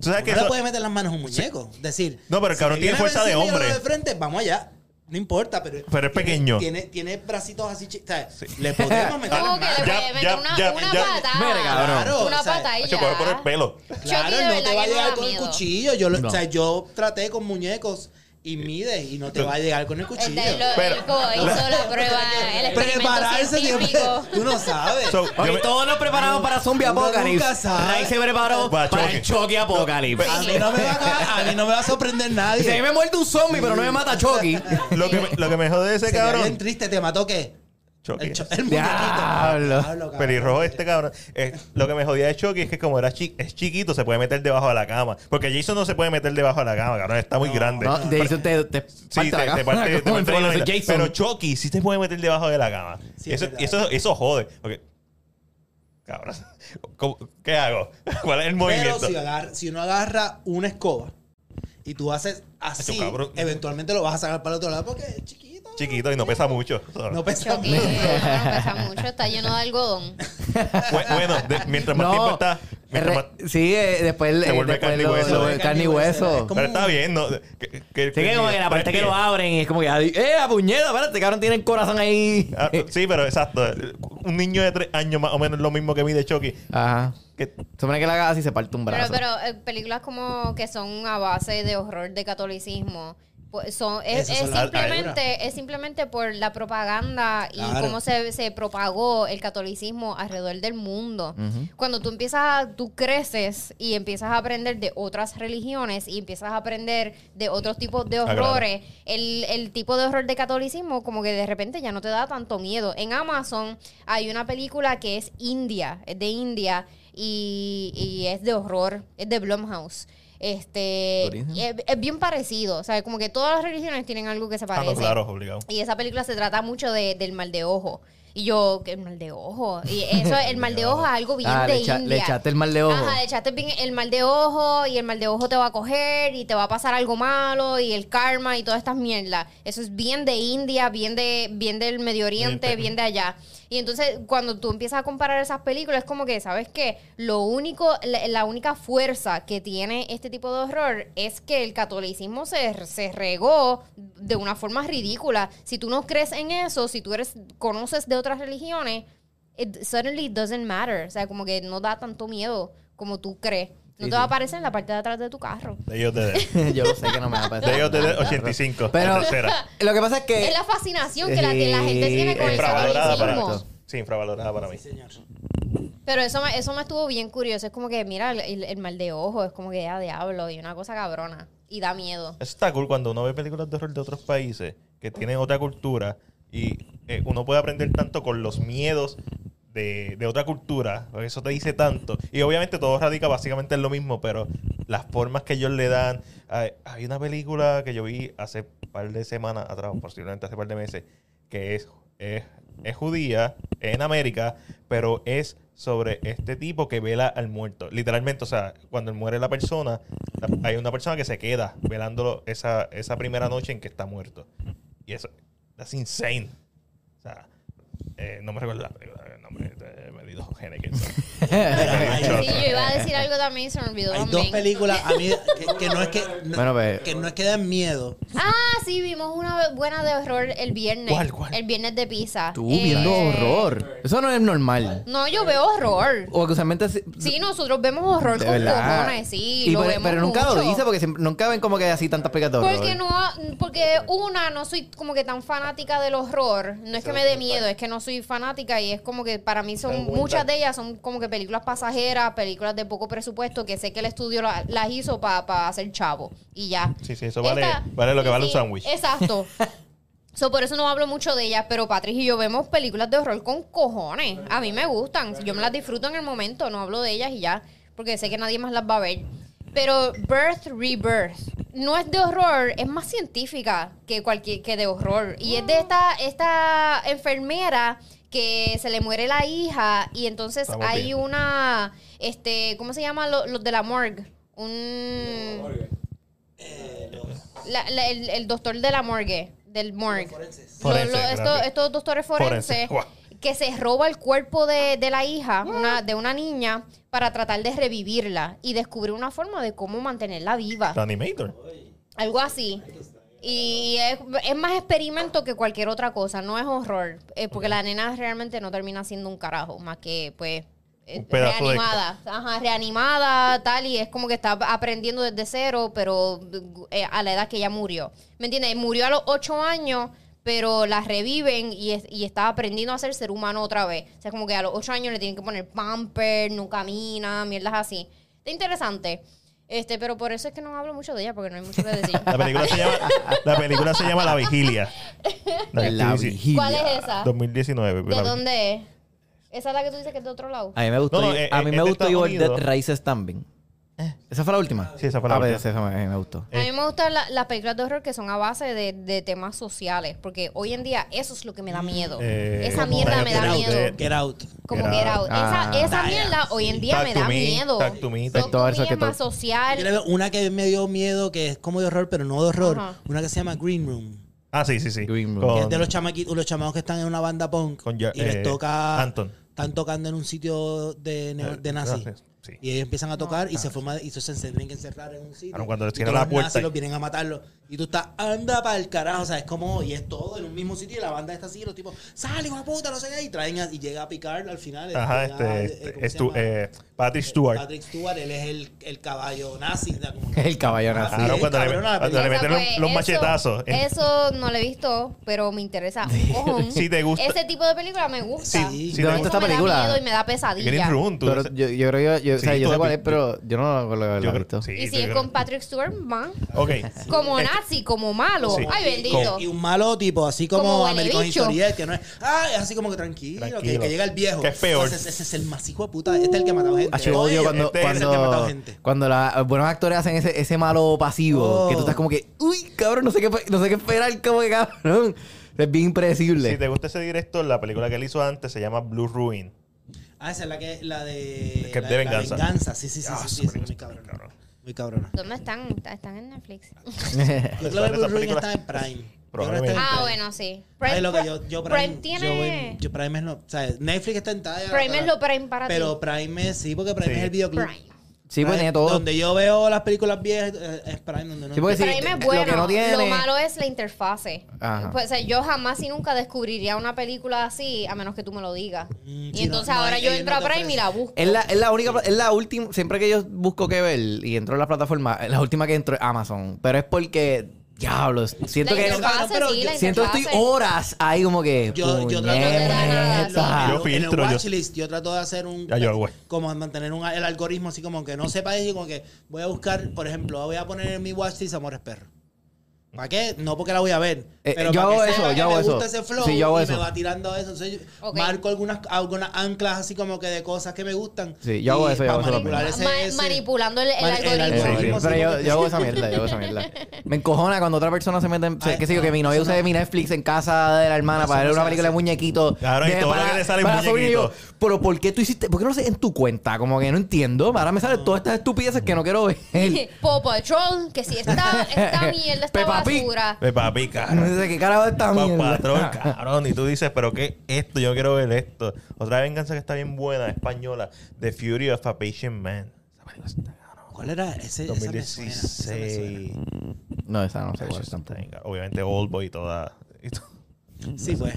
Speaker 1: Tú sabes que
Speaker 3: no le
Speaker 1: eso-
Speaker 3: puede meter las manos a un muñeco. Decir,
Speaker 1: No, pero el cabrón
Speaker 3: me
Speaker 1: tiene
Speaker 3: viene
Speaker 1: fuerza de
Speaker 3: encima y yo lo
Speaker 1: hombre.
Speaker 3: veo de frente, vamos allá. No importa, pero.
Speaker 1: Pero es pequeño.
Speaker 3: Tiene, tiene bracitos así chi- o sea, Le
Speaker 4: *laughs*
Speaker 3: podemos meter
Speaker 4: Como
Speaker 3: las
Speaker 4: que le
Speaker 3: manos.
Speaker 1: Ya,
Speaker 4: puede
Speaker 1: ya,
Speaker 4: meter una,
Speaker 1: ya,
Speaker 4: una
Speaker 1: ya.
Speaker 2: Mira,
Speaker 4: patada.
Speaker 2: cabrón.
Speaker 3: Claro,
Speaker 4: Una
Speaker 3: o sea,
Speaker 4: patada y
Speaker 1: Yo puedo poner
Speaker 4: ya.
Speaker 1: pelo.
Speaker 4: Chucky
Speaker 3: Claro,
Speaker 4: de
Speaker 3: no
Speaker 4: verdad
Speaker 3: te va a
Speaker 4: que no
Speaker 3: llegar
Speaker 4: da
Speaker 3: con el
Speaker 4: miedo.
Speaker 3: cuchillo. Yo, lo-
Speaker 2: No.
Speaker 3: O sea, yo traté con muñecos y mide y no te va a llegar con el
Speaker 4: El
Speaker 3: cuchillo.
Speaker 4: de- Este lo-
Speaker 1: Pero-
Speaker 4: el co- hizo
Speaker 3: *laughs*
Speaker 4: la prueba, el experimento
Speaker 3: Prepararse siempre.
Speaker 4: científico.
Speaker 3: Tú no sabes.
Speaker 1: So,
Speaker 2: Ok,
Speaker 1: yo me-
Speaker 2: todos nos preparamos para Zombie
Speaker 3: Uno
Speaker 2: Apocalypse.
Speaker 3: nunca sabe.
Speaker 2: Ray se preparó
Speaker 1: Para
Speaker 2: para,
Speaker 1: Chucky.
Speaker 2: el Chucky Apocalypse.
Speaker 3: a, mí no me va a, a mí no me va a sorprender nadie.
Speaker 2: Si a mí me muerde un zombie, pero no me mata Chucky.
Speaker 1: lo, que, me- lo que me jode de ese
Speaker 3: Se te ve bien
Speaker 1: cabrón.
Speaker 3: triste, te mató qué?
Speaker 1: Chucky.
Speaker 3: El, cho- el muñequito.
Speaker 2: Diablo.
Speaker 3: Diablo, cabrón.
Speaker 1: Pelirrojo este cabrón. Eh, lo que me jodía de Chucky es que como era chi- es chiquito, se puede meter debajo de la cama. Porque Jason no se puede meter debajo de la cama, cabrón. Está muy grande.
Speaker 2: *laughs* No, de hecho, te, te
Speaker 1: Sí, te, te
Speaker 2: la cara.
Speaker 1: parte, te
Speaker 2: *laughs* Como
Speaker 1: parte
Speaker 2: el
Speaker 1: la
Speaker 2: profesor
Speaker 1: mitad.
Speaker 2: Jason.
Speaker 1: Pero Chucky sí te puede meter debajo de la cama.
Speaker 3: Sí,
Speaker 1: eso,
Speaker 3: es verdad.
Speaker 1: eso, eso jode. Porque- Cabrón. *laughs* ¿Cómo- ¿Qué hago? *laughs* ¿Cuál es el
Speaker 3: Pero
Speaker 1: movimiento?
Speaker 3: si, agar- si uno agarra una escoba y tú haces así,
Speaker 1: Acho, cabrón.
Speaker 3: eventualmente lo vas a sacar para el otro lado porque es chiquito.
Speaker 1: Chiquito y no pesa mucho.
Speaker 3: No pesa *laughs*
Speaker 4: Chucky,
Speaker 3: mucho.
Speaker 4: no, no pesa mucho, está lleno de algodón.
Speaker 1: Bu- *laughs* Bueno, de- mientras más
Speaker 2: No,
Speaker 1: tiempo está. mientras más-
Speaker 2: re- sí, eh, después,
Speaker 1: Se
Speaker 2: eh,
Speaker 1: vuelve
Speaker 2: después
Speaker 1: carne y
Speaker 2: lo-
Speaker 1: hueso.
Speaker 2: lo-
Speaker 1: Se vuelve
Speaker 2: carne y hueso.
Speaker 3: como
Speaker 1: Pero
Speaker 3: un-
Speaker 1: está bien, ¿no? Que, que-
Speaker 2: Sí, que como que la parte que lo abren y es como que, ¡eh, la puñeta! Espérate, cabrón, tiene el corazón ahí.
Speaker 1: Ah, Sí, pero exacto. Un niño de tres años más o menos es lo mismo que mide Chucky.
Speaker 2: *laughs* Ajá.
Speaker 1: Que-
Speaker 2: Supone que la haga así y se parte un
Speaker 4: Pero,
Speaker 2: brazo.
Speaker 4: pero eh, películas como que son a base de horror de catolicismo. pues, Son, es,
Speaker 3: Esas
Speaker 4: es
Speaker 3: son las
Speaker 4: simplemente, es simplemente por la propaganda y
Speaker 3: Claro.
Speaker 4: cómo se, se propagó el catolicismo alrededor del mundo.
Speaker 2: Ujú.
Speaker 4: Cuando tú empiezas, a- tú creces y empiezas a aprender de otras religiones y empiezas a aprender de otros tipos de
Speaker 1: claro.
Speaker 4: horrores, el, el tipo de horror de catolicismo como que de repente ya no te da tanto miedo. En Amazon hay una película que es India, es de India y, y es de horror, es de Blumhouse. Este
Speaker 2: Durísimo.
Speaker 4: y es, es bien parecido, o sea, como que todas las religiones tienen algo que se
Speaker 2: pues
Speaker 1: Ah,
Speaker 4: parece.
Speaker 1: no, claro, obligado.
Speaker 4: Y esa película se trata mucho de, del mal de ojo. Y yo, ¿qué mal de ojo? Y eso,
Speaker 2: *laughs*
Speaker 4: el mal de ojo es algo bien
Speaker 2: Ah,
Speaker 4: de
Speaker 2: le, echa- le
Speaker 4: India.
Speaker 2: echaste el mal de ojo.
Speaker 4: Ajá, le echaste bien el mal de ojo y el mal de ojo te va a coger y te va a pasar algo malo y el karma y todas estas mierdas. Eso es bien de India, bien de bien del Medio Oriente,
Speaker 1: Oriente.
Speaker 4: bien de allá. Y entonces, cuando tú empiezas a comparar esas películas, es como que, ¿sabes qué? Lo único, la, la única fuerza que tiene este tipo de horror es que el catolicismo se, se regó de una forma ridícula. Si tú no crees en eso, si tú eres, conoces de otras religiones, it suddenly doesn't matter. O sea, como que no da tanto miedo como tú crees. No
Speaker 2: Sí,
Speaker 4: te va a
Speaker 2: sí.
Speaker 4: aparecer en la parte de atrás de tu carro.
Speaker 1: De ellos de
Speaker 2: *laughs* Yo lo sé que no me va a pasar.
Speaker 1: de
Speaker 2: *laughs*
Speaker 1: ellos de 85.
Speaker 2: Pero-
Speaker 1: la tercera.
Speaker 2: *laughs* Lo que pasa es
Speaker 3: Eh,
Speaker 2: que.
Speaker 4: Es la fascinación que la, que la gente
Speaker 2: Sí,
Speaker 4: tiene con el
Speaker 1: Infravalorada para
Speaker 4: catolicismo.
Speaker 1: Sí, infravalorada para mí.
Speaker 3: Sí, señor.
Speaker 4: Pero eso me, eso me estuvo bien curioso. Es como que, mira, el- el, el mal de ojo es como que ya diablo y una cosa cabrona. Y da miedo.
Speaker 1: Eso está cool cuando uno ve películas de horror de otros países que tienen otra cultura y eh, uno puede aprender tanto con los miedos de, de otra cultura, porque eso te dice tanto. Y obviamente todo radica básicamente en lo mismo, pero las formas que ellos le dan. Hay, hay una película que yo vi hace par de semanas atrás, posiblemente hace par de meses, que es, es, es judía, es en América, pero es sobre este tipo que vela al muerto. Literalmente, o sea, cuando muere la persona, la- hay una persona que se queda velándolo esa, esa primera noche en que está muerto. Y eso, that's insane. O sea, eh, no me recuerdo la película, el nombre, eh, me dijo Hennekinson.
Speaker 3: Hay-
Speaker 4: *laughs* Sí, yo iba a decir algo también y se me olvidó
Speaker 3: Hay dos
Speaker 4: también.
Speaker 3: películas a mí que, que no es que no,
Speaker 2: Bueno, pues-
Speaker 3: que no es que den miedo.
Speaker 4: Ah, sí, vimos una buena de horror el viernes.
Speaker 1: ¿Cuál, cuál?
Speaker 4: El viernes de pizza.
Speaker 2: *laughs* Tú
Speaker 4: Eh,
Speaker 2: viendo horror. Eso no es normal.
Speaker 4: No, yo veo horror.
Speaker 2: O que usualmente. se-
Speaker 4: Sí, nosotros vemos horror
Speaker 2: de
Speaker 4: con
Speaker 2: verdad.
Speaker 4: cojones, sí.
Speaker 2: Y
Speaker 4: lo
Speaker 2: pero,
Speaker 4: vemos
Speaker 2: pero nunca lo
Speaker 4: mucho.
Speaker 2: dice porque siempre- nunca ven como que así tantas películas de horror.
Speaker 4: Porque no, porque una, no soy como que tan fanática del horror. No es que me dé miedo, es que no soy fanática y es como que para mí son muchas de ellas son como que películas pasajeras, películas de poco presupuesto que sé que el estudio la- las hizo para hacer chavo y ya.
Speaker 1: Sí, sí, eso vale- vale lo que
Speaker 4: sí,
Speaker 1: vale un
Speaker 4: sí,
Speaker 1: sándwich. *laughs*
Speaker 4: Exacto. So, por eso no hablo mucho de ellas, pero Patrick y yo vemos películas de horror con cojones. A mí me gustan. Yo me las disfruto en el momento, no hablo de ellas y ya, porque sé que nadie más las va a ver. Pero Birth Rebirth no es de horror, es más científica que cualquier que de horror. Y es de esta, esta enfermera que se le muere la hija y entonces
Speaker 1: Estamos
Speaker 4: hay
Speaker 1: bien.
Speaker 4: una, este, ¿cómo se llama? Lo- Los de la morgue. Un... La- la- el, el doctor de la morgue, del morgue. Lo- lo-
Speaker 1: Forense,
Speaker 4: esto-
Speaker 1: gracias.
Speaker 4: estos doctores forenses
Speaker 1: Forense, guau.
Speaker 4: que se roba el cuerpo de, de la hija, una, de una niña, para tratar de revivirla y descubrir una forma de cómo mantenerla viva.
Speaker 1: The Animator.
Speaker 4: Algo así. Y es, es más experimento que cualquier otra cosa, no es horror. eh, porque la nena realmente no termina siendo un carajo, más que pues eh,
Speaker 1: Un pedazo de-
Speaker 4: reanimada. Ajá, reanimada, tal, y es como que está aprendiendo desde cero, pero eh, a la edad que ella murió. ¿Me entiendes? Murió a los ocho años, pero la reviven y, es- y está aprendiendo a ser ser humano otra vez. O sea, como que a los ocho años le tienen que poner pamper, no camina, mierdas así. Está interesante. Este, pero por eso es que no hablo mucho de ella, porque no hay mucho que decir.
Speaker 1: La película se llama La película se llama La
Speaker 4: *laughs*
Speaker 1: Vigilia. La que
Speaker 2: La
Speaker 1: estoy dici-
Speaker 2: vigilia.
Speaker 4: ¿Cuál es esa?
Speaker 1: 2019.
Speaker 4: ¿De
Speaker 1: la-
Speaker 4: dónde es? Esa es la que tú dices que es de otro lado.
Speaker 2: A mí me gustó,
Speaker 1: No, no, eh,
Speaker 2: a
Speaker 1: eh,
Speaker 2: mí
Speaker 1: es
Speaker 2: me
Speaker 1: de
Speaker 2: gustó
Speaker 1: Estados
Speaker 2: Evil Dead
Speaker 1: Unidos.
Speaker 2: Rises Standing. ¿Esa fue la última?
Speaker 1: Sí, esa fue la
Speaker 2: Ah,
Speaker 1: última.
Speaker 2: pues, esa me, me gustó.
Speaker 4: A
Speaker 1: Eh,
Speaker 4: mí me gustan la- las películas de horror que son a base de, de temas sociales, porque hoy en día eso es lo que me da miedo.
Speaker 1: Eh,
Speaker 4: esa
Speaker 1: como
Speaker 4: mierda
Speaker 1: Night
Speaker 4: me
Speaker 1: of
Speaker 4: da
Speaker 1: the
Speaker 4: miedo.
Speaker 1: Dead.
Speaker 3: Get out.
Speaker 4: Como
Speaker 1: Get
Speaker 4: que era
Speaker 1: Out.
Speaker 2: Ah.
Speaker 4: esa, esa
Speaker 3: Daya.
Speaker 4: mierda hoy en día
Speaker 1: Talk
Speaker 4: me
Speaker 1: to
Speaker 4: da
Speaker 1: me,
Speaker 4: miedo.
Speaker 1: talk to me,
Speaker 4: Son
Speaker 1: talk-
Speaker 2: Todo eso que
Speaker 4: más
Speaker 2: todo-
Speaker 4: social.
Speaker 3: Mira, Una que me dio miedo que es como de horror, pero no de horror.
Speaker 4: Ajá.
Speaker 3: Una que se llama Green Room.
Speaker 1: Ah, sí, sí, sí.
Speaker 2: Green Room.
Speaker 3: Que es
Speaker 1: Con,
Speaker 3: de los chamaquitos, los chamados que están en una banda punk
Speaker 1: con ya-
Speaker 3: y les
Speaker 1: eh,
Speaker 3: toca.
Speaker 1: Anton.
Speaker 3: Están tocando en un sitio de, ne- de nazi.
Speaker 1: Eh, Sí.
Speaker 3: Y ellos empiezan a tocar y se forma y se, se tienen que encerrar en un sitio.
Speaker 1: Claro, cuando les
Speaker 3: Y
Speaker 1: tiran
Speaker 3: todos
Speaker 1: la
Speaker 3: los
Speaker 1: puerta
Speaker 3: nazis
Speaker 1: y-
Speaker 3: los vienen a matarlos. Y tú estás, anda para el carajo. O sea, es como, y es todo en un mismo sitio. Y la banda está así, y los tipos, sale, una puta, no sé qué. Y traen a- y llega a picar al final.
Speaker 1: Ajá,
Speaker 3: llega,
Speaker 1: este,
Speaker 3: eh,
Speaker 1: este
Speaker 3: ¿cómo se
Speaker 1: Stu-
Speaker 3: llama?
Speaker 1: eh, Patrick Stewart.
Speaker 3: Patrick Stewart, él es el, el caballo nazi. da como-
Speaker 2: *laughs* El caballero
Speaker 1: Ah,
Speaker 2: nazi.
Speaker 1: no,
Speaker 3: es,
Speaker 1: cuando le-
Speaker 3: cabrona, la
Speaker 1: cuando le
Speaker 4: Esa,
Speaker 1: meten los-
Speaker 4: pues,
Speaker 1: los
Speaker 4: eso-
Speaker 1: machetazos. Eh.
Speaker 4: Eso no lo he visto, pero me interesa.
Speaker 1: *laughs*
Speaker 4: un cojón.
Speaker 1: Sí, te gusta.
Speaker 4: Ese tipo de película me gusta.
Speaker 1: sí,
Speaker 3: Sí,
Speaker 4: Eso
Speaker 1: te
Speaker 2: gusta.
Speaker 4: me
Speaker 2: esta película?
Speaker 4: da miedo y me da pesadilla.
Speaker 1: Green Room, tú
Speaker 2: Pero
Speaker 1: dices-
Speaker 2: yo, yo creo que yo, yo,
Speaker 1: Sí,
Speaker 2: o sea, yo
Speaker 1: tú
Speaker 2: sé
Speaker 1: has
Speaker 2: cuál es,
Speaker 1: visto-
Speaker 2: pero yo no lo lo- lo
Speaker 1: yo
Speaker 2: he
Speaker 1: creo-
Speaker 2: visto.
Speaker 1: sí,
Speaker 4: Y si
Speaker 1: yo
Speaker 4: es
Speaker 1: creo-
Speaker 4: con Patrick Stewart, man.
Speaker 1: Ok.
Speaker 4: Como nazi, como malo.
Speaker 1: Sí.
Speaker 4: Ay, bendito.
Speaker 1: Con-
Speaker 3: Y un malo tipo, así
Speaker 4: Como
Speaker 3: como
Speaker 4: huele
Speaker 3: American
Speaker 4: bicho.
Speaker 3: Historia, que no es. Ah, es así como que tranquilo, que- Que,
Speaker 1: Tranquilo.
Speaker 3: llega el viejo.
Speaker 1: Que es peor.
Speaker 3: Ese, ese es el masivo de puta. Este es el que ha matado gente.
Speaker 2: Ah, yo odio cuando,
Speaker 1: este
Speaker 3: es el que ha matado
Speaker 2: cuando,
Speaker 3: gente.
Speaker 2: cuando la- los buenos actores hacen ese, ese malo pasivo,
Speaker 3: Oh.
Speaker 2: que tú estás como que, uy, cabrón, no sé qué, no sé qué esperar, como que cabrón. Es bien impredecible.
Speaker 1: Si te gusta ese director, la película que él hizo antes se llama Blue Ruin.
Speaker 3: Ah, esa es la que la de.
Speaker 1: Que
Speaker 3: la,
Speaker 1: de
Speaker 3: la
Speaker 1: venganza.
Speaker 3: venganza. Sí, sí, sí,
Speaker 1: Ah,
Speaker 3: sí,
Speaker 1: esa
Speaker 3: sí,
Speaker 1: película
Speaker 3: esa es muy
Speaker 1: está bien
Speaker 3: cabrona.
Speaker 1: cabrona.
Speaker 3: Muy cabrona.
Speaker 4: ¿Dónde están? Están en Netflix.
Speaker 3: Yo
Speaker 1: Esa-
Speaker 3: creo que
Speaker 1: esa
Speaker 3: Blue Ruin
Speaker 1: película-
Speaker 3: está en Prime.
Speaker 1: Probablemente.
Speaker 3: Prime.
Speaker 4: Ah, bueno, sí. Prime,
Speaker 3: Ay, lo que yo, yo
Speaker 4: Prime
Speaker 3: Prime, yo voy-
Speaker 4: tiene...
Speaker 3: yo Prime es lo, o sea, Netflix está en talla. ah,
Speaker 4: Prime es lo Prime para
Speaker 3: Pero
Speaker 4: ti.
Speaker 3: Prime es, sí, porque Prime
Speaker 1: Sí.
Speaker 3: es el videoclub.
Speaker 4: Prime.
Speaker 2: *laughs* Sí, pues
Speaker 3: Prime,
Speaker 2: tiene todo.
Speaker 3: Donde yo veo las películas viejas eh, es Prime. Donde no
Speaker 2: Sí, pues, porque
Speaker 3: es-
Speaker 2: sí,
Speaker 4: Prime
Speaker 2: lo
Speaker 4: es
Speaker 2: que
Speaker 4: bueno,
Speaker 2: no
Speaker 4: lo,
Speaker 2: tiene-
Speaker 4: malo es la interfase.
Speaker 2: Ajá.
Speaker 4: Pues, o sea, yo jamás y nunca descubriría una película así, a menos que tú me lo digas.
Speaker 3: Mm,
Speaker 4: y
Speaker 3: sí,
Speaker 4: entonces
Speaker 3: no, no,
Speaker 4: ahora
Speaker 3: ellos
Speaker 4: yo
Speaker 3: no
Speaker 4: entro a
Speaker 3: te
Speaker 4: Prime y la busco.
Speaker 2: Es la, es la única, pla- es la última, siempre que yo busco qué ver y entro a la plataforma, la última que entro es Amazon. Pero es porque, diablo, siento
Speaker 4: la
Speaker 2: que,
Speaker 4: interfase,
Speaker 3: Cabrón, pero
Speaker 4: sí, la
Speaker 3: yo-
Speaker 2: siento que estoy
Speaker 4: interfase.
Speaker 2: horas ahí como que,
Speaker 3: Yo, yo trato de en
Speaker 4: nada,
Speaker 3: lo- en
Speaker 2: puñeta.
Speaker 1: Yo
Speaker 3: lo-
Speaker 1: filtro,
Speaker 3: en
Speaker 1: yo-
Speaker 3: el watchlist, yo trato de hacer un
Speaker 1: Ya yo, güey.
Speaker 3: como mantener un, el algoritmo así como que no sepa eso y como que voy a buscar, por ejemplo, voy a poner en mi watchlist Amores Perros. ¿Para qué? No porque la voy a ver.
Speaker 2: Eh,
Speaker 3: pero
Speaker 2: yo
Speaker 3: para
Speaker 2: hago
Speaker 3: que
Speaker 2: eso,
Speaker 3: sepa
Speaker 2: yo
Speaker 3: que
Speaker 2: hago
Speaker 3: me
Speaker 2: eso.
Speaker 3: gusta ese flow
Speaker 2: Sí, yo hago
Speaker 3: y
Speaker 2: eso.
Speaker 3: me va tirando eso. Entonces yo
Speaker 4: Ok.
Speaker 3: marco algunas, algunas anclas así como que de cosas que me gustan.
Speaker 2: Sí, yo hago
Speaker 3: y
Speaker 2: eso, yo hago
Speaker 3: para
Speaker 2: eso también.
Speaker 3: manipular
Speaker 4: Ma-
Speaker 3: ese- ese-
Speaker 4: manipulando el, el
Speaker 3: Mani- el
Speaker 4: algoritmo.
Speaker 2: Eh, *laughs*
Speaker 3: algoritmo.
Speaker 2: sí,
Speaker 3: Yo-
Speaker 2: pero yo,
Speaker 3: yo-
Speaker 2: yo hago esa mierda, yo hago esa mierda. Me encojona cuando otra persona se mete en.
Speaker 3: Ay,
Speaker 2: qué sé yo, que mi
Speaker 3: no,
Speaker 2: novia
Speaker 3: eso
Speaker 2: use
Speaker 3: no.
Speaker 2: mi Netflix en casa de la hermana
Speaker 3: Eso
Speaker 2: para
Speaker 3: no
Speaker 2: ver
Speaker 3: se
Speaker 2: una película de
Speaker 3: hace.
Speaker 2: muñequito.
Speaker 1: Claro, y
Speaker 2: de-
Speaker 1: todo lo que le sale es
Speaker 2: para sobrino, y yo,
Speaker 1: muñequito.
Speaker 2: Pero ¿por qué tú hiciste? ¿Por qué no lo sé en tu cuenta? Como que no entiendo. Ahora me salen todas estas estupideces que no quiero *laughs* ver.
Speaker 4: *laughs* Pop Patrol, que
Speaker 2: *laughs*
Speaker 4: si está esta mierda, esta
Speaker 2: Peppa Pig.
Speaker 4: basura.
Speaker 1: Me papi,
Speaker 2: No
Speaker 1: cabrón.
Speaker 2: sé qué carajo es esta
Speaker 1: Pa-
Speaker 2: mierda.
Speaker 1: patrón, cabrón. Y tú dices, pero qué esto, yo quiero ver esto. Otra venganza que está bien buena, española, The Fury of a Patient Man. Esa película está, cabrón.
Speaker 3: ¿Cuál era? Ese, esa me suena, esa me suena.
Speaker 1: 2016.
Speaker 2: Ah, No, esa no sé cuál es
Speaker 1: Está
Speaker 2: tampoco.
Speaker 1: bien, Obviamente Oldboy y toda. *laughs* y todo.
Speaker 3: Sí, pues.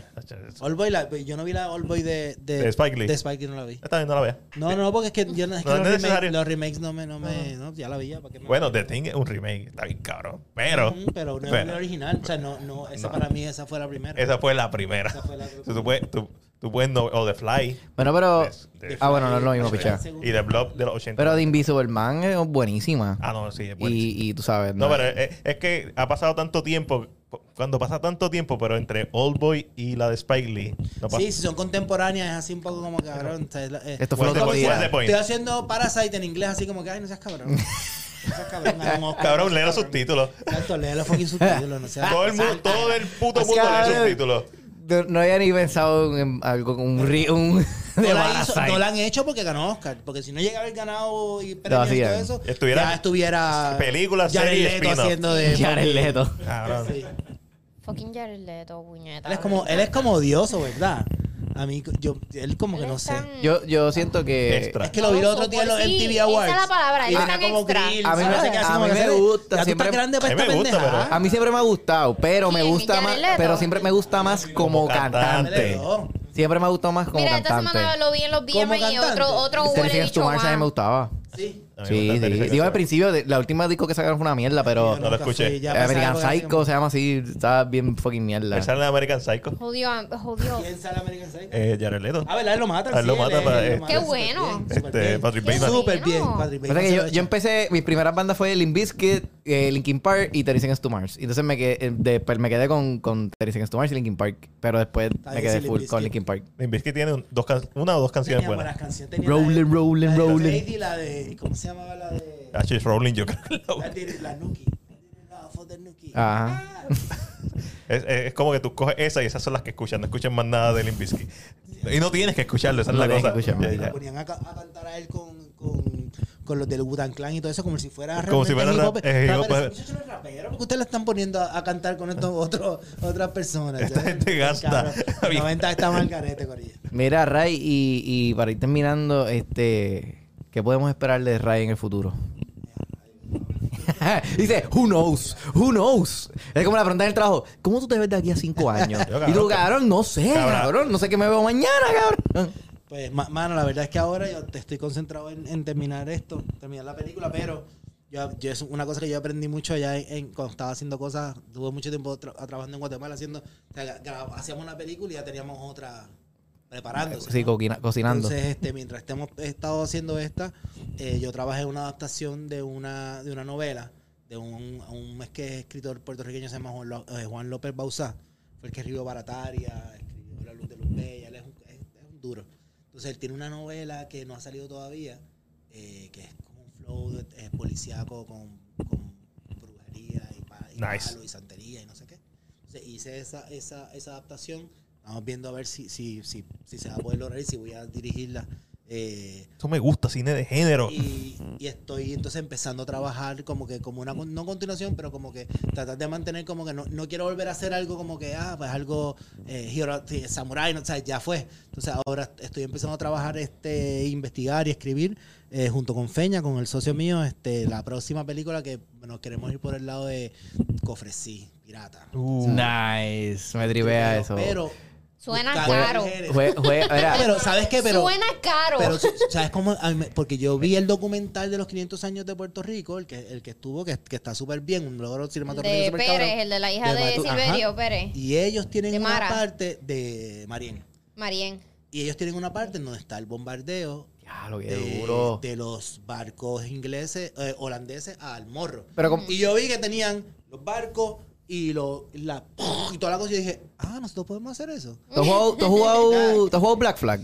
Speaker 3: Oldboy, la- yo no vi la Oldboy de, de,
Speaker 1: De Spike Lee.
Speaker 3: De Spike Lee no la vi.
Speaker 1: Esta vez no la veas.
Speaker 3: No, no, porque es que, yo, no- es que
Speaker 1: No es
Speaker 3: los,
Speaker 1: necesario. Ah.
Speaker 3: remakes, los remakes no me... No me no, ya la vi, ya. ¿para qué me-
Speaker 1: Bueno, The Thing es un remake, está bien cabrón. Pero,
Speaker 3: Ujú, pero no es
Speaker 1: pero
Speaker 3: la original. O sea, no, no, esa
Speaker 1: No.
Speaker 3: para mí, esa fue la primera.
Speaker 1: esa fue la primera.
Speaker 3: Esa fue la primera.
Speaker 1: *laughs* tú, puedes, tú, tú puedes no, o The Fly
Speaker 2: Bueno, pero.
Speaker 1: De- de-
Speaker 2: Ah, bueno, no es lo mismo,
Speaker 3: de-
Speaker 2: pichá.
Speaker 1: y The Blob de los 80.
Speaker 2: Pero The Invisible Man es buenísima.
Speaker 1: ah, no, sí, es buenísimo.
Speaker 2: Y, y tú sabes.
Speaker 1: No, pero es, es que ha pasado tanto tiempo. Cuando pasa tanto tiempo, pero entre Oldboy y la de Spike Lee. No pasa.
Speaker 3: Sí, si son contemporáneas, es así un poco como cabrón. o sea, es la- eh,
Speaker 2: Esto fue
Speaker 1: What's
Speaker 2: otro
Speaker 1: the-
Speaker 2: día.
Speaker 1: what's the point?
Speaker 3: Estoy haciendo Parasite en inglés, así como que, ay, no seas cabrón. No seas cabrón, gana un Oscar, no
Speaker 1: Cabrón,
Speaker 3: seas
Speaker 1: lee los
Speaker 3: cabrón.
Speaker 1: subtítulos.
Speaker 3: Exacto, lee los fucking subtítulos, no seas
Speaker 1: Todo el, mundo, todo el puto
Speaker 2: O sea,
Speaker 1: mundo lee
Speaker 2: eh,
Speaker 1: subtítulos.
Speaker 2: No, no había ni pensado en algo con un. ri- un *laughs*
Speaker 3: No
Speaker 2: de
Speaker 3: la, hizo-
Speaker 2: Parasite.
Speaker 3: no la han hecho porque ganó Oscar. Porque si no llega a haber ganado y premios
Speaker 2: así
Speaker 3: y todo
Speaker 2: es.
Speaker 3: eso,
Speaker 1: Estuviera-
Speaker 3: ya estuviera.
Speaker 1: Película,
Speaker 3: Jared
Speaker 1: serie y
Speaker 3: Leto
Speaker 1: spin-off.
Speaker 3: haciendo
Speaker 2: *laughs*
Speaker 3: de.
Speaker 2: Jared Leto.
Speaker 4: Mm.
Speaker 1: Cabrón.
Speaker 3: Sí.
Speaker 4: Fucking Jared Leto, puñeta.
Speaker 3: Él es como, él es como odioso, ¿verdad? A mí, yo, él como que
Speaker 4: Él
Speaker 3: no
Speaker 4: es
Speaker 3: sé.
Speaker 4: tan-
Speaker 2: Yo, yo siento que.
Speaker 1: Extra.
Speaker 3: Es que lo vi el otro
Speaker 4: Odioso,
Speaker 3: día en los
Speaker 4: pues, sí,
Speaker 3: MTV
Speaker 4: esa es
Speaker 3: Awards.
Speaker 4: la palabra,
Speaker 3: Y
Speaker 4: él es
Speaker 3: tenía
Speaker 4: tan
Speaker 3: como
Speaker 4: extra.
Speaker 3: grill,
Speaker 2: A mí
Speaker 3: ¿sabes?
Speaker 2: me-
Speaker 3: Se queda así
Speaker 2: a
Speaker 3: como
Speaker 2: mí
Speaker 3: que
Speaker 2: me
Speaker 3: se ve,
Speaker 2: gusta,
Speaker 3: ya tú
Speaker 2: siempre-
Speaker 3: estás grande para
Speaker 1: A mí me
Speaker 3: esta
Speaker 1: gusta,
Speaker 3: pendejada.
Speaker 1: pero-
Speaker 2: A mí siempre me ha gustado, pero me
Speaker 4: ¿Quién?
Speaker 2: gusta
Speaker 4: ¿Jared
Speaker 2: más.
Speaker 4: Leto?
Speaker 2: Pero siempre me gusta más como,
Speaker 1: Como
Speaker 2: cantante.
Speaker 1: cantante.
Speaker 2: Siempre me ha gustado más como
Speaker 4: Mira, esta
Speaker 2: cantante.
Speaker 4: semana lo vi en los
Speaker 3: Como
Speaker 4: BMI y otro,
Speaker 3: cantante.
Speaker 4: otro
Speaker 2: Este
Speaker 4: huele
Speaker 2: Fingers to
Speaker 4: bicho
Speaker 2: Mars a mí me
Speaker 4: más.
Speaker 2: gustaba.
Speaker 3: Sí.
Speaker 1: A mí me
Speaker 2: Sí,
Speaker 1: gusta
Speaker 2: sí.
Speaker 1: Teresa
Speaker 2: Digo, al
Speaker 1: Cristina.
Speaker 2: principio, de- la última disco que sacaron fue una mierda, pero.
Speaker 3: Yo
Speaker 1: lo
Speaker 3: nunca fui,
Speaker 1: escuché.
Speaker 3: ya pasaba
Speaker 2: American
Speaker 3: algo así
Speaker 2: Psycho se llama así, está bien fucking mierda.
Speaker 1: Él sale de American Psycho.
Speaker 4: Jodió, a- jodió.
Speaker 3: como- ¿Quién sale American Psycho?
Speaker 1: Eh, Jared Leto.
Speaker 3: A ver, a él lo matan.
Speaker 1: A él lo
Speaker 3: sí,
Speaker 1: matan
Speaker 3: él-
Speaker 1: para-
Speaker 3: él lo
Speaker 1: Qué
Speaker 3: matan,
Speaker 4: bueno.
Speaker 3: súper bien,
Speaker 1: Este,
Speaker 3: súper bien.
Speaker 1: Patrick Bateman.
Speaker 3: Súper bien,
Speaker 4: Bueno.
Speaker 3: Patrick
Speaker 2: O sea
Speaker 3: Bateman.
Speaker 2: que
Speaker 3: se
Speaker 2: yo,
Speaker 3: lo
Speaker 2: yo
Speaker 3: echa.
Speaker 2: empecé, mis primeras bandas fue Limp Bizkit, eh, Linkin Park y Terry Sings to Mars. Y entonces me quedé, después me quedé con, con Terry Sings to Mars y Linkin Park. Pero después me
Speaker 3: bien,
Speaker 2: quedé
Speaker 3: sí,
Speaker 2: full
Speaker 3: Limp
Speaker 2: con
Speaker 3: Bizkit.
Speaker 2: Linkin Park.
Speaker 1: Limp Bizkit tiene un- dos can- una o dos canciones
Speaker 3: Tenía
Speaker 1: buenas.
Speaker 3: buenas canciones. tenía la de-
Speaker 2: Rolling, rolling,
Speaker 3: la de
Speaker 2: rolling.
Speaker 3: Lady, la de... ¿Cómo se llamaba la de...?
Speaker 1: H. Rowling, yo creo que la-
Speaker 3: *laughs* La de la Nuki. La foto de Nuki.
Speaker 2: Ajá.
Speaker 1: es, es- es como que tú coges esa y esas son las que escuchas. No escuchas más nada de Limp Bizkit. Y no tienes que escucharlo, esa es
Speaker 2: No
Speaker 1: la
Speaker 2: tienes
Speaker 1: cosa.
Speaker 2: que escucharlo.
Speaker 1: Ya,
Speaker 3: Y
Speaker 1: ya.
Speaker 3: lo ponían a, ca- a cantar a él con, con, con los del Butan Clan y todo eso, como si fuera
Speaker 1: Como si fuera
Speaker 3: realmente
Speaker 1: rap- eh,
Speaker 3: Pero,
Speaker 1: hip hop.
Speaker 3: pero ese muchacho no es rapero, porque ustedes lo están poniendo a, a cantar
Speaker 1: *laughs*
Speaker 3: con estos otros otras personas.
Speaker 1: Esta gente gasta. *laughs*
Speaker 3: La venta está mal carete, Corilla.
Speaker 2: Mira, Ray, y, y para ir terminando, este, ¿qué podemos esperar de Ray en el futuro? *laughs* Dice, who knows, who knows. Es como la pregunta del trabajo, ¿cómo tú te ves de aquí a cinco años?
Speaker 1: *laughs* Yo, cabrón,
Speaker 2: y tú,
Speaker 1: te-
Speaker 2: cabrón, no sé,
Speaker 1: Cabrón.
Speaker 2: cabrón, no sé qué me veo mañana, cabrón.
Speaker 3: Pues, ma- mano, la verdad es que ahora yo te estoy concentrado en, en terminar esto, terminar la película, pero yo, yo es una cosa que yo aprendí mucho allá en, en- cuando estaba haciendo cosas, tuve mucho tiempo tra- trabajando en Guatemala haciendo, o sea, gra- hacíamos una película y ya teníamos otra preparándose.
Speaker 2: Sí,
Speaker 3: ¿no?
Speaker 2: coquina- cocinando.
Speaker 3: Entonces, este, mientras estemos, he estado haciendo esta, eh, yo trabajé en una adaptación de una, de una novela de un, un es que es escritor puertorriqueño se llama Juan, Lo- eh, Juan López Bauzá. Fue el que escribió Barataria, escribió La Luz de Luz Bella, él es un, es- es un duro. Entonces, él tiene una novela que no ha salido todavía, eh, que es como un flow de- eh, policíaco con, con brujería y, pa- y
Speaker 1: Nice.
Speaker 3: palo y santería y no sé qué. Entonces, hice esa, esa, esa adaptación. Estamos viendo a ver si, si, si, si se va a poder lograr y si voy a dirigirla. Eh, Eh,
Speaker 1: Eso me gusta, cine de género.
Speaker 3: y, y estoy entonces empezando a trabajar como que como una con- no continuación pero como que tratar de mantener como que no, no quiero volver a hacer algo como que ah pues algo eh, hero- sí, samurai no o sea, ya fue entonces ahora estoy empezando a trabajar este investigar y escribir eh, junto con Feña con el socio mío este la próxima película que nos queremos ir por el lado de Cofresí pirata
Speaker 1: Uh,
Speaker 2: Nice. Me tripea eso.
Speaker 3: pero
Speaker 4: Suena
Speaker 3: buscar
Speaker 4: caro.
Speaker 3: mujeres.
Speaker 2: Jue- jue- mira,
Speaker 3: pero sabes qué pero
Speaker 4: Suena caro.
Speaker 3: Pero, ¿sabes cómo? A mí me- Porque yo vi el documental de los 500 años de Puerto Rico, el que, el que estuvo, que, que está súper bien, un logro cinematográfico
Speaker 4: de
Speaker 3: súper cabrón.
Speaker 4: Pérez, el de la hija de,
Speaker 3: Matu-
Speaker 4: Silverio
Speaker 3: ajá.
Speaker 4: Pérez.
Speaker 3: Y ellos tienen
Speaker 4: De
Speaker 3: una
Speaker 4: Mara.
Speaker 3: parte de Marién.
Speaker 4: Marien.
Speaker 3: Y ellos tienen una parte en donde está el bombardeo
Speaker 2: Ya, lo que
Speaker 3: de,
Speaker 2: duro.
Speaker 3: de los barcos ingleses, eh, holandeses al morro.
Speaker 2: Pero
Speaker 3: *laughs*
Speaker 2: como-
Speaker 3: Y yo vi que tenían los barcos y lo, la, y toda la cosa. Y yo dije, ah, nosotros podemos hacer eso.
Speaker 2: ¿Tú has jugado, tú has jugado- tú has jugado Black Flag?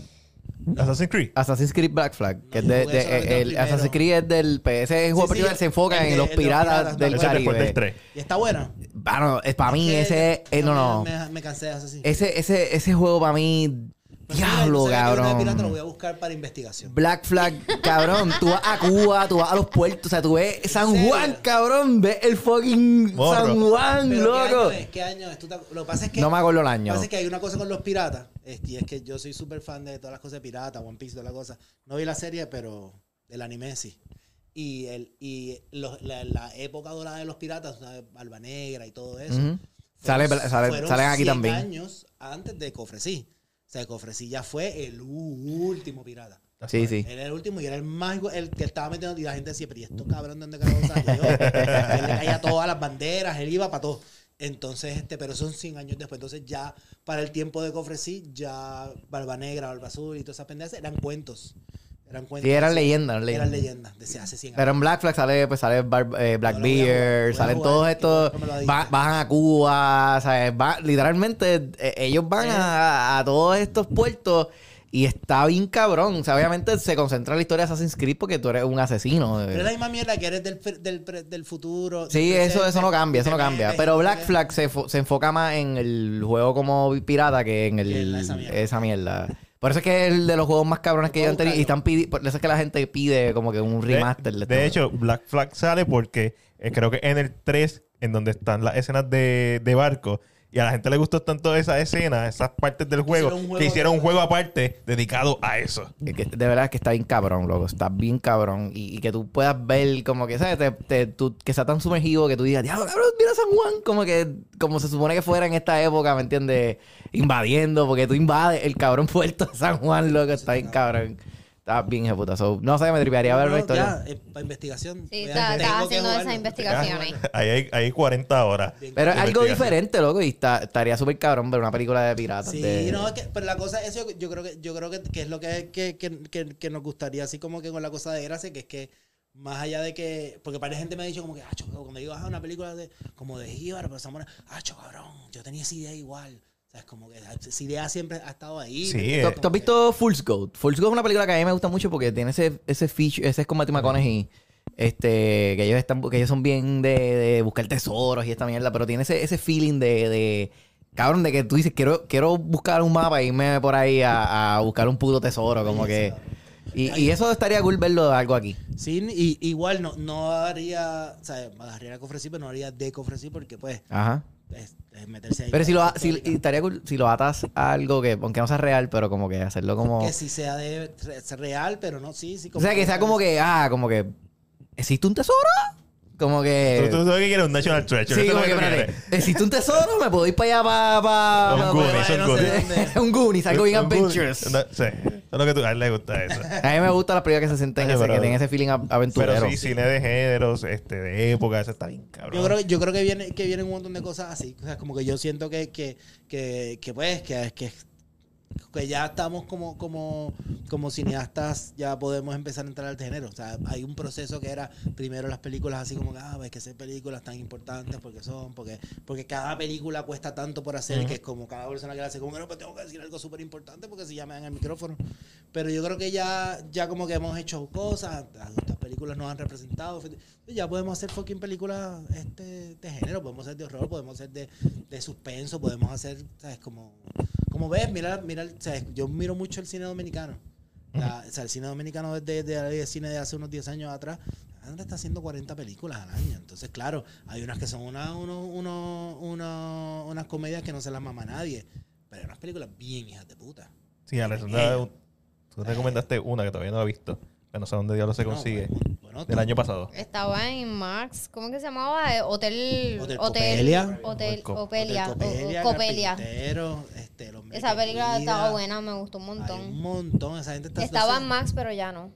Speaker 1: Assassin's Creed.
Speaker 2: Assassin's Creed Black Flag. Que es de,
Speaker 3: yo jugué
Speaker 2: de- eh,
Speaker 3: solamente
Speaker 2: el-
Speaker 3: los primeros.
Speaker 2: Assassin's Creed es del PS. Ese juego
Speaker 3: Sí, sí,
Speaker 2: principal se
Speaker 3: el
Speaker 2: enfoca
Speaker 3: de-
Speaker 2: en los
Speaker 3: el de los
Speaker 2: piratas
Speaker 3: piratas,
Speaker 2: del
Speaker 3: no,
Speaker 1: Eso es después del
Speaker 2: Caribe.
Speaker 1: 3.
Speaker 3: Y está buena.
Speaker 2: Bueno, es para mí
Speaker 3: Que-
Speaker 2: ese... eh, no, no.
Speaker 3: Me, me cansé de hacer así.
Speaker 2: Ese, ese, ese juego para mí...
Speaker 3: Pues mira,
Speaker 2: Diablo,
Speaker 3: no sabía que era una pirata, lo voy
Speaker 2: cabrón.
Speaker 3: a buscar para investigación.
Speaker 2: Black Flag, cabrón. Tú vas a Cuba, tú vas a los puertos. O sea, tú ves San
Speaker 3: serio?
Speaker 2: Juan, cabrón. Ves el fucking
Speaker 1: Morro.
Speaker 2: San Juan,
Speaker 3: Pero, ¿qué
Speaker 2: loco.
Speaker 3: año es? ¿Qué año es? Tú te- Lo que pasa es que,
Speaker 2: No me acuerdo el
Speaker 3: lo que
Speaker 2: año.
Speaker 3: pasa es que hay una cosa con los piratas. este, y es que yo soy súper fan de todas las cosas de pirata, One Piece, todas las cosas. No vi la serie, pero el anime sí. Y, el, y los- la, la época dorada de los piratas, ¿sabes? Barba Negra y todo eso.
Speaker 2: Ujú. Sale- sale-
Speaker 3: fueron
Speaker 2: salen aquí
Speaker 3: 100
Speaker 2: también.
Speaker 3: años antes de Cofresí. O sea, Cofresí ya fue el u- último pirata.
Speaker 2: Sí, sí.
Speaker 3: Era el último y era el más gu- el que estaba metiendo y la gente decía, pero ¿y esto cabrón de dónde cabrón salió? *laughs* él le caía todas las banderas, él iba para todo. Entonces, este, pero son 100 años después. Entonces, ya para el tiempo de Cofresí, ya Barba Negra, Barba Azul y todas esas pendejas eran cuentos. Eran cuentos.
Speaker 2: Sí, eran
Speaker 3: así,
Speaker 2: leyendas, eran
Speaker 3: Eran
Speaker 2: leyendas.
Speaker 3: leyendas. Decía hace 100 años.
Speaker 2: Pero en Black Flag sale, pues sale Bar- eh, Black
Speaker 3: No, lo voy a jugar,
Speaker 2: Beer,
Speaker 3: voy a
Speaker 2: salen
Speaker 3: jugar,
Speaker 2: todos
Speaker 3: y
Speaker 2: estos,
Speaker 3: no me lo digas.
Speaker 2: va- bajan a Cuba, ¿sabes? Va- literalmente eh, ellos van a, a todos estos puertos y está bien cabrón. O sea, obviamente se concentra en la historia de Assassin's Creed porque tú eres un asesino. eh.
Speaker 3: Pero es la misma mierda que eres del, pre- del, pre- del futuro. del
Speaker 2: Sí, eso, eso no
Speaker 3: presente,
Speaker 2: cambia, eso no
Speaker 3: te
Speaker 2: cambia.
Speaker 3: metes,
Speaker 2: Pero
Speaker 3: te
Speaker 2: Black
Speaker 3: metes.
Speaker 2: Flag se, fo- se enfoca más en el juego como pirata que en
Speaker 3: Que en
Speaker 2: el,
Speaker 3: la- esa
Speaker 2: esa,
Speaker 3: mierda.
Speaker 2: mierda. Por eso es que es el de los juegos más cabrones que
Speaker 3: Voy a
Speaker 2: yo han tenido. Y están pidi- por eso es que la gente pide como que un
Speaker 1: De-
Speaker 2: remaster.
Speaker 1: De,
Speaker 2: todo.
Speaker 1: hecho, Black Flag sale porque eh, creo que en el 3, en donde están las escenas de, de barco, y a la gente le gustó tanto esa escena, esas partes del juego,
Speaker 3: Hicieron un juego
Speaker 1: que hicieron un
Speaker 3: de-
Speaker 1: juego aparte dedicado a eso.
Speaker 2: Es que De verdad que está bien cabrón, loco. Está bien cabrón. Y, y que tú puedas ver como que, ¿sabes? Te- te- tú- que sea tan sumergido que tú digas, diablo, cabrón, mira San Juan. Como que, como se supone que fuera en esta época, ¿me entiendes? Invadiendo, porque tú invades el cabrón puerto de San Juan, loco. Está bien cabrón. Está bien ejecutado. No sé, me tripearía ver
Speaker 3: No,
Speaker 2: la
Speaker 3: no,
Speaker 2: historia.
Speaker 3: ya, eh, para investigación.
Speaker 4: Sí,
Speaker 3: Voy a-
Speaker 4: está-
Speaker 3: tengo
Speaker 4: estás
Speaker 3: que
Speaker 4: haciendo
Speaker 3: jugarlo.
Speaker 4: esas investigaciones.
Speaker 1: Ahí hay, hay 40 horas.
Speaker 3: Bien
Speaker 2: Pero es
Speaker 1: de
Speaker 2: algo
Speaker 1: investigación.
Speaker 2: diferente, loco. Y está- estaría súper cabrón ver una película de piratas.
Speaker 3: Sí,
Speaker 2: de-
Speaker 3: no, es que, pero la cosa es, yo, yo creo que yo creo que, que es lo que, que, que, que- que nos gustaría, así como que con la cosa de gracia, que es que más allá de que, porque para gente me ha dicho como que, ah, cho, cuando digo, ah, una película de, como de Jíbar, pero Zamora, ah, cho, cabrón, yo tenía esa idea igual. O sea, es como que ah, esa idea siempre ha estado ahí.
Speaker 1: Sí,
Speaker 2: ¿Tú,
Speaker 1: eh,
Speaker 2: tú has visto Fool's Gold? Fool's Gold es una película que a mí me gusta mucho porque tiene ese, ese feature, ese es con Matthew McConaughey. Este, que ellos están, que ellos son bien de, de buscar tesoros y esta mierda, pero tiene ese, ese feeling de, de- cabrón, de que tú dices, quiero, quiero buscar un mapa e irme por ahí a, a buscar un puto tesoro, como que. Y, y eso estaría cool verlo algo aquí.
Speaker 3: Sí, y, igual no, no haría, o sea, agarraría cofresí, pero no haría de cofresí porque pues
Speaker 2: Ajá.
Speaker 3: es, es meterse ahí.
Speaker 2: Pero si lo, ha- si, y
Speaker 3: Histórica.
Speaker 2: estaría cool si lo atas a algo que, aunque no sea real, pero como que hacerlo como.
Speaker 3: que si sea de es real, pero no, sí, sí.
Speaker 2: O sea, que sea como que, ah, como que. ¿Existe un tesoro? Como que.
Speaker 1: Tú, tú sabes que quieres un National Treasure.
Speaker 2: Sí,
Speaker 1: eso es
Speaker 2: como
Speaker 1: lo
Speaker 2: que,
Speaker 1: que tú
Speaker 2: espérate,
Speaker 1: quieres.
Speaker 2: ¿existe un tesoro? ¿Me puedo ir para allá para...? Pa,
Speaker 1: Un
Speaker 2: pa-
Speaker 1: Goonies,
Speaker 2: pa-
Speaker 1: un
Speaker 2: no
Speaker 1: Goonies.
Speaker 2: sé. un Goonies, algo bien
Speaker 1: Un good-
Speaker 2: adventurous.
Speaker 1: No, sí, eso es lo que tú, a él le gusta
Speaker 3: *laughs*
Speaker 1: eso.
Speaker 2: A mí me gusta las películas que se sienten,
Speaker 1: Oye,
Speaker 2: ese,
Speaker 1: pero-
Speaker 2: que tienen ese feeling a- aventurero.
Speaker 1: Pero sí, cine de géneros, este, de época, eso está bien cabrón.
Speaker 3: Yo creo, yo creo que viene, que vienen un montón de cosas así. O sea, como que yo siento que, que, que, que pues, que, que, que ya estamos como, como, como cineastas, ya podemos empezar a entrar al género. O sea, hay un proceso que era primero las películas así como que, ah, es que ser películas tan importantes porque son, porque, porque cada película cuesta tanto por hacer, que es como cada persona que la hace, como que no, pues tengo que decir algo súper importante porque si ya me dan el micrófono. Pero yo creo que ya, ya como que hemos hecho cosas, estas películas nos han representado. Ya podemos hacer fucking películas este, de género, podemos hacer de horror, podemos hacer de, de suspenso, podemos hacer, ¿sabes? Como, como ves, mira, mira, ¿sabes? yo miro mucho el cine dominicano. La- o sea, el cine dominicano desde, desde el cine de hace unos 10 años atrás Andra está haciendo 40 películas al año. Entonces, claro, hay unas que son una, uno, uno, uno- unas comedias que no se las mama nadie. Pero hay unas películas bien hijas de puta.
Speaker 1: Sí, Alex,
Speaker 3: Bien.
Speaker 1: la- tú recomendaste una que todavía no la he visto. Pero no sé dónde diablos se
Speaker 3: No,
Speaker 1: consigue.
Speaker 3: bueno, bueno,
Speaker 1: Del año pasado.
Speaker 4: Estaba en Max, ¿cómo es que se llamaba? Eh, Hotel.
Speaker 3: Hotel
Speaker 4: Hotel.
Speaker 3: Copelia.
Speaker 4: Hotel.
Speaker 1: Hotel Cop-
Speaker 4: Copelia.
Speaker 3: Hotel
Speaker 4: o- o-
Speaker 3: Copelia.
Speaker 4: Copelia.
Speaker 3: Carpintero, este, El hombre
Speaker 4: Esa
Speaker 3: que
Speaker 4: película
Speaker 3: cuida.
Speaker 4: estaba buena, me gustó un
Speaker 3: Hay
Speaker 4: montón.
Speaker 3: un montón. Esa gente está
Speaker 4: Estaba en
Speaker 3: haciendo-
Speaker 4: Max, pero ya no.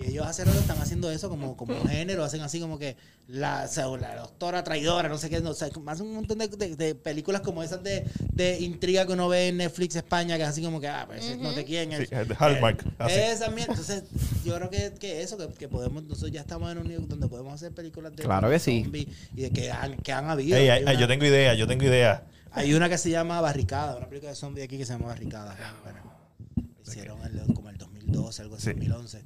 Speaker 3: Y ellos hace rato están haciendo eso como, como
Speaker 4: *laughs*
Speaker 3: un género, hacen así como que la, o sea, la doctora traidora, no sé qué, no, o sea, como hacen un montón de, de- de películas como esas de, de intriga que uno ve en Netflix España, que es así como que, ah, pues no te quieren.
Speaker 1: Sí,
Speaker 3: el-
Speaker 1: es de
Speaker 3: Eh,
Speaker 1: Hallmark. así.
Speaker 3: esa mierda. Entonces, yo creo que, que eso, que, que podemos, nosotros ya estamos en un nivel donde podemos hacer películas de
Speaker 2: Claro que sí.
Speaker 3: zombies y de que han, que han habido.
Speaker 1: Ey,
Speaker 3: hay,
Speaker 1: ay, ay,
Speaker 3: una,
Speaker 1: yo tengo idea, yo tengo idea.
Speaker 3: hay una que se llama Barricada, una película de zombies aquí que se llama Barricada. Bueno, hicieron en el- como el 2012, algo así,
Speaker 1: Sí. Eh.
Speaker 3: 2011.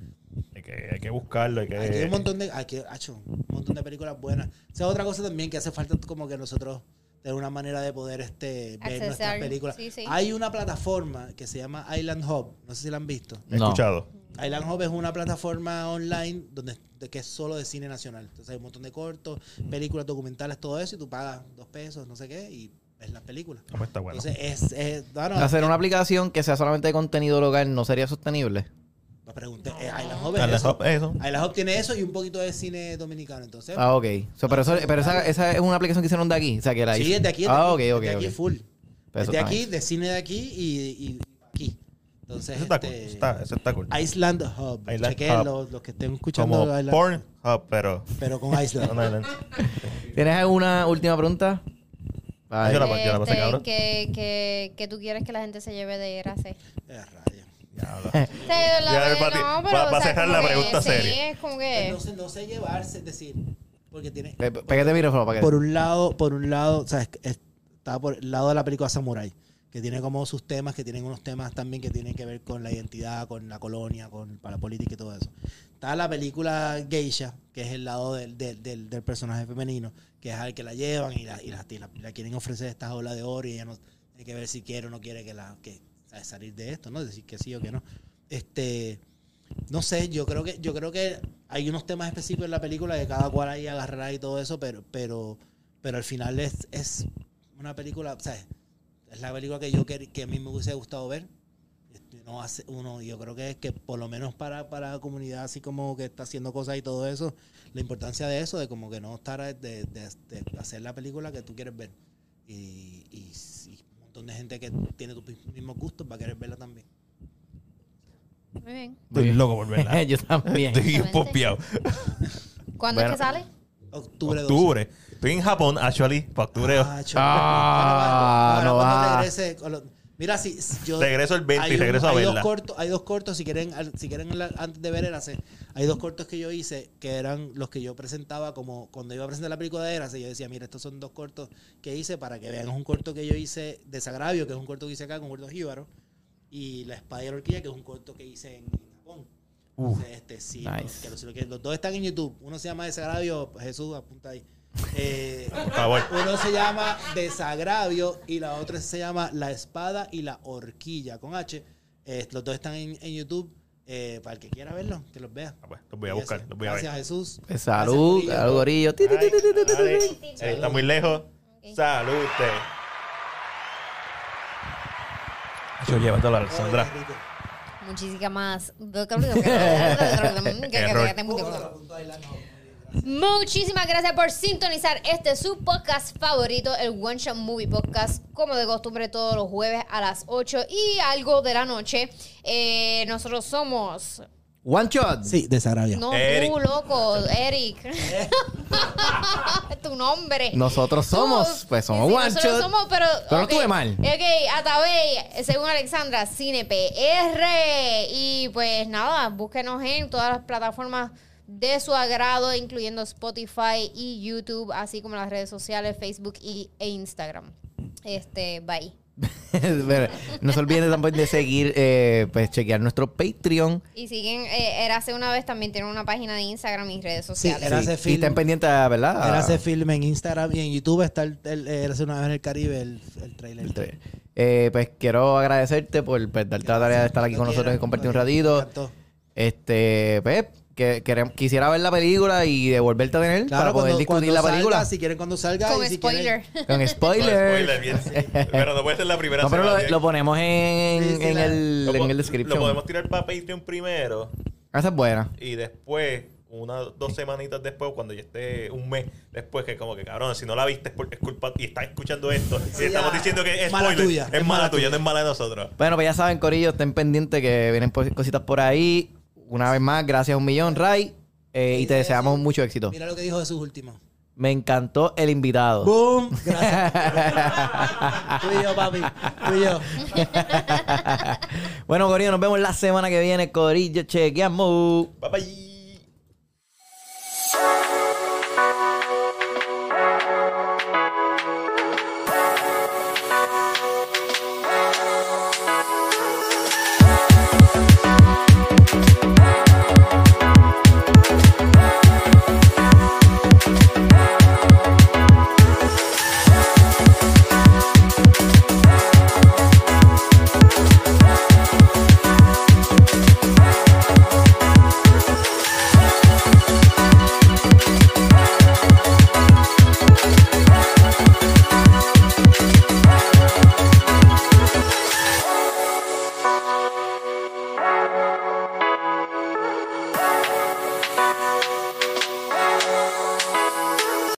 Speaker 1: Hay que, hay que buscarlo, hay que...
Speaker 3: Aquí hay un montón de, aquí, acho, un montón de películas buenas. O sea, otra cosa también que hace falta como que nosotros tener una manera de poder este ver
Speaker 4: Accesar,
Speaker 3: nuestras películas.
Speaker 4: sí, sí.
Speaker 3: Hay una plataforma que se llama Island Hub, no sé si la han visto.
Speaker 1: He
Speaker 2: No.
Speaker 1: escuchado.
Speaker 3: Island Hub es una plataforma online donde de- que es solo de cine nacional. Entonces hay un montón de cortos, películas, documentales, todo eso y tú pagas dos pesos, no sé qué y ves las películas.
Speaker 1: No, pues está bueno.
Speaker 3: Entonces es, es no, no,
Speaker 2: Hacer una aplicación que sea solamente de contenido local no sería sostenible.
Speaker 3: no pregunté, eh, Island Hub es
Speaker 1: Dale,
Speaker 3: eso.
Speaker 1: hop, eso.
Speaker 3: Island Hub tiene eso y un poquito de cine dominicano, entonces
Speaker 2: Ah, ok. So, pero eso- pero esa, esa es una aplicación que hicieron de aquí. O sea, que la
Speaker 3: Sí, es de aquí, es de
Speaker 2: Ah, ok,
Speaker 3: aquí,
Speaker 2: ok.
Speaker 3: es de aquí
Speaker 2: ok.
Speaker 3: full.
Speaker 2: Pues
Speaker 3: es
Speaker 2: eso
Speaker 3: de
Speaker 2: está
Speaker 3: aquí,
Speaker 2: nice.
Speaker 3: de cine de aquí y, y aquí. Entonces,
Speaker 1: Eso está cool.
Speaker 3: este,
Speaker 1: Eso está, eso está cool.
Speaker 3: Island Hub.
Speaker 1: Island
Speaker 3: Chequen
Speaker 1: Hub.
Speaker 3: Los, los que estén escuchando
Speaker 1: Como
Speaker 3: Island-
Speaker 1: porn hub, pero...
Speaker 3: Pero con
Speaker 1: *laughs* no,
Speaker 3: Island.
Speaker 1: no, no.
Speaker 2: ¿Tienes alguna última pregunta? Ay,
Speaker 1: Eso la partida, la pasa,
Speaker 4: Este,
Speaker 1: cabrón.
Speaker 4: que, que, que tú quieres que la gente se lleve de RAC.
Speaker 3: Eh, rayo.
Speaker 1: Diablo.
Speaker 4: Sí,
Speaker 1: Ya,
Speaker 4: la
Speaker 1: para ti-
Speaker 4: no, pero,
Speaker 1: para-
Speaker 4: o
Speaker 1: para
Speaker 4: sea,
Speaker 1: cerrar
Speaker 4: como
Speaker 1: la
Speaker 4: que
Speaker 1: pregunta
Speaker 4: Sí,
Speaker 1: seria.
Speaker 4: es como
Speaker 3: Pues
Speaker 4: que...
Speaker 3: No sé, no sé llevarse, es decir, porque tiene...
Speaker 2: pe- pe- Pégate el micrófono para que...
Speaker 3: Por un lado, por un lado, o sea, es- es- está por el lado de la película Samurai, que tiene como sus temas, que tienen unos temas también que tienen que ver con la identidad, con la colonia, con para la política y todo eso. Está la película Geisha, que es el lado del, del, del- del personaje femenino, que es al que la llevan y la, y la, y la- la quieren ofrecer esta ola de oro y ella no tiene que ver si quiere o no quiere que la que ¿sabes? salir de esto, ¿no? Decir que sí o que no. Este no sé, yo creo que yo creo que hay unos temas específicos en la película que cada cual ahí agarrará y todo eso, pero pero pero al final es, es una película, o sea, es la película que yo quer- que a mí me hubiese gustado ver. Este, Uno hace, uno, yo creo que es que por lo menos para, para la comunidad así como que está haciendo cosas y todo eso, la importancia de eso, de como que no estar a- de, de- de hacer la película que tú quieres ver. Y, y si un montón de gente que tiene tus mismos gustos va a querer verla también.
Speaker 4: Muy bien.
Speaker 1: Estoy loco por verla.
Speaker 2: *laughs* Yo
Speaker 1: *laughs*
Speaker 2: también.
Speaker 1: Estoy pompeado.
Speaker 4: ¿Cuándo
Speaker 2: Bueno.
Speaker 4: es que sale?
Speaker 3: Octubre, 12.
Speaker 1: Octubre. Estoy en Japón, actually, para octubre.
Speaker 3: Ah, chorro.
Speaker 2: Ah,
Speaker 3: Ahora
Speaker 2: no
Speaker 3: cuando
Speaker 2: va.
Speaker 3: regrese, con lo- mira, si, si yo.
Speaker 1: Regreso el 20 y
Speaker 3: hay un-
Speaker 1: regreso a
Speaker 3: hay
Speaker 1: verla.
Speaker 3: Dos cortos, hay dos cortos, si quieren, al- si quieren la- antes de ver Érase, hay dos cortos que yo hice que eran los que yo presentaba como cuando iba a presentar la película de Érase. Yo decía, mira, estos son dos cortos que hice para que vean. Es un corto que yo hice de Sagravio, que es un corto que hice acá con Gordo Jíbaro, y La Espada y la Horquilla, que es un corto que hice en, en Japón.
Speaker 1: Uf.
Speaker 3: Entonces, este, sí,
Speaker 2: Nice.
Speaker 3: los, que los- los que- los dos están en YouTube. Uno se llama Desagravio, Jesús, apunta ahí. Eh,
Speaker 1: Por favor. Ah,
Speaker 3: uno se llama Desagravio y la otra se llama La Espada y la Horquilla con H. Eh, los dos están en, en YouTube. Eh, para el que quiera verlo, que los vea.
Speaker 1: Ah, pues, Los voy a buscar,
Speaker 3: Gracias.
Speaker 1: los voy a ver.
Speaker 3: Gracias, Jesús.
Speaker 2: Pues Salud,
Speaker 3: Gracias,
Speaker 2: salud, gorillo. Ti, ti, ti, ti, ti, ti, ti.
Speaker 1: Ay, ay, eh, Está muy lejos.
Speaker 4: Ok.
Speaker 1: Salud. Yo llévatelo a Alexandra.
Speaker 3: Ay, rico.
Speaker 4: Muchísimas
Speaker 1: *laughs*
Speaker 4: mm,
Speaker 1: Error.
Speaker 4: Muchísimas gracias por sintonizar este su podcast favorito, el One Shot Movie Podcast, como de costumbre todos los jueves a las 8 y algo de la noche. Eh, nosotros somos...
Speaker 2: One shot.
Speaker 3: Sí, Desagravio.
Speaker 4: No,
Speaker 1: Eric.
Speaker 4: tú, loco, Eric. *laughs* tu nombre.
Speaker 2: Nosotros somos, pues somos
Speaker 4: sí,
Speaker 2: One
Speaker 4: nosotros
Speaker 2: Shot.
Speaker 4: somos, pero.
Speaker 2: Pero
Speaker 4: ok,
Speaker 2: estuve mal.
Speaker 4: Ok, Atabey, según Alexandra, Cine PR. Y pues nada, búsquenos en todas las plataformas de su agrado, incluyendo Spotify y YouTube, así como las redes sociales, Facebook y, e Instagram. Este, bye.
Speaker 2: *laughs* Pero no se olviden tampoco de seguir, eh, pues chequear nuestro Patreon.
Speaker 4: Y siguen, eh, Erase una vez también tienen una página de Instagram y redes sociales.
Speaker 3: Era ese
Speaker 2: y
Speaker 3: film.
Speaker 2: estén pendientes, ¿verdad?
Speaker 3: Era ese film en Instagram y en YouTube está el, el- Érase una vez en el Caribe el, el trailer.
Speaker 2: El trailer. Eh, pues quiero agradecerte por pues, darte la tarea de estar aquí con nosotros y compartir un ratito. Este, pues, que, querem- quisiera ver la película y devolverte a tener para poder discutir la película.
Speaker 3: si quieren cuando salga.
Speaker 4: Con
Speaker 3: eh, y si
Speaker 4: spoiler.
Speaker 3: *laughs*
Speaker 2: Con spoilers.
Speaker 1: bien, sí. Pero no puede ser la primera
Speaker 2: No, pero lo,
Speaker 1: semana.
Speaker 2: lo ponemos en,
Speaker 3: Sí, sí,
Speaker 2: en
Speaker 3: la-
Speaker 2: el,
Speaker 1: Lo
Speaker 2: en
Speaker 1: po-
Speaker 2: el
Speaker 1: Lo
Speaker 2: description.
Speaker 1: podemos tirar para Patreon primero
Speaker 2: Esa es buena.
Speaker 1: y después, una, dos semanitas después, cuando ya esté un mes después, que como que cabrón, si no la viste es, por- es culpa y estás escuchando esto y
Speaker 3: Sí,
Speaker 1: estamos
Speaker 3: ya.
Speaker 1: diciendo que es
Speaker 3: Mala
Speaker 1: spoiler,
Speaker 3: tuya,
Speaker 1: es mala tuya, no es mala de nosotros.
Speaker 2: Bueno, pues ya saben, Corillo, estén pendientes que vienen po- cositas por ahí. Una vez más, gracias un millón, Ray. eh, y te deseamos mucho éxito.
Speaker 3: Mira lo que dijo de sus últimos.
Speaker 2: Me encantó el invitado.
Speaker 3: ¡Boom! Gracias. Tú y yo, papi. Tú y yo.
Speaker 2: Bueno, Corillo, nos vemos la semana que viene. Corillo, chequeamos.
Speaker 1: Bye bye.